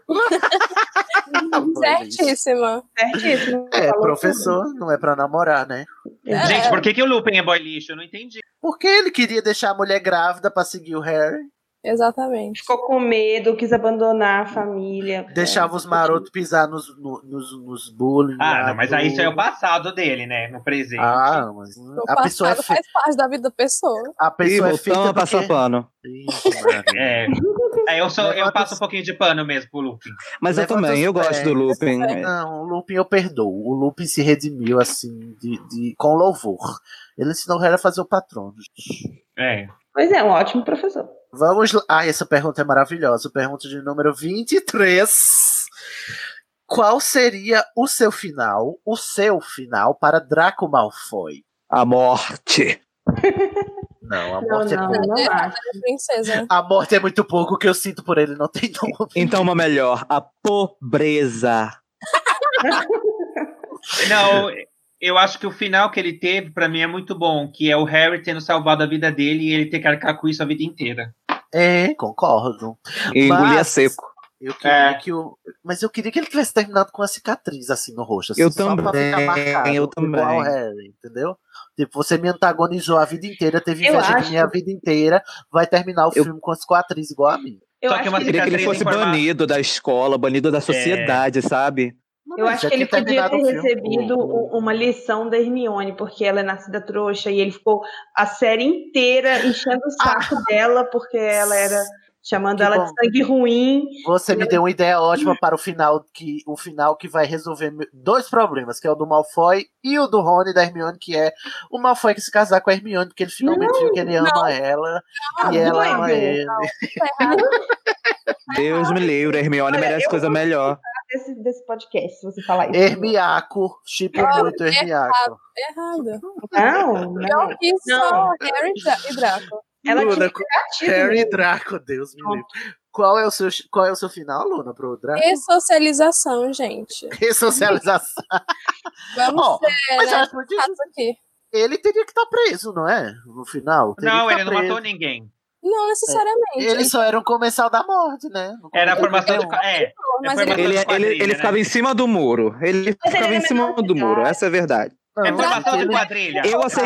Certíssima. Certíssimo. É, Falou professor, não é pra namorar, né? tudo. É. Gente, por que, que o Lupin é boy lixo? Eu não entendi. Porque ele queria deixar a mulher grávida pra seguir o Harry. Exatamente. Ficou com medo, quis abandonar a família. É, É. Deixava os marotos pisar nos, no- nos, nos bullying. Ah, lá, não, mas aí isso é o tudo. passado dele, né? No presente. Ah, mas O a pessoa, é passado fe... faz parte da vida da pessoa. a E pessoa é feita voltamos a do passar que- pano. Isso, mano. É. É, eu, só, eu Levanta passo os- um pouquinho de pano mesmo pro Lupin. Mas eu Levanta também, os eu gosto pés. do Lupin. Não, o Lupin eu perdoo. O Lupin se redimiu, assim, de, de, com louvor. Ele ensinou o Harry a fazer o patrono. É. Pois é, um ótimo professor. Vamos lá. Ah, essa pergunta é maravilhosa. Pergunta de número 23. Qual seria o seu final, o seu final para Draco Malfoy? A morte. Não, a Não, morte é não, pouco. não acho. É princesa. A morte é muito pouco, o que eu sinto por ele não tem nome. Então, uma melhor, a pobreza. Não, eu acho que o final que ele teve, pra mim, é muito bom, que é o Harry tendo salvado a vida dele e ele ter que arcar com isso a vida inteira. É, concordo. E engolia Mas- seco. Eu queria É. que o. Mas eu queria que ele tivesse terminado com a cicatriz assim no rosto. Assim, Eu só pra também, ficar marcado, eu Igual o também. Harry, entendeu? Tipo, você me antagonizou a vida inteira, teve Eu inveja de acho- mim a vida inteira, vai terminar o Eu- filme com as cicatriz igual a mim. Eu Só que acho uma que ele Queria que ele Cicatriz fosse em formato- banido da escola, banido da sociedade, sabe? Eu acho já que ele tinha podia terminado ter o filme. recebido u- uma lição da Hermione, porque ela é nascida trouxa e ele ficou a série inteira enchendo o saco dela, porque ela era chamando Ah. Que ela bom. de sangue ruim. Você me deu uma ideia ótima para o final que o final que vai resolver me- dois problemas, que é o do Malfoy e o do Rony e da Hermione, que é o Malfoy que se casar com a Hermione, porque ele finalmente viu que ele ama ela não, e ela Ah, não, é. ama não. ele. Tá errado. Deus me livre, a Hermione Olha, merece eu- coisa melhor. Desse, desse podcast, se você falar isso. Hermiaco, tipo Ah, muito Hermiaco. Tá errado. Não, não. Pior que só Harry e Dra- e Draco. Ela Luna, tinha co- é criativo. Harry e Draco, Deus me livre. Qual é o seu, qual é o seu final, Luna, pro Draco? Ressocialização, gente. Ressocialização. Vamos Ó, ser, Mas eu né? acho muito difícil. chatos aqui. Ele teria que estar preso, não é? No final. teria não, que tá ele não preso. matou ninguém. Não necessariamente. Ele só era um comensal da morte, né? No Era a começo formação do de. filme. É, Não, então, mas foi ele, uma- Ele, ele, quadrilha, ele né? ficava em cima do muro. Ele Mas ficava ele em era cima menor de do muro, idade. essa é a verdade. Não, é mas formação de ele- quadrilha. Eu É aceitaria.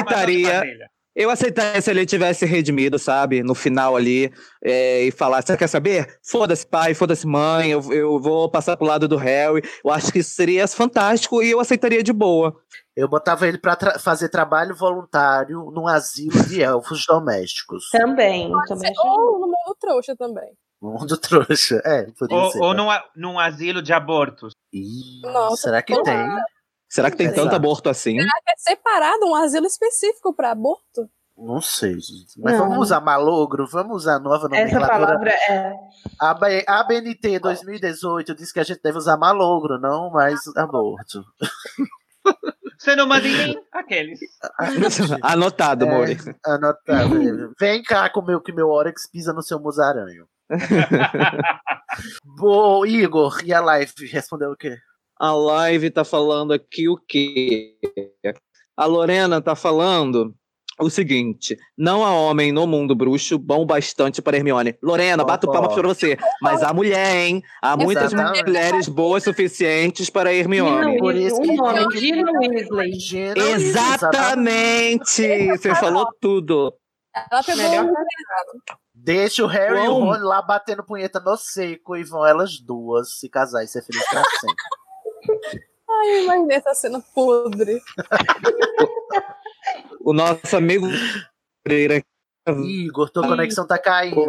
formação de quadrilha. Eu aceitaria se ele tivesse redimido, sabe? No final ali, é, e falar, você quer saber? Foda-se pai, foda-se mãe, eu, eu vou passar pro lado do Harry. Eu acho que isso seria fantástico e eu aceitaria de boa. Eu botava ele pra tra- fazer trabalho voluntário num asilo de elfos domésticos. Também, também Pode ser- acho é Ou no mundo trouxa também. Mundo trouxa. É, podia ser. Ou, ou tá? num, a- num asilo de abortos. Ih, Nossa, será que porra. tem? Será que tem Exato. tanto aborto assim? É separado um asilo específico para aborto? Não sei, gente. Mas Não. vamos usar malogro, vamos usar a nova Essa nomenclatura. palavra é. A, B- a BNT 2018 disse que a gente deve usar malogro, não mais aborto. Você não manda em mim? Aqueles. Anotado, É. Mori. Anotado. Vem cá comer o que meu Oryx pisa no seu musaranho. Boa, Igor, e a live respondeu o quê? A live tá falando aqui o quê? A Lorena tá falando o seguinte: não há homem no mundo bruxo bom bastante para Hermione. Lorena, bato Ó. palma pra você. Mas há mulher, hein? Há muitas Exatamente. mulheres boas suficientes para Hermione. Por isso que- um nome, Gina Weasley. Gina, Exatamente! Você falou tudo. Ela pegou Melhor um- Deixa o Harry e o Uau. Rony lá batendo punheta no seco e vão elas duas se casar e ser feliz pra sempre. Ai, imaginei essa cena tá podre. O nosso amigo Pereira, Igor, tua conexão tá caindo.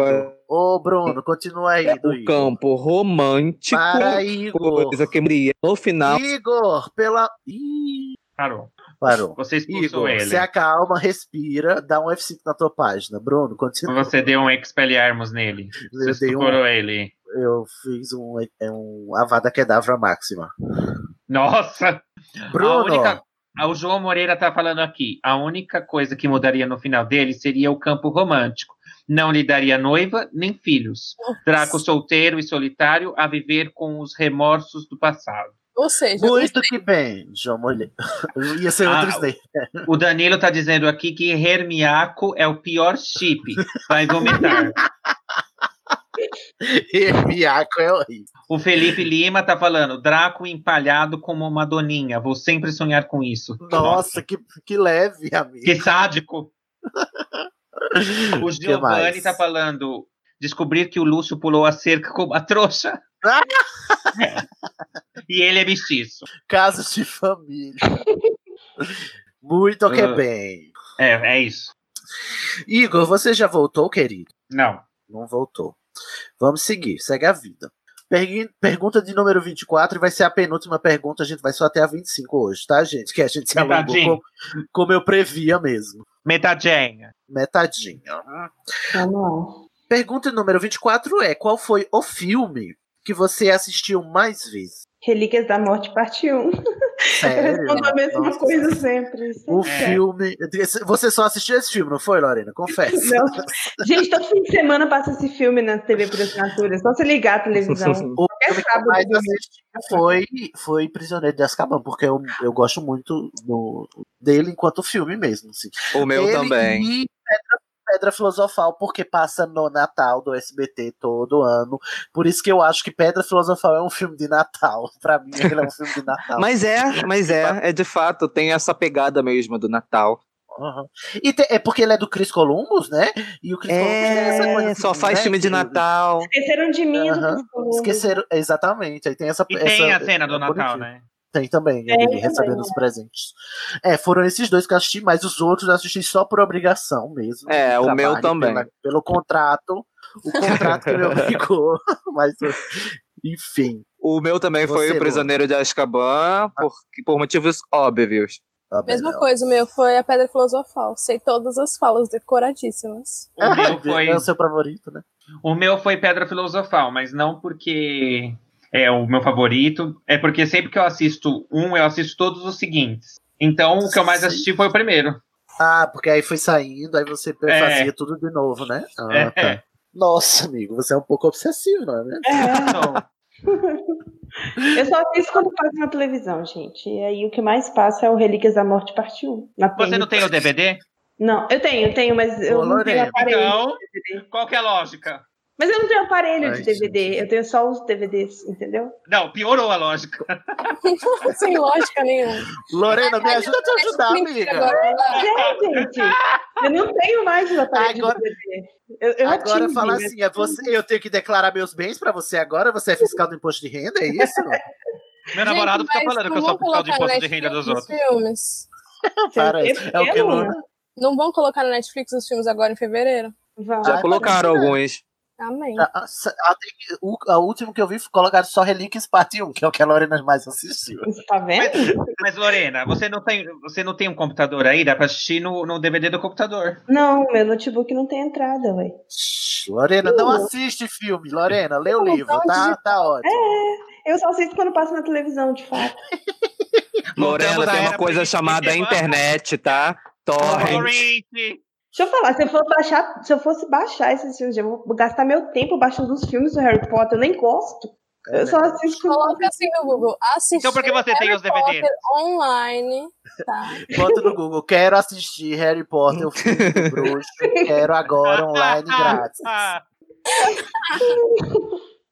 Ô, Bruno, continua aí do o Igor. campo romântico, Para, Igor. coisa que Maria, no final. Igor, pela. Ih, Parou. parou. Você expulsou Igor, ele. se acalma, respira, dá um F5 na tua página. Bruno, continua. Você deu um expelharmos nele. Você Eu, dei um- estuporou ele. eu fiz um, é um Avada Kedavra Máxima. Nossa! Bruno, A única- Ah, O João Moreira tá falando aqui. A única coisa que mudaria no final dele seria o campo romântico. Não lhe daria noiva nem filhos. Draco solteiro e solitário a viver com os remorsos do passado. Ou seja, muito que bem, João Molhe. Ia ser outro Ah, Snape. O Danilo tá dizendo aqui que Hermiaco é o pior chip. Vai vomitar. Hermiaco é horrível. O Felipe Lima tá falando: Draco empalhado como uma doninha. Vou sempre sonhar com isso. Nossa, que, que leve, amigo. Que sádico! O Giovanni mais? tá falando. Descobrir que o Lúcio pulou a cerca como a trouxa. Ah! e ele é mestiço. Casos de família. Muito que Ah. bem. É, é isso. Igor, você já voltou, querido? Não. Não voltou. Vamos seguir, segue a vida. Pergui- Pergunta de número 24 e vai ser a penúltima pergunta. A gente vai só até a 25 hoje, tá, gente? Que a gente se alongou Metadinha. como, como eu previa mesmo. Metadinha. Metadinha. Ah, não. Pergunta número 24 é: Qual foi o filme que você assistiu mais vezes? Relíquias da Morte, parte 1. Eu Sério? respondo a mesma Nossa. coisa sempre. é O sempre. filme. Você só assistiu esse filme, não foi, Lorena? Confessa. Não. Gente, todo fim de semana passa esse filme na TV por assinatura. É Só se ligar a televisão. O qualquer sábado. Mas assisti foi, foi Prisioneiro de Azkaban, porque eu, eu gosto muito do, dele enquanto filme mesmo. Assim. O meu Ele também. E Pedra, Pedra Filosofal, porque passa no Natal do SBT todo ano. Por isso que eu acho que Pedra Filosofal é um filme de Natal. Pra mim, ele é um filme de Natal. Mas é, mas é, é de fato, tem essa pegada mesmo do Natal. Uhum. E te- é porque ele é do Chris Columbus, né? E o Chris Columbus tem essa coisa É, assim, só faz né, filme de querido? Natal. Esqueceram de mim e do Aham. Cristo. Esqueceram, exatamente. Aí tem essa. E essa- tem a cena do é Natal, bonitinho. né? Tem também, Tem ele recebendo também, os presentes. É, foram esses dois que eu assisti, mas os outros eu assisti só por obrigação mesmo. É, de o trabalho, meu também. pela- pelo contrato. O contrato que me obrigou. Mas, enfim, O meu também Você, Ah. foi Luan. o Prisioneiro de Azkaban, por, por motivos óbvios. tá bem, Mesma não. coisa, o meu, foi a Pedra Filosofal. Sei todas as falas decoradíssimas. O meu foi, É o seu favorito, né? o meu foi Pedra Filosofal, mas não porque é o meu favorito, é porque sempre que eu assisto um, eu assisto todos os seguintes. Então, o que eu mais Sim. assisti foi o primeiro. Ah, porque aí foi saindo, aí você É. fazia tudo de novo, né? Ah, É. tá. Nossa, amigo, você é um pouco obsessivo, não é mesmo? Então, Eu só assisto quando passa na televisão, gente. E aí o que mais passa é o Relíquias da Morte, parte 1. Na você TNT. não tem o DVD? Não, eu tenho, tenho, mas eu Ô, não tenho Lorena, aparelho. Então, de DVD. qual que é a lógica? Mas eu não tenho aparelho Ai, de DVD, eu tenho só os DVDs, entendeu? Não, piorou a lógica. Sem lógica nenhuma. Lorena, me ajuda a te ajudar, Netflix amiga. agora, Ah! vai. É, gente. Eu não tenho mais os aparelhos Agora- de DVD. Eu, eu já Agora tive, né? fala né? mas- assim, é você, eu tenho que declarar meus bens pra você agora? Você é fiscal do imposto de renda, é isso? Meu Gente, namorado fica mas falando que não eu sou vão por causa de colocar imposto de Netflix renda dos nos outros. Filmes. Parece. É o que, Lorena? Não vão colocar na Netflix os filmes agora em fevereiro? Vai. Já Ah, colocaram alguns. Amém. A, a- a- tem- o, a último que eu vi colocaram só Relíquias Parte 1, que é o que a Lorena mais assistiu. Você tá vendo? Mas, Lorena, você não tem, você não tem um computador aí? Dá pra assistir no, no DVD do computador. Não, meu notebook não tem entrada, ué. Shhh, Lorena, não assiste filme, Lorena, lê o Não, livro, pode. tá, tá ótimo. Eu só assisto quando passa na televisão, de fato. Lorena, à tem uma era coisa primitiva. chamada internet, tá? Torrent. Torrent. Deixa eu falar, se eu, for baixar, se eu fosse baixar esses filmes, eu vou gastar meu tempo baixando os filmes do Harry Potter, eu nem gosto. eu só assisto quando Coloca assim no Google. Assistir Então, por que você tem os Harry DVDs? Potter online. Tá. Bota no Google, quero assistir Harry Potter, o filme do bruxo, quero agora online grátis. Ah.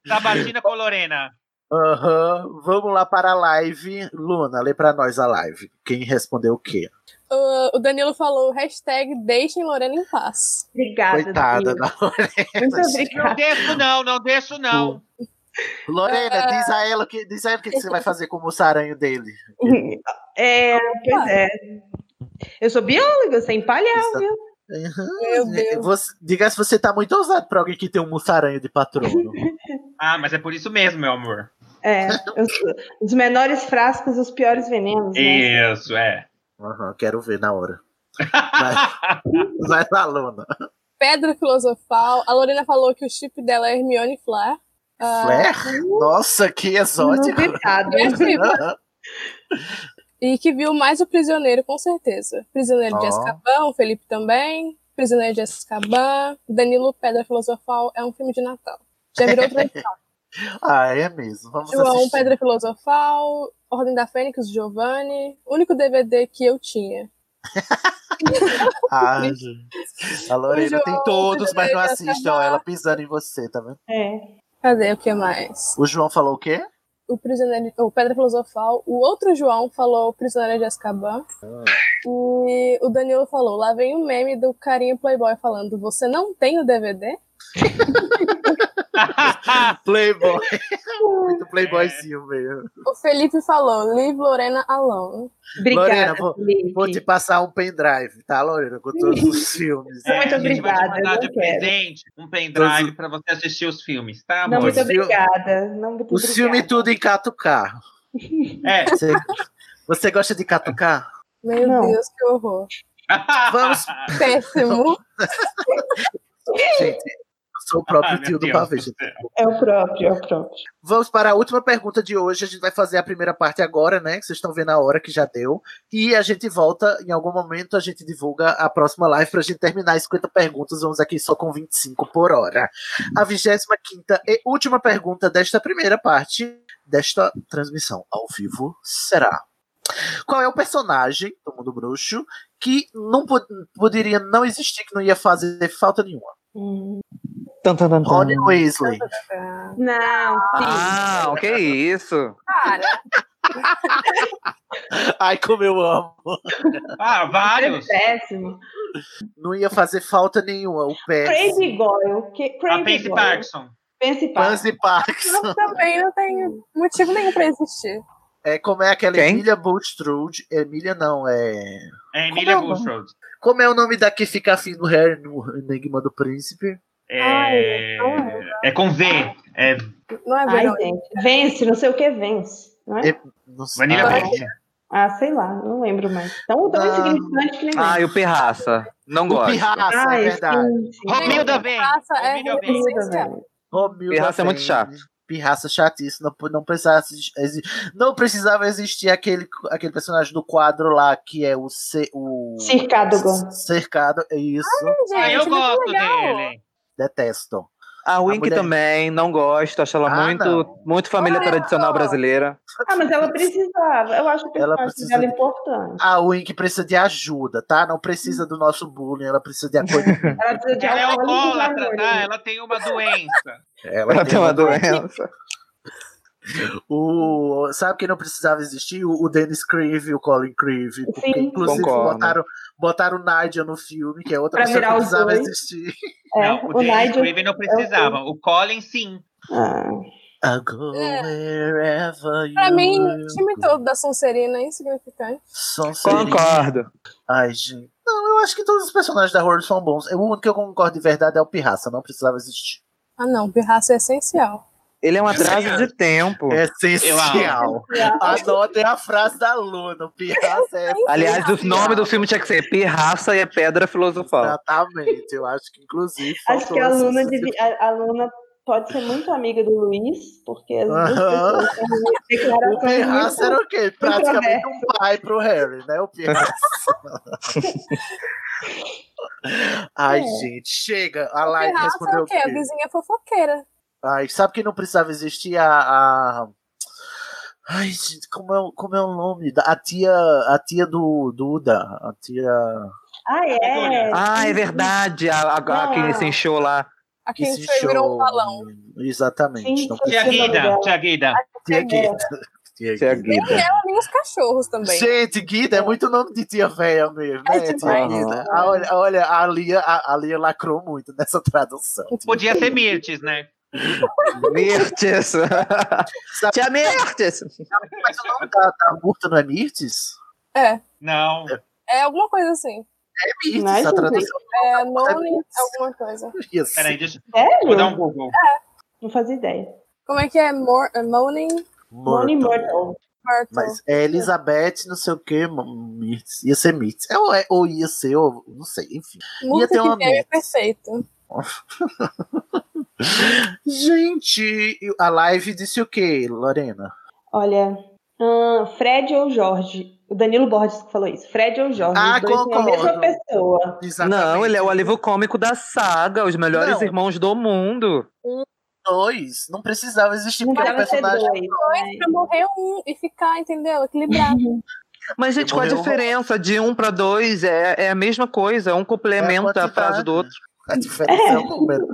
Sabatina com Lorena. Aham, vamos lá para a live. Luna, lê pra nós a live. Quem respondeu o quê? O- o Danilo falou, hashtag deixem Lorena em paz. Obrigada. Coitada Danilo. da Muito Não obrigada. desço não, não desço não. Lorena, diz a ela o que, diz a ela o que que você vai fazer com o moçaranho dele. É, pois é. Eu sou bióloga, eu sei empalhar, Isso. viu? Meu Deus. Você- diga se você tá muito ousado pra alguém que tem um moçaranho de patrono. Ah, mas é por isso mesmo, meu amor. É, eu sou- os menores frascos, os piores venenos, né? Isso, é. Aham, quero ver na hora. Vai, vai lá, Luna. Pedra filosofal. A Lorena falou que o chip dela é Hermione Flair. Ah, Flair? Nossa, que exótico. Inusitado. criativo. E que viu mais o Prisioneiro, com certeza. Prisioneiro de Ó. Azkaban, o Felipe também. Prisioneiro de Azkaban. Danilo Pedra Filosofal é um filme de Natal. Já virou tradição. ah, é mesmo. Vamos João, assistir. Pedra Filosofal, Ordem da Fênix, Giovanni. Único DVD que eu tinha. Ah, gente. a Lorena O tem João, todos, mas não Pedro assiste. Ó, Escobar. ela pisando em você, tá vendo? É. Cadê o que mais? O João falou o quê? O Prisioneiro, o Pedra Filosofal. O outro João falou Prisioneiro de Azkaban. Ah. E o Danilo falou, lá vem o meme do carinha Playboy falando, você não tem o DVD? Playboy. É. muito playboyzinho mesmo. O Felipe falou, Live Lorena Alone. Obrigada. Lorena, vou- Felipe. Vou te passar um pendrive, tá, Lorena? Com todos os filmes. É. Muito É, a gente vai te obrigada, mandar eu de não quero. presente um pendrive pra você assistir os filmes, tá, Não, amor? muito Os filmes- obrigada. Não, muito Os filmes obrigada. tudo em catucar. É. Você, você gosta de catucar? Meu Não. Deus, que horror. Ah. Vamos. Péssimo. Gente, eu sou o próprio Ah, meu tio do Deus pavê, do gente. céu. É o próprio, é o próprio. Vamos para a última pergunta de hoje. A gente vai fazer a primeira parte agora, né? Que vocês estão vendo a hora que já deu. E a gente volta, em algum momento, a gente divulga a próxima live pra gente terminar as 50 perguntas. Vamos aqui só com 25 por hora. A 25 e última pergunta desta primeira parte desta transmissão ao vivo será: Qual é o personagem do mundo bruxo que não pod- poderia não existir, que não ia fazer falta nenhuma? Tan, tan, tan, tan. Rony Weasley. Não, sim. Ah, o que é isso? Cara, Ai, como eu amo. Ah, vários. é Péssimo. Não ia fazer falta nenhuma. O pé. Crazy Goyle. Que, A Crazy Pansy Goyle. Parkson. Pansy Parks. Pansy Parks. eu também não tem motivo nenhum pra existir. É como é aquela Quem? Emília Bultrude. Emília não, é. É Emília Como é o nome? Bushrold. Como é o nome da que fica afim do Harry no Enigma do Príncipe? É... Ai, não. é com V. É Não é Ai, verão. gente. Vence, não sei o que vence. Não é? É- Não sei. Vanilla Ah, Bean. Ah, sei lá, não lembro mais. Tão, tão Ah. insignificante que nem Ah, e o Perraça. Não O gosto. Pirraça, é verdade. Ah, sim, sim. Romilda vem. Ah, Raça é Romilda vem. essencial. Romilda Pirraça é muito Bem. chato. Pirraça chatíssima. Não, não, precisasse, exi- não precisava existir aquele, aquele personagem do quadro lá que é o. Ce, o Circado, Gon. Cercado, é isso. Gente, um Ah, eu muito gosto legal. dele. Detesto. A Wink mulher- também, não gosto. Acho ela Ah, muito, não. muito família Olha tradicional só. brasileira. Ah, mas ela precisava. Eu acho que Ela ela precisa dela é de- importante. A Wink precisa de ajuda, tá? Não precisa do nosso bullying, ela precisa de acolhimento. Ela né? precisa de Ela é alcoólico alcoólatra, e tá? valores. Ela tem uma doença. Ela tem uma doença. O, sabe quem não precisava existir? O, o Dennis Creeve, o Colin Creeve. Porque, Sim. inclusive, Concordo. botaram, botaram o Nigel no filme, que é outra Pra pessoa que virar não os precisava dois. existir. É, não, o o Dennis Nigel. Craven não precisava. O Colin, sim. Ah, I'll go É. wherever you Pra mim, o will time go. todo da Sonserina é insignificante. Sonserina. Concordo. Ai, gente. Não, eu acho que todos os personagens da Horror são bons. O único que eu concordo de verdade é o Pirraça, não precisava existir. Ah, não, pirraça é essencial. Ele é um atraso de tempo. É essencial. Anotem a frase da Luna. O Pirraça é Aliás, o essencial. nome do filme tinha que ser Pirraça e a Pedra É Filosofal. Exatamente, eu acho que inclusive. acho faltou que a essa- Luna, devia- a, a Luna pode ser muito amiga do Luiz, porque as duas Aham. pessoas têm O declarações Pirraça muito... era o quê? Praticamente um pai pro Harry, né? O Pirraça. Ai, É. gente, chega. A live Pirraça é respondeu o o quê? A quê? vizinha fofoqueira. Ai, sabe quem não precisava existir? A. a- Ai, gente, como é, o- como é o nome? Da- A tia, a tia do Duda. A tia. Ah, é? Ah, é verdade. A, a, a Ah. Não, que não. se encheu lá. A que quem se foi virou enchou- um balão. Exatamente. Sim, não tia Tia precisava- Guida, tia Guida. Tia Guida. Tia Nem Guida. ela, nem os cachorros também. Gente, Guida é muito nome de tia véia mesmo, né? É tia demais. Guida. Ah, Olha, olha, a Lia, a, a Lia lacrou muito nessa tradução. Podia ser Mirtes, né? Mirtes. Tia Mirtes. Mas o nome da, da Murta não é Mirtes? É, Não. é alguma coisa assim. É Mirtes, Mas, a tradução É Nolan, alguma coisa. é Mirtes. Peraí, deixa vou dar um Sério? Google. Não fazia ideia. Como é que é? Mor é Moaning Bonnie Murta. Myrtle. Myrtle. Mas é Elizabeth, não sei o que, Mirtes. Ia ser Mirtes. É, Ou, é, ou ia ser, ou não sei, enfim. Música ter uma que tem é Mirtes. perfeito. Gente, a live disse o que, Lorena? Olha, hum, Fred ou Jorge? O Danilo Borges que falou isso. Fred ou Jorge? Ah, os dois são a concordo. mesma pessoa. Não, ele é o alívio cômico da saga. Os melhores Não. irmãos do mundo. Dois. Não precisava existir Não porque o precisava ser personagem. dois. né? Pra morrer um e ficar, entendeu? Equilibrado. Mas, gente, qual a Morreu. diferença de um pra dois? É, é a mesma coisa. Um complementa É a a frase quantidade. do outro. A diferença é o número.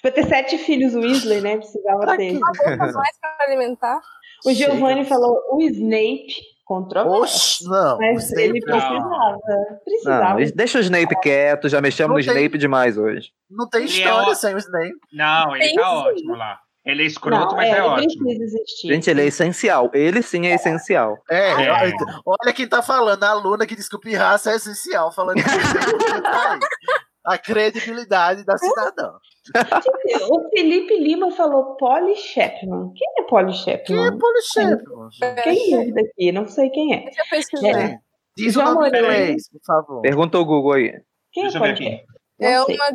Pra ter sete filhos, o Weasley, né? Precisava ter. Poucas mais pra alimentar. O Giovanni falou o Snape. Controverso. Oxe, é não. Mas sempre. ele precisava. Não, Precisava. deixa o Snape quieto. Já mexemos Não no tem- Snape demais hoje. Não tem Ele é história ó- sem o Snape. Não, ele tá Sim, sim. ótimo lá. Ele é escroto, Não, mas é, ele ótimo. precisa existir. Gente, ele é essencial. Ele sim é essencial. É, É. olha- olha quem tá falando, a aluna que diz que o pirraça é essencial, falando que o Snape tá aí. a credibilidade da cidadã. Gente, O Felipe Lima falou Polly Chapman. Quem é Polly Que é Chapman? polichefe, Quem é daqui? Não sei quem é. Eu já pesquisei. Diz o João nome em Moreira. inglês, por favor. Pergunta ao Google aí. Quem é Deixa eu ver Polly aqui. Chapman? Não é sei. uma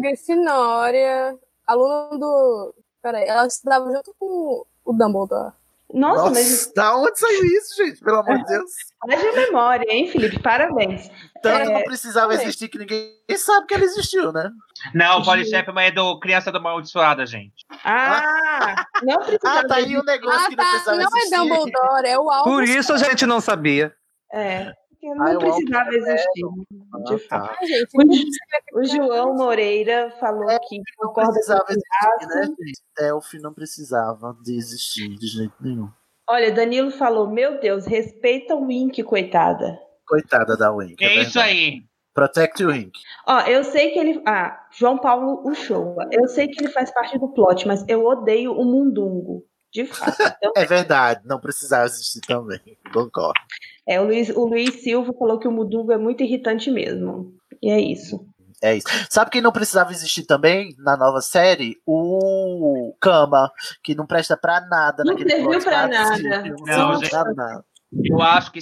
grifinória, aluna do. Peraí, ela estudava junto com o Dumbledore. Nossa, Nossa, mas É. da onde saiu isso, gente? Pelo amor de Deus. haja memória, hein, Felipe? Parabéns. Tanto É, não precisava também. existir que ninguém sabe que ela existiu, né? Não, o Polly Chapman é do Criança do Maldiçoada, gente. Ah, não precisava. Ah, tá aí um negócio Ah, que não tá. precisava Não é existir. Dumbledore, é o Albus. Por isso a gente não sabia. É, porque Ah, não eu precisava existir. Ah, tá. Ah, gente, O que Ju- significa- O João Moreira falou É, que Não concorda precisava com o existir, né, Graça. gente? Delphi não precisava de existir de jeito nenhum. Olha, Danilo falou: Meu Deus, respeita o Wink, coitada. Coitada da Wink. Que é isso aí. Protect o Wink. Ó, eu sei que ele. Ah, João Paulo Uchoa. Eu sei que ele faz parte do plot, mas eu odeio o Mundungo. De fato. Então, É verdade, não precisava existir também. Concordo. é, o, Luiz, o Luiz Silva falou que o Mundungo é muito irritante mesmo. E é isso. É isso. Sabe quem não precisava existir também na nova série? O Kama, que não presta pra nada Não naquele serviu plot pra vazio, nada. Não, Não, serviu pra nada. Eu acho que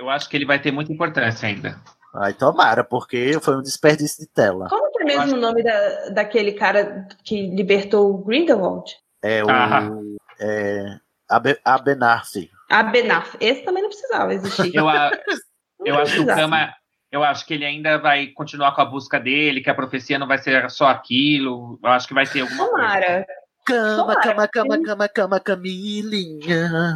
eu acho que ele vai ter muita importância ainda. Ai, tomara, porque foi um desperdício de tela. Como que é mesmo o nome da, daquele cara que libertou o Grindelwald? É o. Ah. É, Abe- Abenarfi. A Benaf. Esse também não precisava existir. Eu, a- Não eu acho que o precisava. Kama, eu acho que ele ainda vai continuar com a busca dele, que a profecia não vai ser só aquilo. Eu acho que vai ter alguma coisa. Tomara. Cama, Tomara, cama, cama, sim. cama, cama, Camilinha.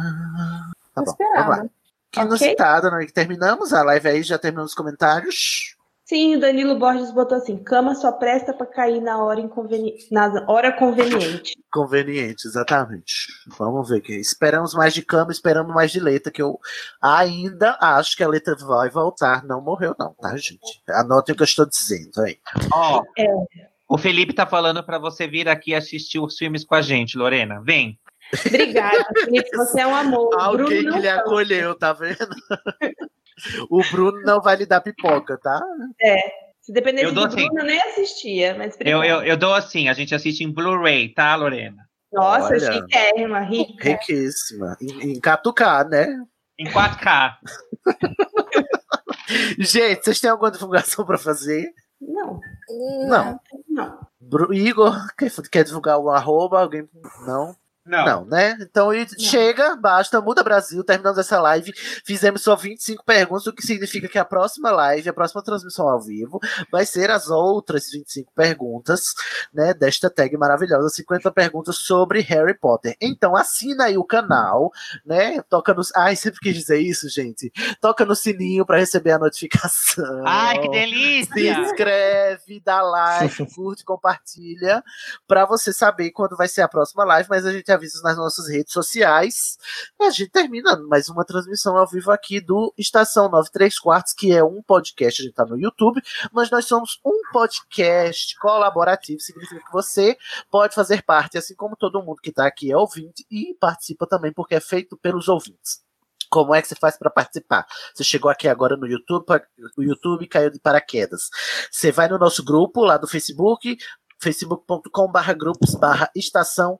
Tá bom, Esperava. vamos lá. Que Ok. inusitada, né? Que terminamos a live aí, já terminamos os comentários. Sim, o Danilo Borges botou assim: cama só presta pra cair na hora, inconveni... na hora conveniente. Conveniente, exatamente. Vamos ver aqui. Esperamos mais de cama, esperamos mais de letra, que eu ainda acho que a letra vai voltar. Não morreu, não, tá, gente? Anotem o que eu estou dizendo aí. Ó, É. o Felipe tá falando pra você vir aqui assistir os filmes com a gente, Lorena. Vem. Obrigada, Felipe, você é um amor. Ah, O Alguém Bruno que não lhe fala. acolheu, tá vendo? o Bruno não vai lhe dar pipoca, tá? Se dependesse Eu do dou Bruno, sim. eu nem assistia, mas Eu, obrigada. eu, eu dou assim, a gente assiste em Blu-ray, tá, Lorena? Nossa, Olha. chiquérrima, rica. Riquíssima. Em, em catucar, né? Em 4K. Gente, vocês têm alguma divulgação pra fazer? Não, Hum, Não. não. Bru- Igor, quer, quer divulgar o arroba? Alguém? Não? Não. Não, né? Então e- chega, basta, muda Brasil, terminamos essa live. Fizemos só 25 perguntas, o que significa que a próxima live, a próxima transmissão ao vivo, vai ser as outras 25 perguntas, né? Desta tag maravilhosa, 50 perguntas sobre Harry Potter. Então assina aí o canal, né? Toca no. Ai, sempre quis dizer isso, gente. Toca no sininho pra receber a notificação. Ai, que Se delícia! inscreve, dá like, curte, compartilha, pra você saber quando vai ser a próxima live, mas a gente avisa nas nossas redes sociais. E a gente termina mais uma transmissão ao vivo aqui do Estação 93 Quartos, que é um podcast, a gente tá no YouTube, mas nós somos um podcast colaborativo, significa que você pode fazer parte, assim como todo mundo que tá aqui é ouvinte e participa também, porque é feito pelos ouvintes. Como é que você faz para participar? Você chegou aqui agora no YouTube, pra- o YouTube caiu de paraquedas. Você vai no nosso grupo lá do Facebook, facebook.com barra grupos barra estação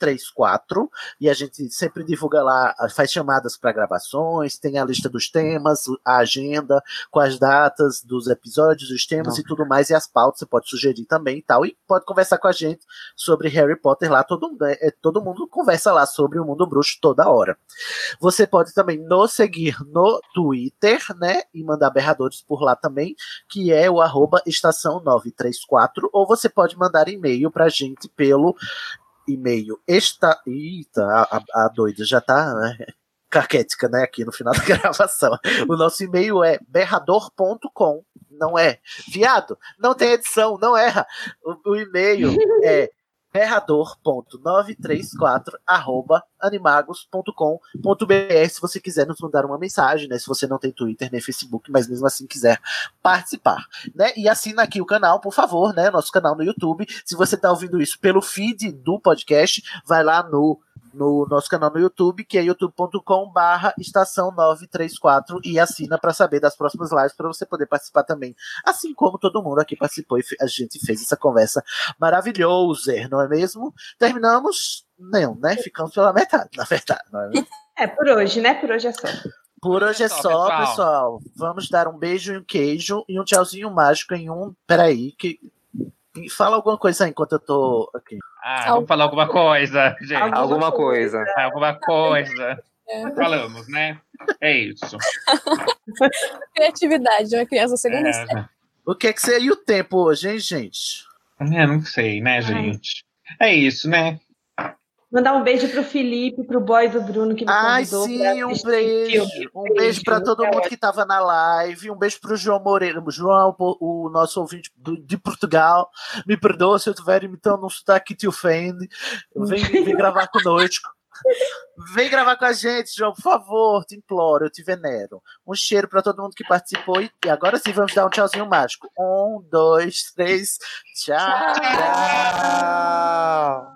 934 e a gente sempre divulga lá, faz chamadas para gravações, tem a lista dos temas, a agenda, com as datas dos episódios, os temas e tudo mais, e as pautas, você pode sugerir também e tal, e pode conversar com a gente sobre Harry Potter lá, todo mundo, é, todo mundo conversa lá sobre o mundo bruxo toda hora. Você pode também nos seguir no Twitter, né? E mandar berradores por lá também, que é o arroba estação 934. Ou você pode mandar e-mail pra gente pelo e-mail esta. Eita, a, a- a doida já tá. né, Carquética, né? Aqui no final da gravação. O nosso e-mail é berrador.com. Não é. Viado, não tem edição, não erra. O- o e-mail é berrador.934 arroba animagos.com www.cultura.br, se você quiser nos mandar uma mensagem, né? Se você não tem Twitter nem Facebook, mas mesmo assim quiser participar, né? E assina aqui o canal, por favor, né? Nosso canal no YouTube. Se você tá ouvindo isso pelo feed do podcast, vai lá no no nosso canal no YouTube, que é youtube.com barra estação 934 e assina para saber das próximas lives para você poder participar também, assim como todo mundo aqui participou e fe- a gente fez essa conversa maravilhosa, não é mesmo? Terminamos? Não, né? Ficamos pela metade, na verdade, não é mesmo? É por hoje, né? Por hoje é só. Por hoje é Só, só, pessoal. pessoal. Vamos dar um beijo e um queijo e um tchauzinho mágico em um. Peraí, que. E fala alguma coisa aí enquanto eu tô aqui. Ah, vamos falar alguma coisa, gente. Alguma Alguma coisa. Alguma coisa. É. Falamos, né? É isso. Criatividade de uma criança segunda série. É, O que é que seria o tempo hoje, hein, gente? eu não sei, né, gente? É isso, né? Mandar um beijo pro Felipe, pro boy do Bruno que me Ai, convidou. pra sim, um assistir beijo. filme. Um beijo pra todo É, mundo que tava na live. Um beijo pro João Moreira. O João, po- o nosso ouvinte do- de Portugal. Me perdoa se eu estiver imitando um sotaque que te ofende. Vem, vem gravar conosco. Vem gravar com a gente, João, por favor. Te imploro, eu te venero. Um cheiro pra todo mundo que participou. E e agora sim, vamos dar um tchauzinho mágico. Um, dois, três. Tchau. É. tchau.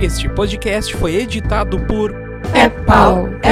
Este podcast foi editado por É pau.